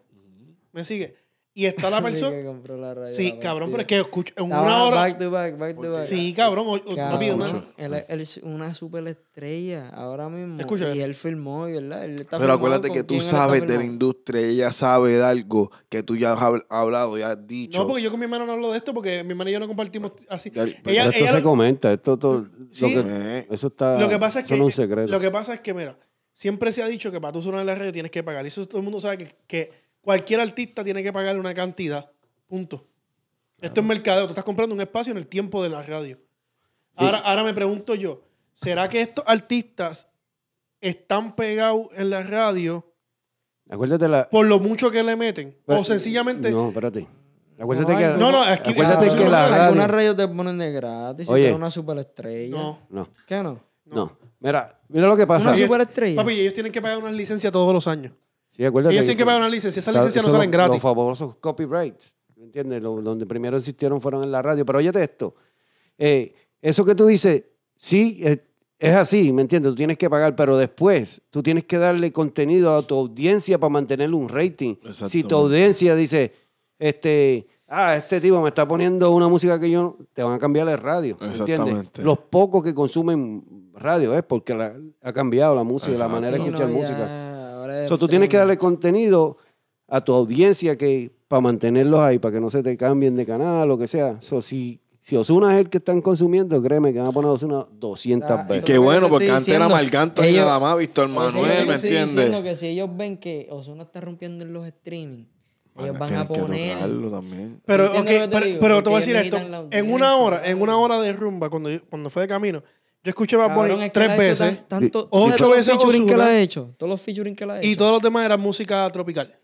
Speaker 3: ¿Me sigue? Y está
Speaker 7: *laughs*
Speaker 3: la
Speaker 7: Que
Speaker 3: persona.
Speaker 7: compró la radio,
Speaker 3: Sí,
Speaker 7: la
Speaker 3: cabrón, pero
Speaker 7: partida.
Speaker 3: es que escucho en
Speaker 7: Estaban
Speaker 3: una hora.
Speaker 7: Back to back, back to back.
Speaker 3: Sí, cabrón, o- o- papi,
Speaker 7: Cabrón,
Speaker 3: una-
Speaker 7: él, es- él es una superestrella ahora mismo.
Speaker 3: Escucha. eh.
Speaker 7: Y él firmó, y ¿verdad? Él está
Speaker 2: Pero
Speaker 7: firmado
Speaker 2: acuérdate
Speaker 7: con
Speaker 2: que tú
Speaker 7: quién él está
Speaker 2: sabes de la
Speaker 7: firmado.
Speaker 2: industria, ella sabe de algo que tú ya has habl- hablado, ya has dicho.
Speaker 3: No, porque yo con mi hermana no hablo de esto, porque mi hermana y yo no compartimos así.
Speaker 2: Ya, pero
Speaker 5: Pero
Speaker 3: Ella-
Speaker 5: esto
Speaker 3: ella
Speaker 5: se
Speaker 3: lo-
Speaker 5: comenta, esto todo.
Speaker 3: Sí.
Speaker 5: Lo que,
Speaker 2: Eh,
Speaker 5: eso está.
Speaker 3: Lo que pasa es
Speaker 5: Ah, eso
Speaker 3: que.
Speaker 5: no es un secreto.
Speaker 3: Lo que pasa es que, mira, siempre se ha dicho que para tú sonar en la radio tienes que pagar. Y eso todo el mundo sabe que, que cualquier artista tiene que pagarle una cantidad. Punto. Esto es mercadeo. Tú estás comprando un espacio en el tiempo de la radio. Ahora, ahora me pregunto yo, ¿será que estos artistas están pegados en la radio
Speaker 5: Acuérdate la.
Speaker 3: por lo mucho que le meten? O sencillamente.
Speaker 5: Pues, No, espérate. Acuérdate
Speaker 7: No,
Speaker 5: que.
Speaker 7: hay-
Speaker 3: No, no, es que-
Speaker 5: Acuérdate
Speaker 3: eso
Speaker 5: que
Speaker 3: no
Speaker 5: la
Speaker 3: pasa.
Speaker 5: radio.
Speaker 7: Algunas radios te ponen de gratis, si
Speaker 5: Oye.
Speaker 7: tú eres una superestrella.
Speaker 3: No.
Speaker 5: No,
Speaker 7: ¿Qué no?
Speaker 5: no. Mira, mira lo que pasa.
Speaker 7: Una
Speaker 3: Sí,
Speaker 7: superestrella.
Speaker 3: Papi, ellos tienen que pagar unas licencias todos los años.
Speaker 5: Sí, acuérdate.
Speaker 3: Ellos tienen que pagar una licencia. Esas licencias no salen gratis.
Speaker 5: Los famosos copyrights, ¿me entiendes? Lo- donde primero existieron fueron en la radio. Pero óyete esto. eh, eso que tú dices, sí, eh, es, así, ¿me entiendes? Tú tienes que pagar, pero después tú tienes que darle contenido a tu audiencia para mantener un rating. Si
Speaker 2: Exactamente.
Speaker 5: tu audiencia dice, este, ah, este tipo me está poniendo una música que yo, no-", te van a cambiar el radio, ¿me entiendes?
Speaker 2: Exactamente.
Speaker 5: Los pocos que consumen radio es porque la- ha cambiado la música, y la
Speaker 2: Exacto.
Speaker 5: manera de
Speaker 7: Sí,
Speaker 5: escuchar
Speaker 7: no,
Speaker 5: música.
Speaker 7: ya, ahora es
Speaker 5: So, tú tienes que darle
Speaker 7: streaming.
Speaker 5: contenido a tu audiencia que para mantenerlos ahí, para que no se te cambien de canal, lo que sea. So, si, si Osuna es el que están consumiendo, créeme que van a poner a Osuna 200
Speaker 7: Está-
Speaker 2: Y
Speaker 5: veces.
Speaker 2: qué
Speaker 7: Eso es lo que
Speaker 2: bueno,
Speaker 7: te
Speaker 2: porque
Speaker 7: estoy
Speaker 2: antes era
Speaker 7: diciendo.
Speaker 2: Marganto y
Speaker 7: Ellos-
Speaker 2: nada más Víctor
Speaker 7: Por eso yo
Speaker 2: Manuel,
Speaker 7: te
Speaker 2: ¿me
Speaker 7: estoy
Speaker 2: entiendes?
Speaker 7: diciendo que si ellos ven que Ozuna está rompiendo en los streaming,
Speaker 2: Van
Speaker 7: ellos
Speaker 2: a
Speaker 7: van
Speaker 2: tener
Speaker 7: a
Speaker 2: que
Speaker 7: poner.
Speaker 2: tocarlo también.
Speaker 3: Pero, ok,
Speaker 7: ¿Entiendes lo que te
Speaker 3: pero,
Speaker 7: digo?
Speaker 3: pero te voy a
Speaker 7: Porque
Speaker 3: decir
Speaker 7: ellos
Speaker 3: esto.
Speaker 7: necesitan la
Speaker 3: En una
Speaker 7: audiencia,
Speaker 3: hora, en una hora de rumba, cuando, yo- cuando fue de camino, yo escuché Bad
Speaker 7: Cabrón,
Speaker 3: Bunny
Speaker 7: es que él
Speaker 3: tres
Speaker 7: ha hecho
Speaker 3: veces
Speaker 7: tan- tanto-
Speaker 3: Ocho
Speaker 7: ¿sabes todos los
Speaker 3: veces
Speaker 7: featuring que
Speaker 3: Ozuna.
Speaker 7: le ha hecho. Todos los featuring que le ha hecho.
Speaker 3: y todos los demás eran música tropical.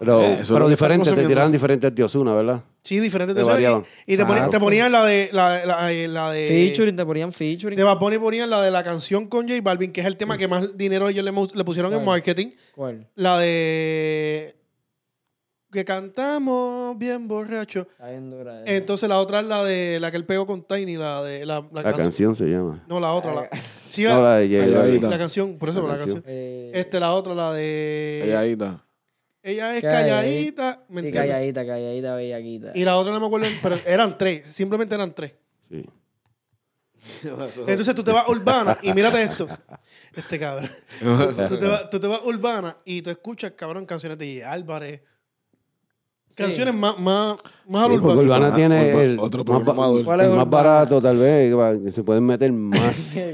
Speaker 5: Pero,
Speaker 2: Eh, eso es lo
Speaker 5: pero
Speaker 2: que están
Speaker 5: diferente, te
Speaker 2: consumiendo.
Speaker 5: tiraban diferentes de Osuna, ¿verdad?
Speaker 3: Sí, diferentes
Speaker 5: Te
Speaker 3: versiones.
Speaker 5: variaban.
Speaker 3: Y, y te, ponían,
Speaker 5: Claro.
Speaker 3: te ponían la de. La, la- eh, la de
Speaker 7: featuring, te ponían featuring.
Speaker 3: de Bad Bunny ponían la de la canción con J Balvin, que es el tema que más dinero ellos le, mu- le pusieron en
Speaker 7: Claro.
Speaker 3: marketing.
Speaker 7: ¿Cuál?
Speaker 3: La de. Que cantamos bien borracho.
Speaker 7: Está bien dura. eh. esa.
Speaker 3: Entonces la otra es la de la que él pegó con Tiny, la de la, la
Speaker 5: La
Speaker 3: can-
Speaker 5: canción se llama.
Speaker 3: No, la otra. La, sí,
Speaker 5: No, la de J
Speaker 2: Ahí,
Speaker 5: Balvin.
Speaker 2: ahí,
Speaker 3: La canción, por eso
Speaker 5: La
Speaker 3: la,
Speaker 5: canción.
Speaker 3: canción.
Speaker 7: Eh,
Speaker 3: Este, la otra, la
Speaker 2: Ahí,
Speaker 3: de.
Speaker 2: ahí *laughs* está.
Speaker 3: Ella es
Speaker 7: Calladita.
Speaker 3: calladita. ¿me
Speaker 7: sí,
Speaker 3: entiendes?
Speaker 7: calladita, calladita, bellaquita.
Speaker 3: Y la otra no me acuerdo, pero eran tres, simplemente eran tres.
Speaker 5: Sí.
Speaker 2: *laughs*
Speaker 3: Entonces tú te vas a Urbana y mírate esto. Este cabrón. Tú te vas, tú te vas a Urbana y tú escuchas, cabrón, canciones de J. Álvarez.
Speaker 7: Sí.
Speaker 3: Canciones
Speaker 7: *laughs*
Speaker 3: más, más, más al
Speaker 5: Sí, porque
Speaker 3: urbano.
Speaker 5: Urbana
Speaker 2: Ah,
Speaker 5: tiene
Speaker 2: Urba-
Speaker 5: el
Speaker 2: otro
Speaker 5: más, ba-
Speaker 2: programador.
Speaker 7: ¿Cuál es
Speaker 5: el más
Speaker 7: Urbana?
Speaker 5: barato, tal vez, para que se pueden
Speaker 2: *laughs*
Speaker 5: meter más.
Speaker 3: *laughs*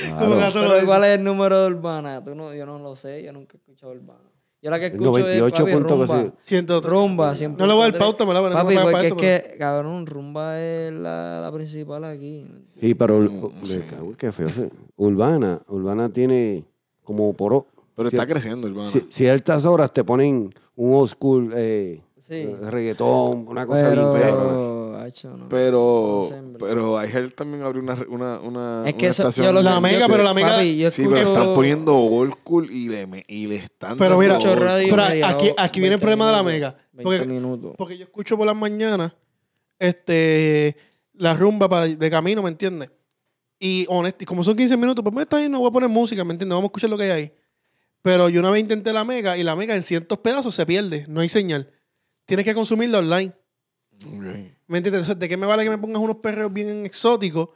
Speaker 3: Como
Speaker 5: pues, Claro.
Speaker 3: que a todos los-
Speaker 7: Pero ¿cuál es el número de Urbana? Tú no, yo no lo sé, yo nunca he escuchado Urbana. Yo la que escucho es
Speaker 5: 98
Speaker 7: papi,
Speaker 5: punto que
Speaker 7: rumba.
Speaker 5: sí.
Speaker 3: Siento-
Speaker 7: Rumba, siempre.
Speaker 3: No le voy a dar
Speaker 7: pondré-
Speaker 3: pauta, me la van a
Speaker 7: Papi,
Speaker 3: no me
Speaker 7: porque
Speaker 3: pagan
Speaker 7: es
Speaker 3: para eso,
Speaker 7: que, cabrón, rumba es la, la principal aquí.
Speaker 5: Sí, pero
Speaker 2: Mm,
Speaker 5: Ur- me cago en qué feo. se- Urbana, Urbana tiene como por
Speaker 2: Pero
Speaker 5: cier-
Speaker 2: está creciendo, hermano.
Speaker 5: ci- ciertas horas te ponen un old school eh,
Speaker 7: Sí.
Speaker 5: reggaetón, una cosa
Speaker 7: Pero,
Speaker 5: bien perra.
Speaker 7: hacho,
Speaker 2: pues.
Speaker 7: no.
Speaker 2: Pero,
Speaker 7: No sé, hombre.
Speaker 2: pero Aigel también abrió una, una, una,
Speaker 7: Es que
Speaker 2: una
Speaker 7: eso-
Speaker 2: estación.
Speaker 7: yo lo
Speaker 3: La
Speaker 7: que-
Speaker 3: mega,
Speaker 7: yo-
Speaker 3: pero la mega-
Speaker 7: papi, yo
Speaker 2: sí, pero
Speaker 7: escucho-
Speaker 2: están poniendo old school y le, me- y le están
Speaker 3: Pero
Speaker 2: dando
Speaker 3: mira,
Speaker 2: old school.
Speaker 7: radio,
Speaker 3: pero
Speaker 7: media
Speaker 3: aquí-
Speaker 7: hora,
Speaker 3: aquí viene el
Speaker 7: 20
Speaker 3: problema de la
Speaker 7: minutos,
Speaker 3: mega.
Speaker 7: 20
Speaker 3: Porque-
Speaker 7: minutos.
Speaker 3: Porque yo escucho por las mañanas este, la rumba pa- de camino, ¿me entiendes? Y honesto, y como son 15 minutos, pues está ahí, no voy a poner música, ¿me entiendes? Vamos a escuchar lo que hay ahí. Pero yo una vez intenté la mega y la mega en cientos pedazos se pierde, no hay señal. Tienes que consumirla online. ¿Me entiendes? Entonces, ¿de qué me vale que me pongas unos perreos bien exóticos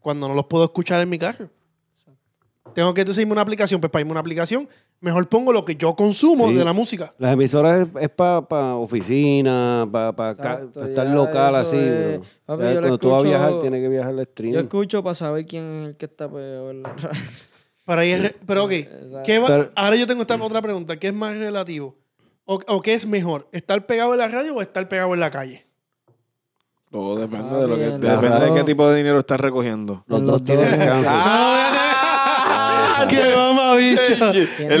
Speaker 3: cuando no los puedo escuchar en mi carro? Tengo que entonces irme a una aplicación. Pues para irme a una aplicación, mejor pongo lo que yo consumo
Speaker 5: Sí.
Speaker 3: de la música.
Speaker 5: Las emisoras es, para oficina, para
Speaker 7: Exacto,
Speaker 5: estar
Speaker 7: ya
Speaker 5: local
Speaker 7: eso
Speaker 5: así.
Speaker 7: es-
Speaker 5: ¿no?
Speaker 7: Papi,
Speaker 5: Ya
Speaker 7: yo la
Speaker 5: cuando tú vas a
Speaker 7: escucho-
Speaker 5: viajar, tienes que viajar al
Speaker 7: Yo
Speaker 5: stream.
Speaker 7: escucho para saber quién es el que está peor. en la
Speaker 2: *laughs*
Speaker 7: radio.
Speaker 3: Para ir re- pero ok,
Speaker 7: Exacto.
Speaker 3: ¿qué va-
Speaker 5: Pero-
Speaker 3: ahora yo tengo esta otra pregunta, ¿qué es más relativo? O, o qué es mejor? ¿Estar pegado en la radio o estar pegado en la calle?
Speaker 2: Todo depende,
Speaker 7: Ah,
Speaker 2: de, lo que,
Speaker 7: bien,
Speaker 2: depende
Speaker 5: ajá.
Speaker 2: de qué tipo de dinero estás recogiendo.
Speaker 5: Los
Speaker 7: Los
Speaker 5: dos tienen
Speaker 7: dos.
Speaker 5: cáncer.
Speaker 2: *laughs* ¡Ah!
Speaker 3: *laughs* ¡Qué mamabicho!
Speaker 2: Es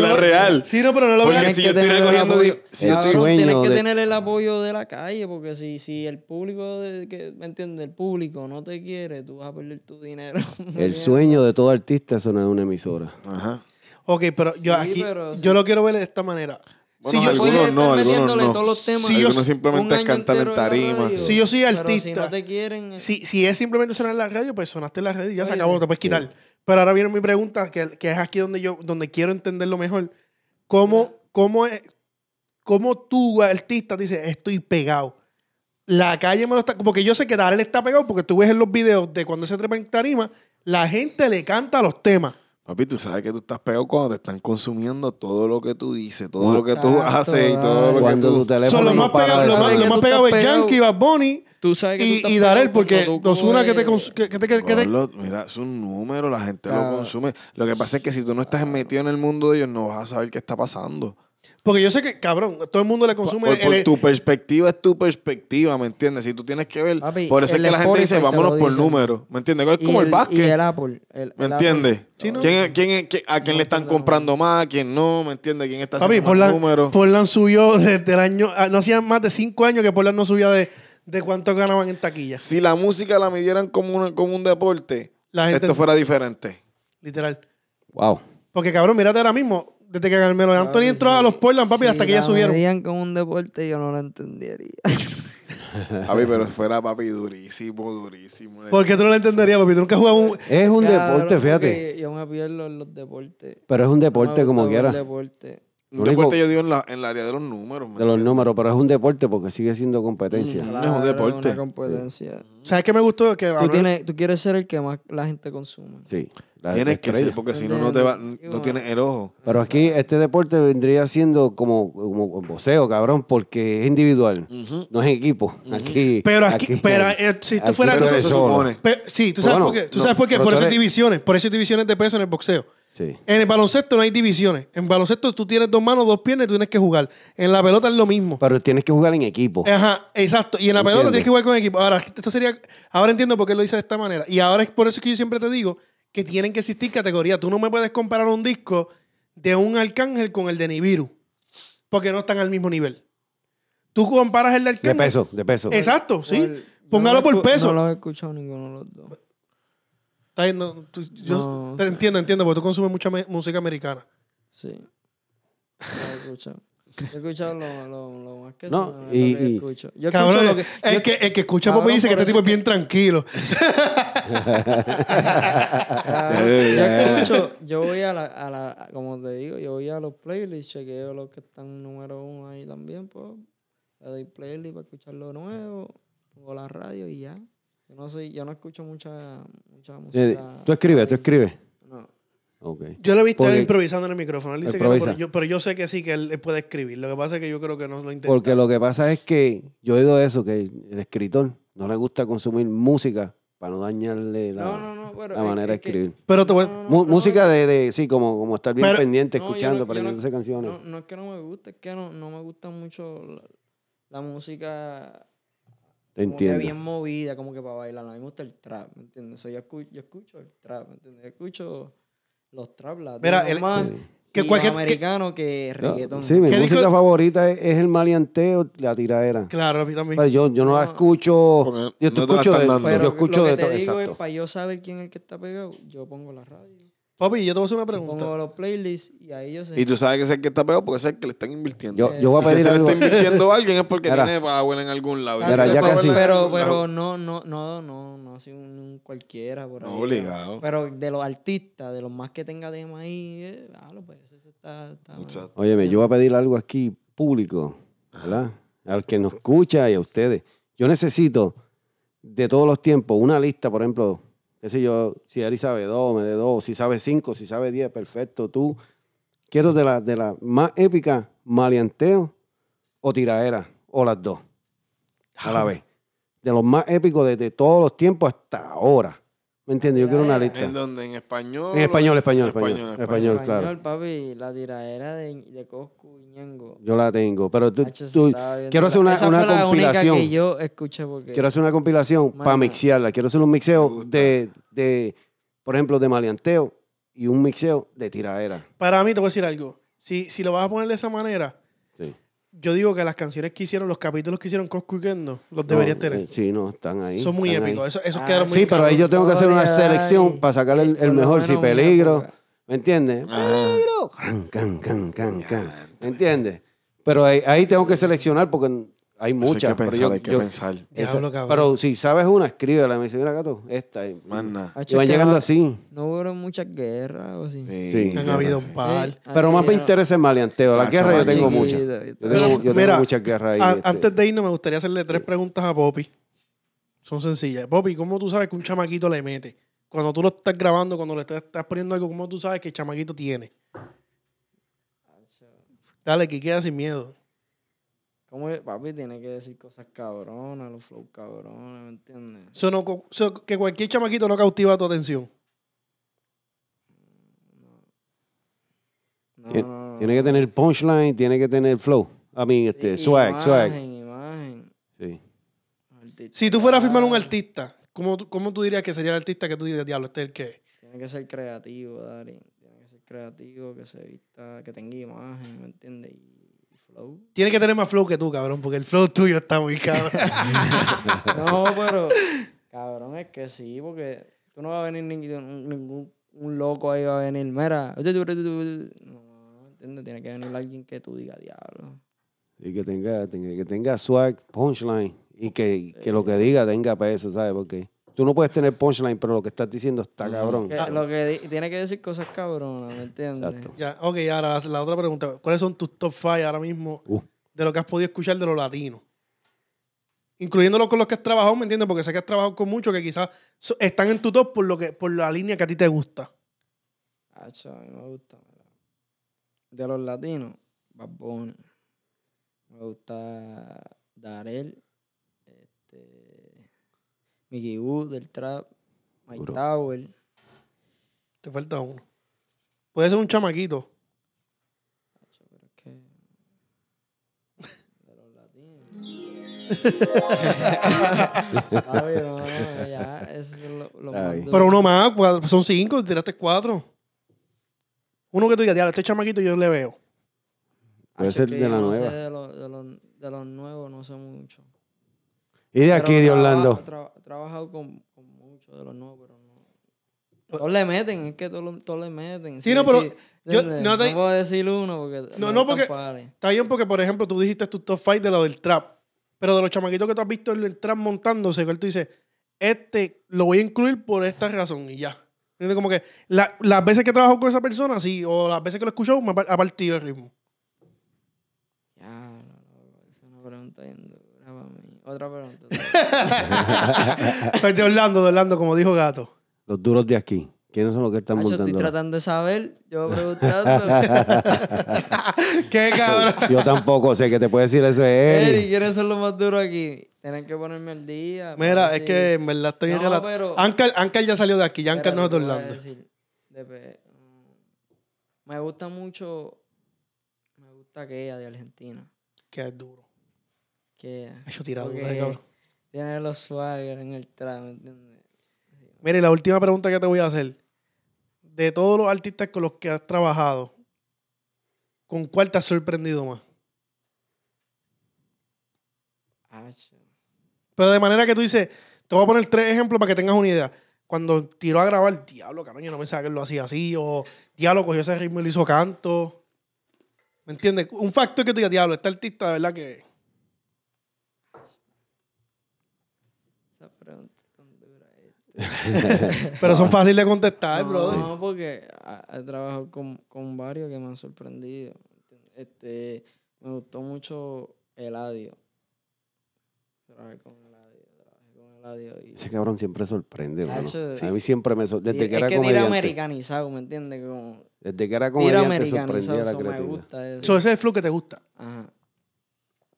Speaker 3: *laughs*
Speaker 2: la real.
Speaker 3: Sí, no, pero no lo
Speaker 2: Porque
Speaker 3: veas.
Speaker 2: si yo
Speaker 7: que
Speaker 2: estoy
Speaker 7: tener el
Speaker 2: recogiendo
Speaker 7: apoyo.
Speaker 2: di- si
Speaker 5: yo
Speaker 7: Cabrón,
Speaker 5: estoy-
Speaker 7: tienes
Speaker 5: Sueño
Speaker 7: que
Speaker 5: de-
Speaker 7: tener el apoyo de la calle, porque si, si el público, de- que, ¿me entiendes? El público no te quiere, tú vas a perder tu dinero. *laughs*
Speaker 5: El sueño de todo artista es sonar en una emisora.
Speaker 2: Ajá.
Speaker 3: Ok, pero yo
Speaker 7: Sí,
Speaker 3: aquí,
Speaker 7: pero
Speaker 3: yo lo quiero ver de esta manera.
Speaker 2: Bueno,
Speaker 3: si, yo soy,
Speaker 2: algunos no, algunos no.
Speaker 7: todos los temas.
Speaker 3: Si yo-
Speaker 2: Algunos simplemente
Speaker 7: un año
Speaker 2: cantan en
Speaker 7: entero la
Speaker 2: tarima.
Speaker 7: radio,
Speaker 3: Si yo soy
Speaker 7: Pero si
Speaker 3: artista,
Speaker 7: no te quieren... eh,
Speaker 3: si, si es simplemente sonar en la radio, pues sonaste en la radio y ya se
Speaker 7: Oye,
Speaker 3: acabó, no te puedes quitar. Pero ahora viene mi pregunta, que, que es aquí donde yo donde quiero entenderlo mejor. ¿Cómo, cómo, es- cómo tú, artista, dices, estoy pegado? La calle me lo está... Porque yo sé que Darle está pegado porque tú ves en los videos de cuando se trepa en tarima, la gente le canta los temas.
Speaker 2: Papi, tú sabes que tú estás pegado cuando te están consumiendo todo lo que tú dices, todo lo que tú
Speaker 7: Exacto,
Speaker 2: haces y todo lo que
Speaker 5: Cuando
Speaker 2: tú...
Speaker 5: tu teléfono
Speaker 3: Son los
Speaker 5: no
Speaker 3: más
Speaker 5: para
Speaker 3: pegados,
Speaker 5: de
Speaker 3: los
Speaker 7: sonar.
Speaker 3: más,
Speaker 5: sonar.
Speaker 3: los más
Speaker 7: Tú estás
Speaker 3: pegados es
Speaker 7: pegado.
Speaker 3: Yankee, Bad Bunny
Speaker 7: Tú sabes que tú
Speaker 3: y,
Speaker 7: estás
Speaker 3: y Darel,
Speaker 7: pegado
Speaker 3: porque
Speaker 7: cuando tú
Speaker 3: dos una que te...
Speaker 7: coges-
Speaker 3: cons- que- que te- que te-
Speaker 2: Pablo, mira, es un número, la gente
Speaker 7: Claro.
Speaker 2: lo consume. Lo que pasa es que si tú no estás metido en el mundo de ellos, no vas a saber qué está pasando.
Speaker 3: Porque yo sé que, cabrón, todo el mundo le consume...
Speaker 2: Por, por
Speaker 3: el-
Speaker 2: tu perspectiva es tu perspectiva, ¿me entiendes? Si tú tienes que ver.
Speaker 7: Papi,
Speaker 2: por eso es
Speaker 7: el
Speaker 2: que la gente
Speaker 7: Spotify
Speaker 2: dice,
Speaker 7: te lo
Speaker 2: vámonos por
Speaker 7: dice.
Speaker 2: números, ¿me entiendes? Es
Speaker 7: y
Speaker 2: como el,
Speaker 7: Y
Speaker 2: básquet,
Speaker 7: el Apple. el-
Speaker 2: ¿me
Speaker 7: el Apple.
Speaker 2: entiendes?
Speaker 3: Sí, ¿no?
Speaker 2: ¿Quién, quién- quién- ¿A quién le están comprando más? ¿A quién no? ¿Me entiendes? ¿Quién está
Speaker 3: Papi,
Speaker 2: haciendo más
Speaker 3: Portland,
Speaker 2: números?
Speaker 3: Portland subió desde el año. ah, No hacían más de cinco años que Portland no subía de, de cuánto ganaban en taquillas.
Speaker 2: Si la música la midieran como, una- como un deporte,
Speaker 3: La gente-
Speaker 2: esto
Speaker 5: *laughs*
Speaker 2: fuera diferente.
Speaker 3: Literal.
Speaker 5: Wow.
Speaker 3: Porque, cabrón, mírate ahora mismo. Desde que Carmelo y Anthony entró a los Portland, papi,
Speaker 7: Si
Speaker 3: hasta que ya
Speaker 7: la
Speaker 3: subieron.
Speaker 7: medían con un deporte, yo no lo entendería.
Speaker 2: Papi, pero fuera, papi, durísimo, durísimo.
Speaker 3: Porque tú no lo entenderías, papi. Tú nunca has jugado un.
Speaker 5: Es *laughs* un
Speaker 7: Cabrón,
Speaker 5: deporte, fíjate.
Speaker 7: porque Yo me pierdo en los deportes.
Speaker 5: Pero es un deporte como
Speaker 7: quiera.
Speaker 5: quiera.
Speaker 7: deporte.
Speaker 2: Un
Speaker 5: Lo único-
Speaker 2: deporte yo digo en, la, en el área de los números. ¿me
Speaker 5: De los
Speaker 2: entiendes?
Speaker 5: números, pero es un deporte porque sigue siendo competencia.
Speaker 2: Mm. No, es un
Speaker 7: Claro,
Speaker 2: deporte.
Speaker 7: Una competencia.
Speaker 3: ¿Sabes qué me gustó? Que
Speaker 7: Tú,
Speaker 3: hablando-
Speaker 7: tienes, tú quieres ser el que más la gente consume.
Speaker 5: Sí. la
Speaker 2: Tienes que
Speaker 5: estrella.
Speaker 2: ser, porque si no, no te va, no tienes el ojo.
Speaker 5: Pero aquí este deporte vendría siendo como, como boxeo, cabrón, porque es individual, no es equipo. Aquí,
Speaker 3: Pero aquí- pero, eh, si tú fueras-
Speaker 5: tú
Speaker 3: Pero
Speaker 5: eres
Speaker 2: eso
Speaker 5: solo.
Speaker 2: supone.
Speaker 3: Pe- sí, tú sabes
Speaker 5: Bueno,
Speaker 3: por qué. Tú
Speaker 5: no,
Speaker 3: sabes por qué.
Speaker 5: pero
Speaker 3: Por
Speaker 5: tú
Speaker 3: eso hay
Speaker 5: eres-
Speaker 3: divisiones. Por eso hay divisiones de peso en el boxeo.
Speaker 5: Sí.
Speaker 3: En el baloncesto no hay divisiones. En baloncesto tú tienes dos manos, dos piernas y tú tienes que jugar. En la pelota es lo mismo.
Speaker 5: Pero tienes que jugar en equipo.
Speaker 7: Eh,
Speaker 3: Ajá, exacto. Y en la pelota
Speaker 5: Entiendo.
Speaker 3: tienes que jugar con equipo. Ahora, esto sería, ahora entiendo por qué lo dice de esta manera. Y ahora es por eso que yo siempre te digo que tienen que existir categorías. Tú no me puedes comparar un disco de un arcángel con el de Nibiru. Porque no están al mismo nivel. Tú comparas el de
Speaker 5: De
Speaker 3: arcángel.
Speaker 5: peso, de peso.
Speaker 3: Exacto, pues sí.
Speaker 7: Por-
Speaker 3: Póngalo
Speaker 7: no lo
Speaker 3: por
Speaker 7: escu-
Speaker 3: peso.
Speaker 7: No lo he escuchado ninguno de los dos.
Speaker 3: Está bien, no, tú- yo
Speaker 7: No.
Speaker 3: te entiendo, entiendo, porque tú consumes mucha me- música americana.
Speaker 7: Sí. No lo he escuchado. Yo he escuchado lo, lo, lo más que
Speaker 5: No,
Speaker 7: se me-
Speaker 5: y-
Speaker 7: lo que
Speaker 5: y-
Speaker 7: escucho. Yo
Speaker 3: Cabrón,
Speaker 7: escucho lo que.
Speaker 3: el,
Speaker 7: yo-
Speaker 3: *laughs* que, el que escucha
Speaker 7: Cabrón,
Speaker 3: pop dice que
Speaker 7: por
Speaker 3: este tipo
Speaker 7: eso
Speaker 3: es bien tranquilo.
Speaker 5: *laughs*
Speaker 7: Claro,
Speaker 5: Eh,
Speaker 2: Yeah.
Speaker 7: Ah, yo escucho, yo voy a la, a la, como te digo, yo voy a los playlists, chequeo los que están número uno ahí también, pues. Le doy playlist para escuchar lo nuevo, pongo la radio y ya. Yo no soy, yo no escucho mucha, mucha
Speaker 5: Eh,
Speaker 7: música.
Speaker 5: Tú escribes, tú escribes.
Speaker 7: No.
Speaker 5: Ok.
Speaker 3: Yo lo he visto
Speaker 5: Porque-
Speaker 3: improvisando en el micrófono. Él dice que no,
Speaker 5: Improvisa.
Speaker 3: pero, yo, pero yo sé que sí, que él él puede escribir. Lo que pasa es que yo creo que no lo intenta.
Speaker 5: Porque lo que pasa es que yo he oído eso, que el escritor no le gusta consumir música para no dañarle la,
Speaker 7: No, no, no, pero
Speaker 5: la
Speaker 7: es-
Speaker 5: manera
Speaker 7: es
Speaker 5: de
Speaker 7: que-
Speaker 5: escribir.
Speaker 3: Pero te voy-
Speaker 7: No, no,
Speaker 5: Mu-
Speaker 7: no,
Speaker 5: música de, de- sí, como, como estar bien
Speaker 3: Pero-
Speaker 5: pendiente,
Speaker 7: no, yo no-
Speaker 5: escuchando,
Speaker 7: yo no-
Speaker 5: aprendiéndose canciones.
Speaker 7: No, no es que no me guste, es que no, no me gusta mucho la, la música
Speaker 5: Te
Speaker 7: como que
Speaker 5: entiendo.
Speaker 7: bien movida, como que para bailar. A mí me gusta el trap, ¿me entiendes? So, yo, escu- yo escucho el trap, ¿me entiendes? Yo escucho los trap latinos
Speaker 3: Mira, el-
Speaker 7: más
Speaker 5: Sí.
Speaker 3: que
Speaker 7: y los
Speaker 3: cualquier- que-
Speaker 7: americanos que,
Speaker 5: No,
Speaker 7: reggaetón.
Speaker 5: sí, mi
Speaker 3: ¿Qué
Speaker 5: música
Speaker 3: disco-
Speaker 5: favorita es, es el maleanteo, la tiradera.
Speaker 3: Claro, a mí también.
Speaker 5: Pero yo, yo no la
Speaker 7: No.
Speaker 5: escucho.
Speaker 2: Porque
Speaker 5: Yo te
Speaker 2: no te la
Speaker 5: escucho
Speaker 2: están
Speaker 5: de,
Speaker 2: dando.
Speaker 5: yo
Speaker 7: Pero
Speaker 5: escucho
Speaker 7: lo que
Speaker 5: de
Speaker 7: te
Speaker 5: todo.
Speaker 7: digo es,
Speaker 5: Exacto.
Speaker 7: para yo saber quién es el que está pegado, yo pongo la radio.
Speaker 3: Papi, yo te voy a hacer una
Speaker 7: Pongo
Speaker 3: pregunta.
Speaker 7: los playlists y ahí yo sé.
Speaker 2: Y tú sabes que ese es el que está peor porque ese es el que le están invirtiendo.
Speaker 5: Yo, yo voy a
Speaker 2: si
Speaker 5: pedir
Speaker 2: se le
Speaker 5: algo.
Speaker 2: está invirtiendo a alguien es porque
Speaker 5: Mira.
Speaker 2: tiene Powell en algún lado.
Speaker 5: Mira,
Speaker 2: Tiene
Speaker 5: ya
Speaker 2: Powell
Speaker 5: casi.
Speaker 2: en
Speaker 7: Pero,
Speaker 2: algún
Speaker 7: pero
Speaker 2: lado.
Speaker 7: no, no, no, no, no ha sido un, un cualquiera por ahí.
Speaker 2: No, obligado.
Speaker 7: Pero de los artistas, de los más que tenga tema ahí, eh, hágalo, pues ese está, está bueno.
Speaker 2: Exacto.
Speaker 5: Óyeme, yo voy a pedir algo aquí público, ¿verdad? Al que nos escucha y a ustedes. Yo necesito de todos los tiempos una lista, por ejemplo, qué sé yo, si Ari sabe dos, me de dos, si sabe cinco, si sabe diez, perfecto, tú. Quiero de la, de la más épica, maleanteo o tiraera, o las dos, a la vez. De los más épicos desde todos los tiempos hasta ahora. ¿Me entiendes? Yo quiero una lista.
Speaker 2: ¿En dónde? ¿En español?
Speaker 5: En español,
Speaker 2: o-
Speaker 5: español,
Speaker 2: en
Speaker 5: español,
Speaker 2: en
Speaker 5: español. claro.
Speaker 7: papi, la tiradera de, de Coscu y Ñengo.
Speaker 5: Yo la tengo, pero tú,
Speaker 7: Hacho,
Speaker 5: tú-
Speaker 7: se estaba viendo
Speaker 5: quiero hacer
Speaker 7: la-
Speaker 5: una,
Speaker 7: esa
Speaker 5: una
Speaker 7: fue La
Speaker 5: compilación.
Speaker 7: única que yo escuché porque.
Speaker 5: Quiero hacer una compilación para
Speaker 7: Mano.
Speaker 5: mixearla. Quiero hacer un
Speaker 2: Me
Speaker 5: mixeo
Speaker 2: gusta.
Speaker 5: de, de, por ejemplo, de maleanteo y un mixeo de tiradera.
Speaker 3: Para mí, te voy a decir algo. Si, si lo vas a poner de esa manera,
Speaker 5: Sí.
Speaker 3: yo digo que las canciones que hicieron, los capítulos que hicieron Coscu y Kendo, los deberías
Speaker 5: No, eh,
Speaker 3: tener.
Speaker 5: sí, no, están ahí.
Speaker 3: Son muy
Speaker 5: están ahí.
Speaker 3: épicos. ¿eh? Esos, esos
Speaker 7: Ah,
Speaker 3: quedaron muy
Speaker 5: Sí, pero ahí yo tengo que hacer una
Speaker 7: Gloria,
Speaker 5: selección
Speaker 7: ay.
Speaker 5: para sacar el, el
Speaker 7: Por lo
Speaker 5: mejor.
Speaker 7: menos
Speaker 5: Si
Speaker 7: una
Speaker 5: peligro,
Speaker 7: época.
Speaker 5: ¿me entiendes?
Speaker 2: Ajá.
Speaker 5: Peligro. Can, can, can, can, can. ¿Me entiendes? Pero ahí, ahí tengo que seleccionar porque hay
Speaker 2: Eso
Speaker 5: muchas.
Speaker 2: Hay que
Speaker 5: pero
Speaker 2: pensar,
Speaker 5: yo-
Speaker 2: hay que
Speaker 5: yo-
Speaker 2: pensar.
Speaker 5: esa-
Speaker 3: Diablo, cabrón.
Speaker 5: pero si sabes una, escríbela. Me dice, mira, gato, esta. Y,
Speaker 2: Más nada.
Speaker 5: y
Speaker 7: Hacho,
Speaker 5: van
Speaker 7: es que
Speaker 5: llegando
Speaker 7: no-
Speaker 5: así.
Speaker 7: No hubo muchas guerras o así.
Speaker 2: Sí,
Speaker 5: Sí,
Speaker 3: Han
Speaker 2: sí,
Speaker 3: habido
Speaker 2: sí. *laughs*
Speaker 3: un par.
Speaker 7: Eh,
Speaker 5: Pero más me
Speaker 7: antes era-
Speaker 5: interesa el maleanteo. La
Speaker 2: Macho,
Speaker 5: guerra yo tengo
Speaker 2: machín.
Speaker 5: muchas.
Speaker 7: Sí,
Speaker 5: Yo
Speaker 7: sí, sí.
Speaker 3: Pero,
Speaker 5: tengo, yo
Speaker 3: mira,
Speaker 5: tengo muchas guerras ahí.
Speaker 3: A-
Speaker 5: este.
Speaker 3: Antes de irnos, me gustaría hacerle tres preguntas a Poppy. Son sencillas. Poppy, ¿cómo tú sabes que un chamaquito le mete? Cuando tú lo estás grabando, cuando le estás, estás poniendo algo, ¿cómo tú sabes que el chamaquito tiene? Dale, que queda sin miedo.
Speaker 7: ¿Cómo es? Papi tiene que decir cosas cabronas, los flow cabrones, ¿me entiendes?
Speaker 3: Eso no co- eso que cualquier chamaquito no cautiva tu atención.
Speaker 7: No,
Speaker 5: Tien-
Speaker 7: no, no,
Speaker 5: Tiene que tener punchline, tiene que tener flow. A mí,
Speaker 7: Sí,
Speaker 5: este, swag,
Speaker 7: imagen,
Speaker 5: swag.
Speaker 7: Imagen,
Speaker 5: Sí.
Speaker 7: artista.
Speaker 3: Si tú fueras a firmar
Speaker 7: Ah.
Speaker 3: un artista, ¿cómo, tú- cómo tú dirías que sería el artista que tú dirías, diablo, este es el que es"?
Speaker 7: Tiene que ser creativo, Dari. Tiene que ser creativo, que se vista, que tenga imagen, ¿me entiendes? Y y
Speaker 5: *laughs*
Speaker 7: flow.
Speaker 3: Tiene que tener más flow que tú, cabrón, porque el flow tuyo está muy cabrón.
Speaker 7: No, pero. Cabrón, es que sí, porque tú no va a venir ningún, ningún un loco ahí va a venir. Mira. No, ¿entiendes? Tiene que venir alguien que tú digas, diablo.
Speaker 5: Y que tenga, tenga- que tenga swag, punchline. Y que, que lo que diga tenga peso, ¿sabes? Porque tú no puedes tener punchline, pero lo que estás diciendo está cabrón.
Speaker 7: Que lo que di- tiene que decir cosas cabronas, ¿me entiendes?
Speaker 5: Exacto.
Speaker 3: ya, ok, ahora la, la otra pregunta. ¿Cuáles son tus top 5 ahora mismo
Speaker 5: Uh.
Speaker 3: de lo que has podido escuchar de los latinos? Incluyéndolo con los que has trabajado, ¿me entiendes? Porque sé que has trabajado con muchos que quizás so- están en tu top por, lo que, por la línea que a ti te gusta.
Speaker 7: Acho, a mí me gusta. mira. De los latinos, Bad Bunny. Me gusta Darel. Este, Mickey Wood del Trap. Mike
Speaker 5: Duro.
Speaker 7: Tower.
Speaker 3: Te falta uno. Puede ser un chamaquito.
Speaker 7: Acho, pero es que. De los latinos. Papi, no, no, ya, eso es lo, lo más
Speaker 5: Ay.
Speaker 7: duro.
Speaker 3: Pero uno más, cuatro- son cinco, tiraste cuatro. Uno que tú digas, diablo, este chamaquito yo le veo.
Speaker 5: Puede
Speaker 7: Acho, es
Speaker 5: ser
Speaker 7: que
Speaker 5: de
Speaker 7: yo
Speaker 5: la
Speaker 7: no sé
Speaker 5: nueva.
Speaker 7: de los- de los- de los nuevos, no sé mucho.
Speaker 5: Y de
Speaker 7: Pero
Speaker 5: aquí, de
Speaker 7: traba-
Speaker 5: Orlando.
Speaker 7: tra- He trabajado con, con muchos de los nuevos, pero no. Todos le meten, es que todos, lo- todos le meten.
Speaker 3: Sí, no, pero yo-
Speaker 7: ¿entiendes?
Speaker 3: no
Speaker 7: no,
Speaker 3: te-
Speaker 7: puedo decir uno porque.
Speaker 3: No,
Speaker 7: me
Speaker 3: no,
Speaker 7: gustan
Speaker 3: porque-
Speaker 7: pares.
Speaker 3: Está bien porque, por ejemplo, tú dijiste tus top 5 de lo del trap. Pero de los chamaquitos que tú has visto en el trap montándose, que tú dices, este lo voy a incluir por esta razón y ya. ¿Entiendes? Como que la- las veces que trabajo con esa persona, sí, o las veces que lo he escuchado, me ha par- ha partido el ritmo.
Speaker 7: Ya, no, no, es una pregunta bien dura para mí.
Speaker 5: *laughs*
Speaker 7: Otra pregunta. otra
Speaker 3: Estoy de Orlando, de Orlando, como dijo Gato.
Speaker 5: Los duros de aquí. ¿Quiénes son los que están
Speaker 7: pregunta. Hacho, estoy
Speaker 5: montando?
Speaker 7: tratando de saber,
Speaker 5: *laughs*
Speaker 7: yo preguntando.
Speaker 3: ¡Qué cabrón!
Speaker 5: *laughs* Yo tampoco sé que te puede decir eso es *laughs*
Speaker 7: Eri,
Speaker 5: Eri.
Speaker 7: ¿quiénes son los más duros aquí? Tienen que ponerme al día.
Speaker 3: Mira,
Speaker 7: papi.
Speaker 3: es que en verdad está bien
Speaker 7: No,
Speaker 3: relajado.
Speaker 7: pero-
Speaker 3: Ancar, Ancar ya salió de aquí, ya Ancar
Speaker 7: Espérate,
Speaker 3: no es de
Speaker 7: te voy a
Speaker 3: Orlando.
Speaker 7: decir, de pe- mm, Me gusta mucho. Me gusta aquella de Argentina.
Speaker 3: Qué duro.
Speaker 7: Que
Speaker 3: Ay, Yo tirado,
Speaker 7: Porque
Speaker 3: cabrón.
Speaker 7: tiene los swagger en el trap, ¿me entiendes?
Speaker 3: Mira, y la última pregunta que te voy a hacer. De todos los artistas con los que has trabajado, ¿con cuál te has sorprendido más?
Speaker 7: Acho.
Speaker 3: Pero de manera que tú dices, te voy a poner tres ejemplos para que tengas una idea. cuando tiró a grabar, diablo, cabrón, yo no pensaba que él lo hacía así. O diablo, cogió ese ritmo y lo hizo canto. ¿Me entiendes? Un factor que tú digas, diablo, este artista, de verdad que.
Speaker 7: Esa pregunta es tan dura. eh.
Speaker 3: Pero son fáciles de contestar,
Speaker 7: no,
Speaker 3: brother.
Speaker 7: No, porque ha- he trabajado con, con varios que me han sorprendido. Este, me gustó mucho Eladio. Trabajé con Eladio, trabajé con Eladio. Y,
Speaker 5: Ese cabrón siempre sorprende, mano.
Speaker 7: Hacho,
Speaker 5: A mí siempre me sorprende.
Speaker 7: y
Speaker 5: Desde que era
Speaker 7: es que tira
Speaker 5: comediante.
Speaker 7: americanizado, ¿me entiendes? Como,
Speaker 5: Desde que era
Speaker 7: tira
Speaker 5: comediante sorprendía
Speaker 7: americanizado,
Speaker 5: la
Speaker 7: eso me
Speaker 5: creatividad.
Speaker 7: gusta eso.
Speaker 3: So, ese es el flow que te gusta.
Speaker 7: Ajá.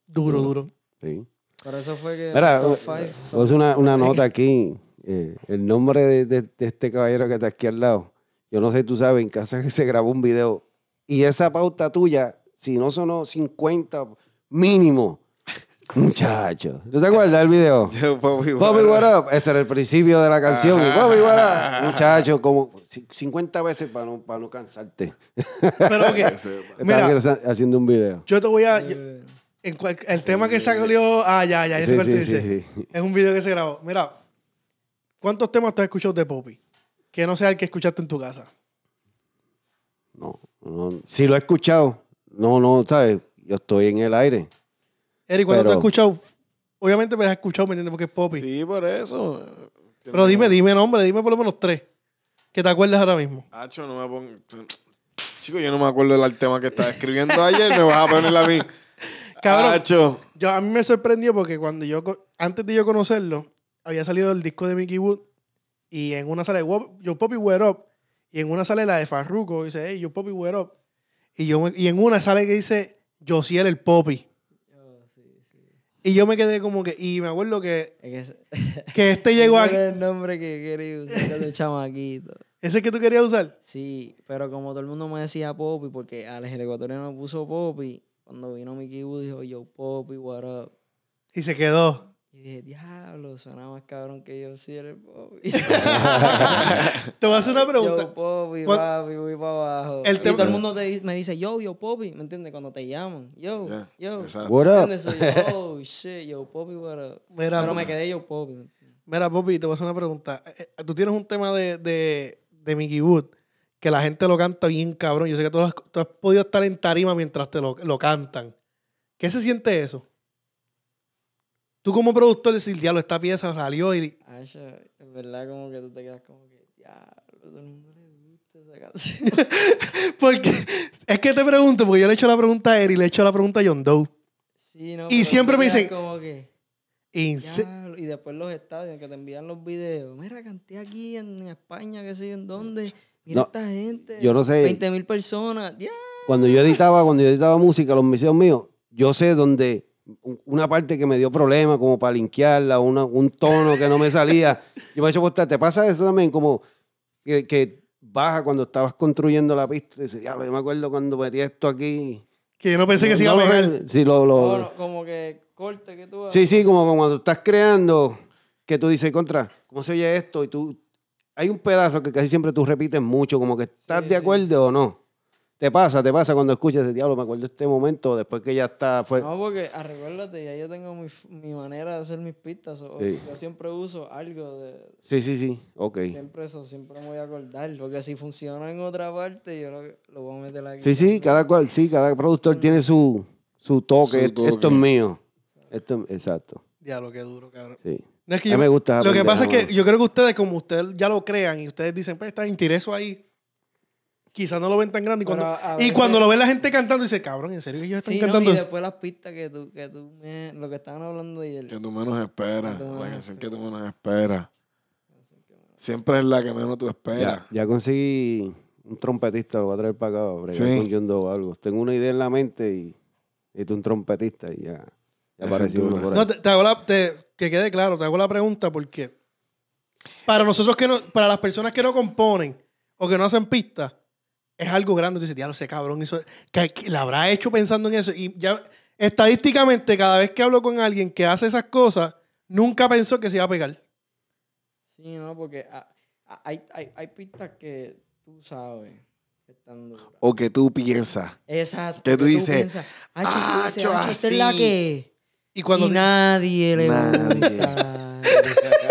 Speaker 3: Duro, duro.
Speaker 5: Sí.
Speaker 7: Por eso fue que...
Speaker 5: Mira,
Speaker 7: los top
Speaker 5: eh,
Speaker 7: five son-
Speaker 5: es una,
Speaker 7: *laughs*
Speaker 5: una nota aquí. eh, el nombre de, de- de este caballero que está aquí al lado. Yo no sé, tú sabes, en casa *laughs* que se grabó un video. Y esa pauta tuya, si no sonó 50 mínimo, muchacho. ¿Tú te acuerdas
Speaker 3: *laughs*
Speaker 5: del video?
Speaker 2: Papi,
Speaker 5: Bobby,
Speaker 2: bueno.
Speaker 5: what up? Ese era el principio de la canción.
Speaker 2: Ajá.
Speaker 5: Bobby,
Speaker 3: *laughs*
Speaker 5: what up? Muchacho, como ci- 50 veces para no, para no cansarte.
Speaker 3: Pero ok,
Speaker 5: Estaba
Speaker 3: mira,
Speaker 5: haci- haciendo un video.
Speaker 3: yo te voy a. yo-
Speaker 7: Eh,
Speaker 3: en cual- el tema que salió. Ah, ya, ya, ya sé
Speaker 5: Sí,
Speaker 3: cuál tú
Speaker 5: sí,
Speaker 3: dices.
Speaker 5: sí, sí.
Speaker 3: Es un video que se grabó. Mira, ¿cuántos temas tú has escuchado de Poppy? Que no sea el que escuchaste en tu casa.
Speaker 5: No, no, si lo he escuchado, no, no, ¿sabes? Yo estoy en el aire.
Speaker 3: Eric, cuando tú
Speaker 5: Pero-
Speaker 3: has escuchado, obviamente me has escuchado, ¿me entiendes? Porque es
Speaker 7: Pues.
Speaker 3: Poppy.
Speaker 2: Sí, por eso.
Speaker 3: Pero dime, dime nombre, dime por lo menos tres. Que te acuerdas ahora mismo.
Speaker 2: Hacho, no me pongo. Chico, yo no me acuerdo del tema que estaba escribiendo ayer. Me vas a poner a
Speaker 7: *laughs*
Speaker 2: mí.
Speaker 3: Cabrón.
Speaker 2: Hacho.
Speaker 3: Yo, a mí me sorprendió porque cuando yo, co- antes de yo conocerlo, había salido el disco de Mickey Wood y en una sala de Wo- Yo Poppy Wear Up y en una sale la de Farruko dice, hey, Yo Poppy Wear Up. Y, yo, me- y en una sale que dice, Yo sí era el Poppy.
Speaker 7: yo, sí, sí.
Speaker 3: Y yo me quedé como que, y me acuerdo que,
Speaker 7: Es que ese-
Speaker 3: que este
Speaker 7: *laughs*
Speaker 3: llegó
Speaker 7: ese
Speaker 3: aquí.
Speaker 7: era el nombre que quería usar de chamaquito.
Speaker 3: Ese que tú querías usar.
Speaker 7: Sí, pero como todo el mundo me decía Poppy, porque Alex el ecuatoriano puso Poppy, cuando vino Mickey Wood dijo yo Poppy, what up.
Speaker 3: Y se quedó.
Speaker 7: Y dije, diablo, suena más cabrón que yo si eres Poppy.
Speaker 3: Te voy a hacer una *laughs*
Speaker 7: yo
Speaker 3: pregunta.
Speaker 7: Poppy,
Speaker 3: Cuan-
Speaker 7: papi, voy para abajo.
Speaker 3: El
Speaker 7: y
Speaker 3: tema-
Speaker 7: todo el mundo te di- me dice yo, yo Poppy, ¿me entiendes? Cuando te llaman, yo,
Speaker 2: Ya,
Speaker 7: yo.
Speaker 2: exacto.
Speaker 5: What
Speaker 7: ¿me
Speaker 5: up?
Speaker 7: entiendes? Soy yo, oh shit, yo Poppy, what up.
Speaker 3: Mira,
Speaker 7: pero me quedé yo Poppy. ¿me entiendes?
Speaker 3: Mira, Poppy, te voy a hacer una pregunta. Eh, eh, Tú tienes un tema de, de, de Mickey Wood que la gente lo canta bien cabrón. Yo sé que tú has, tú has podido estar en tarima mientras te lo, lo cantan. ¿Qué se siente eso? Tú como productor decir, diablo, esta pieza salió y... *laughs*
Speaker 7: Acho, en verdad como que tú te quedas como que, diablo, todo el mundo le gusta esa canción.
Speaker 3: *laughs* Porque es que te pregunto, porque yo le he hecho la pregunta a Eri, le he hecho la pregunta a John Doe.
Speaker 7: Sí, no,
Speaker 3: Y
Speaker 7: pero tú
Speaker 3: siempre me
Speaker 7: quedas
Speaker 3: dicen-
Speaker 7: Como que,
Speaker 3: En se-
Speaker 7: "Diablo", Y después los estadios que te envían los videos. Mira, canté aquí en España, qué sé yo, en dónde. Mira
Speaker 5: No,
Speaker 7: esta gente.
Speaker 5: yo no sé.
Speaker 7: 20 mil personas. "Diablo".
Speaker 5: Cuando yo editaba, cuando yo editaba música, los museos míos, yo sé donde u- una parte que me dio problema, como para linkearla, una- un tono que no me salía. Yo me he hecho postar, ¿te pasa eso también? Como que, que baja cuando estabas construyendo la pista. y Dices, diablo, yo me acuerdo cuando metí esto aquí.
Speaker 3: que yo no pensé que se iba
Speaker 5: No,
Speaker 3: a
Speaker 5: no,
Speaker 3: pegar.
Speaker 5: Sí, lo- lo-
Speaker 7: Oh, no, como que corte que tú haces.
Speaker 5: Sí, sí, como cuando estás creando, que tú dices, contra, ¿cómo se oye esto? Y tú, hay un pedazo que casi siempre tú repites mucho, como que estás
Speaker 7: Sí,
Speaker 5: de
Speaker 7: sí,
Speaker 5: acuerdo o no. Te pasa, te pasa cuando escuchas ese diablo, me acuerdo de este momento, después que ya está, fue...
Speaker 7: No, porque ah, recuérdate, ya yo tengo mi, f- mi manera de hacer mis pistas. o-
Speaker 5: Sí.
Speaker 7: Yo siempre uso algo de.
Speaker 5: Sí, sí, sí, ok.
Speaker 7: Siempre eso, siempre me voy a acordar. Porque si funciona en otra parte, yo lo, lo voy a meter aquí.
Speaker 5: Sí, sí,
Speaker 7: también.
Speaker 5: cada, cual- sí, cada
Speaker 7: Mm.
Speaker 5: productor tiene su, su, toque.
Speaker 2: Su
Speaker 5: Esto-
Speaker 2: toque.
Speaker 5: esto es mío. Esto, exacto,
Speaker 3: Diablo, qué duro, cabrón.
Speaker 5: sí.
Speaker 3: No, es que
Speaker 5: A
Speaker 3: yo-
Speaker 5: mí me gusta esa
Speaker 3: Lo que pasa es
Speaker 5: pendeja,
Speaker 3: que yo creo que ustedes, como ustedes ya lo crean y ustedes dicen, pues está intereso ahí, quizás no lo ven tan grande. Y
Speaker 7: Pero
Speaker 3: cuando,
Speaker 7: a
Speaker 3: y
Speaker 7: veces-
Speaker 3: cuando lo ven la gente cantando, dice, cabrón, ¿en serio que ellos están
Speaker 7: Sí, no,
Speaker 3: cantando?
Speaker 7: y
Speaker 3: eso?"
Speaker 7: después las pistas que tú, que tú me, lo que estaban hablando ayer.
Speaker 2: Que tú menos esperas.
Speaker 7: Que tú
Speaker 2: La
Speaker 7: menos
Speaker 2: canción que tú menos esperas. Siempre es la que menos tú esperas.
Speaker 5: Ya, ya conseguí un trompetista, lo voy a traer para acá, a bregar
Speaker 2: Sí.
Speaker 5: con John Doe o algo. Tengo una idea en la mente y necesito un trompetista y ya, ya
Speaker 2: Esa
Speaker 5: apareció
Speaker 2: es
Speaker 5: uno
Speaker 2: dura.
Speaker 5: por ahí.
Speaker 3: No, te, te hago la, te- que quede claro, te hago la pregunta porque para nosotros que no, para las personas que no componen o que no hacen pistas, es algo grande. Tú dices, diablo, ese cabrón hizo, que, que la habrá hecho pensando en eso. Y ya, estadísticamente, cada vez que hablo con alguien que hace esas cosas, nunca pensó que se iba a pegar.
Speaker 7: Sí, no, porque ah, ah, hay, hay, hay pistas que tú sabes que están duras.
Speaker 2: O que tú *laughs* piensas.
Speaker 7: Exacto.
Speaker 2: Que tú dices,
Speaker 7: piensas, "Acho, tú dices,
Speaker 2: "Acho,
Speaker 7: acho, esta es la
Speaker 2: así".
Speaker 7: que.
Speaker 3: Y cuando
Speaker 7: y nadie le
Speaker 2: Nadie.
Speaker 7: gusta. *laughs*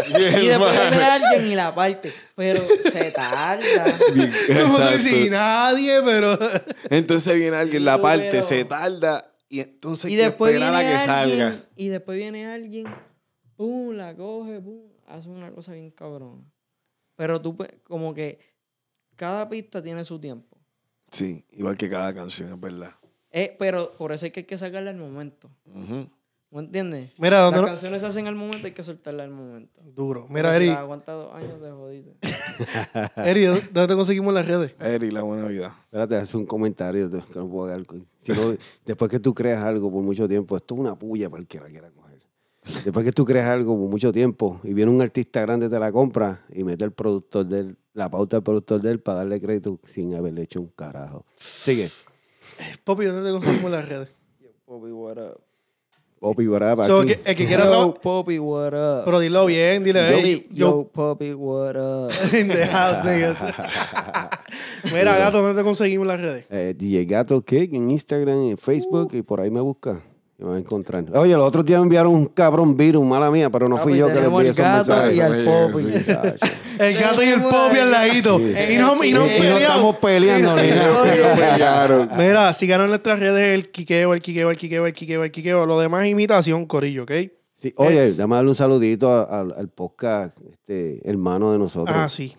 Speaker 7: Y después viene alguien y la parte. Pero se tarda.
Speaker 2: *laughs*
Speaker 7: *laughs*
Speaker 2: Bien,
Speaker 3: Nosotros
Speaker 2: exacto.
Speaker 3: ni nadie, pero.
Speaker 2: Entonces viene alguien, la
Speaker 7: Pero-
Speaker 2: parte se tarda y entonces hay
Speaker 7: Y
Speaker 2: que
Speaker 7: después viene
Speaker 2: esperar a que
Speaker 7: alguien.
Speaker 2: salga.
Speaker 7: Y después viene alguien. Pum, la coge, pum. Hace una cosa bien cabrona. Pero tú, pues, como que cada pista tiene su tiempo.
Speaker 2: Sí, igual que cada canción, es verdad.
Speaker 7: Eh, pero por eso es que hay que sacarla al momento.
Speaker 2: Ujú.
Speaker 7: ¿Me entiendes?
Speaker 3: Mira,
Speaker 7: Las
Speaker 3: ¿dónde no-
Speaker 7: canciones se hacen al momento, hay que soltarla al momento.
Speaker 3: Duro.
Speaker 7: Porque
Speaker 3: Mira,
Speaker 7: si
Speaker 3: Eri,
Speaker 7: la aguantas dos años, te jodiste.
Speaker 3: Eri, ¿dó- ¿dónde te conseguimos las redes?
Speaker 2: Eri, la buena *laughs* vida.
Speaker 5: Espérate, haz un comentario te- que no puedo dar. Si no, después que tú creas algo por mucho tiempo, esto es una puya para el que la quiera coger. Después que tú creas algo por mucho tiempo y viene un artista grande, te la compra y mete el productor de él, la pauta del productor de él para darle crédito sin haberle hecho un carajo. Sigue.
Speaker 3: Popi, ¿dónde te conseguimos las redes?
Speaker 7: Poppy, what up?
Speaker 5: Popi Baraba.
Speaker 3: So,
Speaker 5: aquí.
Speaker 3: que- el *laughs* que quiera
Speaker 7: Yo,
Speaker 3: traba-
Speaker 7: Poppy, what up?
Speaker 3: Pero dilo bien, dile,
Speaker 7: yo,
Speaker 3: hey,
Speaker 7: yo,
Speaker 3: yo,
Speaker 7: Poppy, what up?
Speaker 3: *laughs* in the house, niggas. Mira, gato, ¿dónde te conseguimos las redes?
Speaker 5: Eh, DJ Gato Cake en Instagram, en Facebook y por ahí me busca. Me va a encontrar. Uh. Oye, los otros días me enviaron un cabrón virus, mala mía, pero
Speaker 3: Ah,
Speaker 5: no fui
Speaker 3: pues,
Speaker 7: Papi,
Speaker 5: yo que le
Speaker 7: tenemos
Speaker 5: envié
Speaker 7: el
Speaker 5: esos
Speaker 7: gato
Speaker 5: mensajes.
Speaker 7: y al Poppy.
Speaker 5: Cacho.
Speaker 3: El gato y el Popi al ladito.
Speaker 5: Sí.
Speaker 3: Y no, *laughs* eh. y no
Speaker 5: Y no
Speaker 3: peleamos.
Speaker 5: estamos
Speaker 3: *laughs*
Speaker 5: peleando ni nada.
Speaker 2: pues, Claro.
Speaker 3: Mira, síganos en nuestras redes el quiqueo, el quiqueo, el quiqueo, el quiqueo, el quiqueo. Lo demás es imitación, corillo, ¿ok?
Speaker 5: Sí, oye, dame darle un saludito a- al, al podcast, este, hermano de nosotros.
Speaker 3: Ah, sí.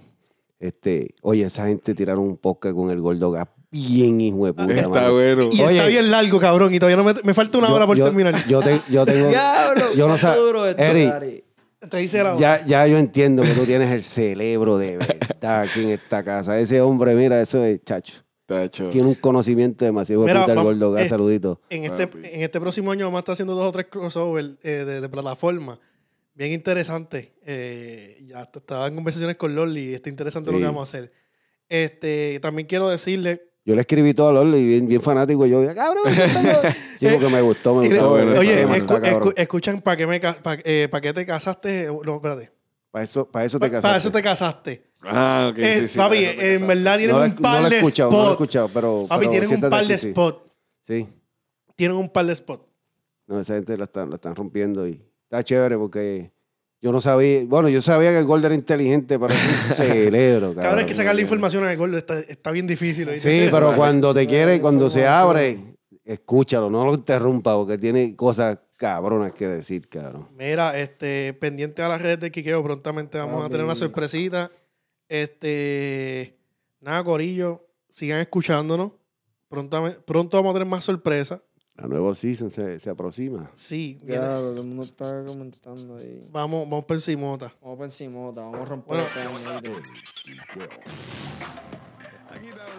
Speaker 5: Este, oye, esa gente tiraron un podcast con el gordo gas bien hijo de puta.
Speaker 2: Está
Speaker 5: mano.
Speaker 2: bueno.
Speaker 3: Y
Speaker 5: Oye.
Speaker 3: está bien largo, cabrón. Y todavía no me, me falta una
Speaker 5: Yo-
Speaker 3: hora por
Speaker 5: yo-
Speaker 3: terminar.
Speaker 5: Yo, te- yo
Speaker 3: *laughs*
Speaker 5: tengo.
Speaker 7: *laughs* Diablo,
Speaker 5: yo no
Speaker 7: está
Speaker 5: sab-
Speaker 7: duro esto,
Speaker 5: Eri,
Speaker 7: Dari.
Speaker 3: Te hice la hora.
Speaker 5: ya, ya yo entiendo que tú tienes el cerebro de verdad aquí en esta casa. Ese hombre, mira, eso es chacho.
Speaker 2: Está hecho.
Speaker 5: Tiene un conocimiento demasiado hijo de
Speaker 3: Mira,
Speaker 5: puta el
Speaker 3: vamos-
Speaker 5: gordo gas.
Speaker 3: eh,
Speaker 5: saludito.
Speaker 3: En este,
Speaker 2: Papi.
Speaker 3: en este próximo año vamos a estar haciendo dos o tres crossovers eh, de, de plataforma. Bien interesante. Eh, ya est- estaba en conversaciones con Lolly y está interesante lo
Speaker 5: Sí.
Speaker 3: que vamos a hacer. Este, también quiero decirle.
Speaker 5: Yo le escribí todo a Lorly, bien, bien fanático. y Yo, cabrón, ¿qué está yo? sí, porque me gustó, me
Speaker 3: y le-
Speaker 5: gustó. me
Speaker 2: bueno,
Speaker 5: gustó,
Speaker 3: Eh, oye,
Speaker 5: me
Speaker 2: está
Speaker 3: escu-
Speaker 5: gustó, cabrón.
Speaker 3: escu- escuchan para qué, me ca- pa- eh, pa' qué te casaste. eh, No, espérate.
Speaker 5: Para eso, para eso te
Speaker 3: Pa-
Speaker 5: casaste.
Speaker 3: Para eso te casaste.
Speaker 2: Ah, ok.
Speaker 3: Eh,
Speaker 2: sí, sí,
Speaker 3: papi,
Speaker 2: para eso te
Speaker 3: eh, en
Speaker 2: casaste.
Speaker 3: verdad tienen
Speaker 5: no
Speaker 3: un par
Speaker 5: lo he
Speaker 3: de
Speaker 5: escuchado, no lo he
Speaker 3: spots.
Speaker 5: escuchado, pero.
Speaker 3: Papi,
Speaker 5: pero
Speaker 3: tienen un
Speaker 5: siéntate
Speaker 3: par
Speaker 5: aquí,
Speaker 3: de
Speaker 5: sí.
Speaker 3: spots.
Speaker 5: Sí.
Speaker 3: Tienen un par de spots.
Speaker 5: No, esa gente la están, la están rompiendo y está chévere porque yo no sabía. Bueno, yo sabía que el Gold era inteligente, pero es
Speaker 3: *laughs*
Speaker 5: un cerebro, cabrón.
Speaker 3: Cabrón, es que sacar la información al gordo está, está bien difícil. ¿oíste?
Speaker 5: Sí, pero cuando te quiere,
Speaker 7: Ay,
Speaker 5: cuando se
Speaker 7: información.
Speaker 5: abre, escúchalo, no lo interrumpa porque tiene cosas cabronas que decir, cabrón.
Speaker 3: Mira, este, pendiente a las redes de Quiqueo, prontamente vamos a tener una sorpresita. Este, nada, Corillo, sigan escuchándonos. Prontamente, pronto vamos a tener más sorpresas.
Speaker 5: La nueva season se, se aproxima.
Speaker 3: Sí, viene-
Speaker 7: *laughs* Diablo, todo el mundo está comentando ahí.
Speaker 3: vamos, vamos por encimota.
Speaker 7: Vamos por encima, vamos a romper
Speaker 3: Bueno,
Speaker 7: el tema.
Speaker 6: Aquí está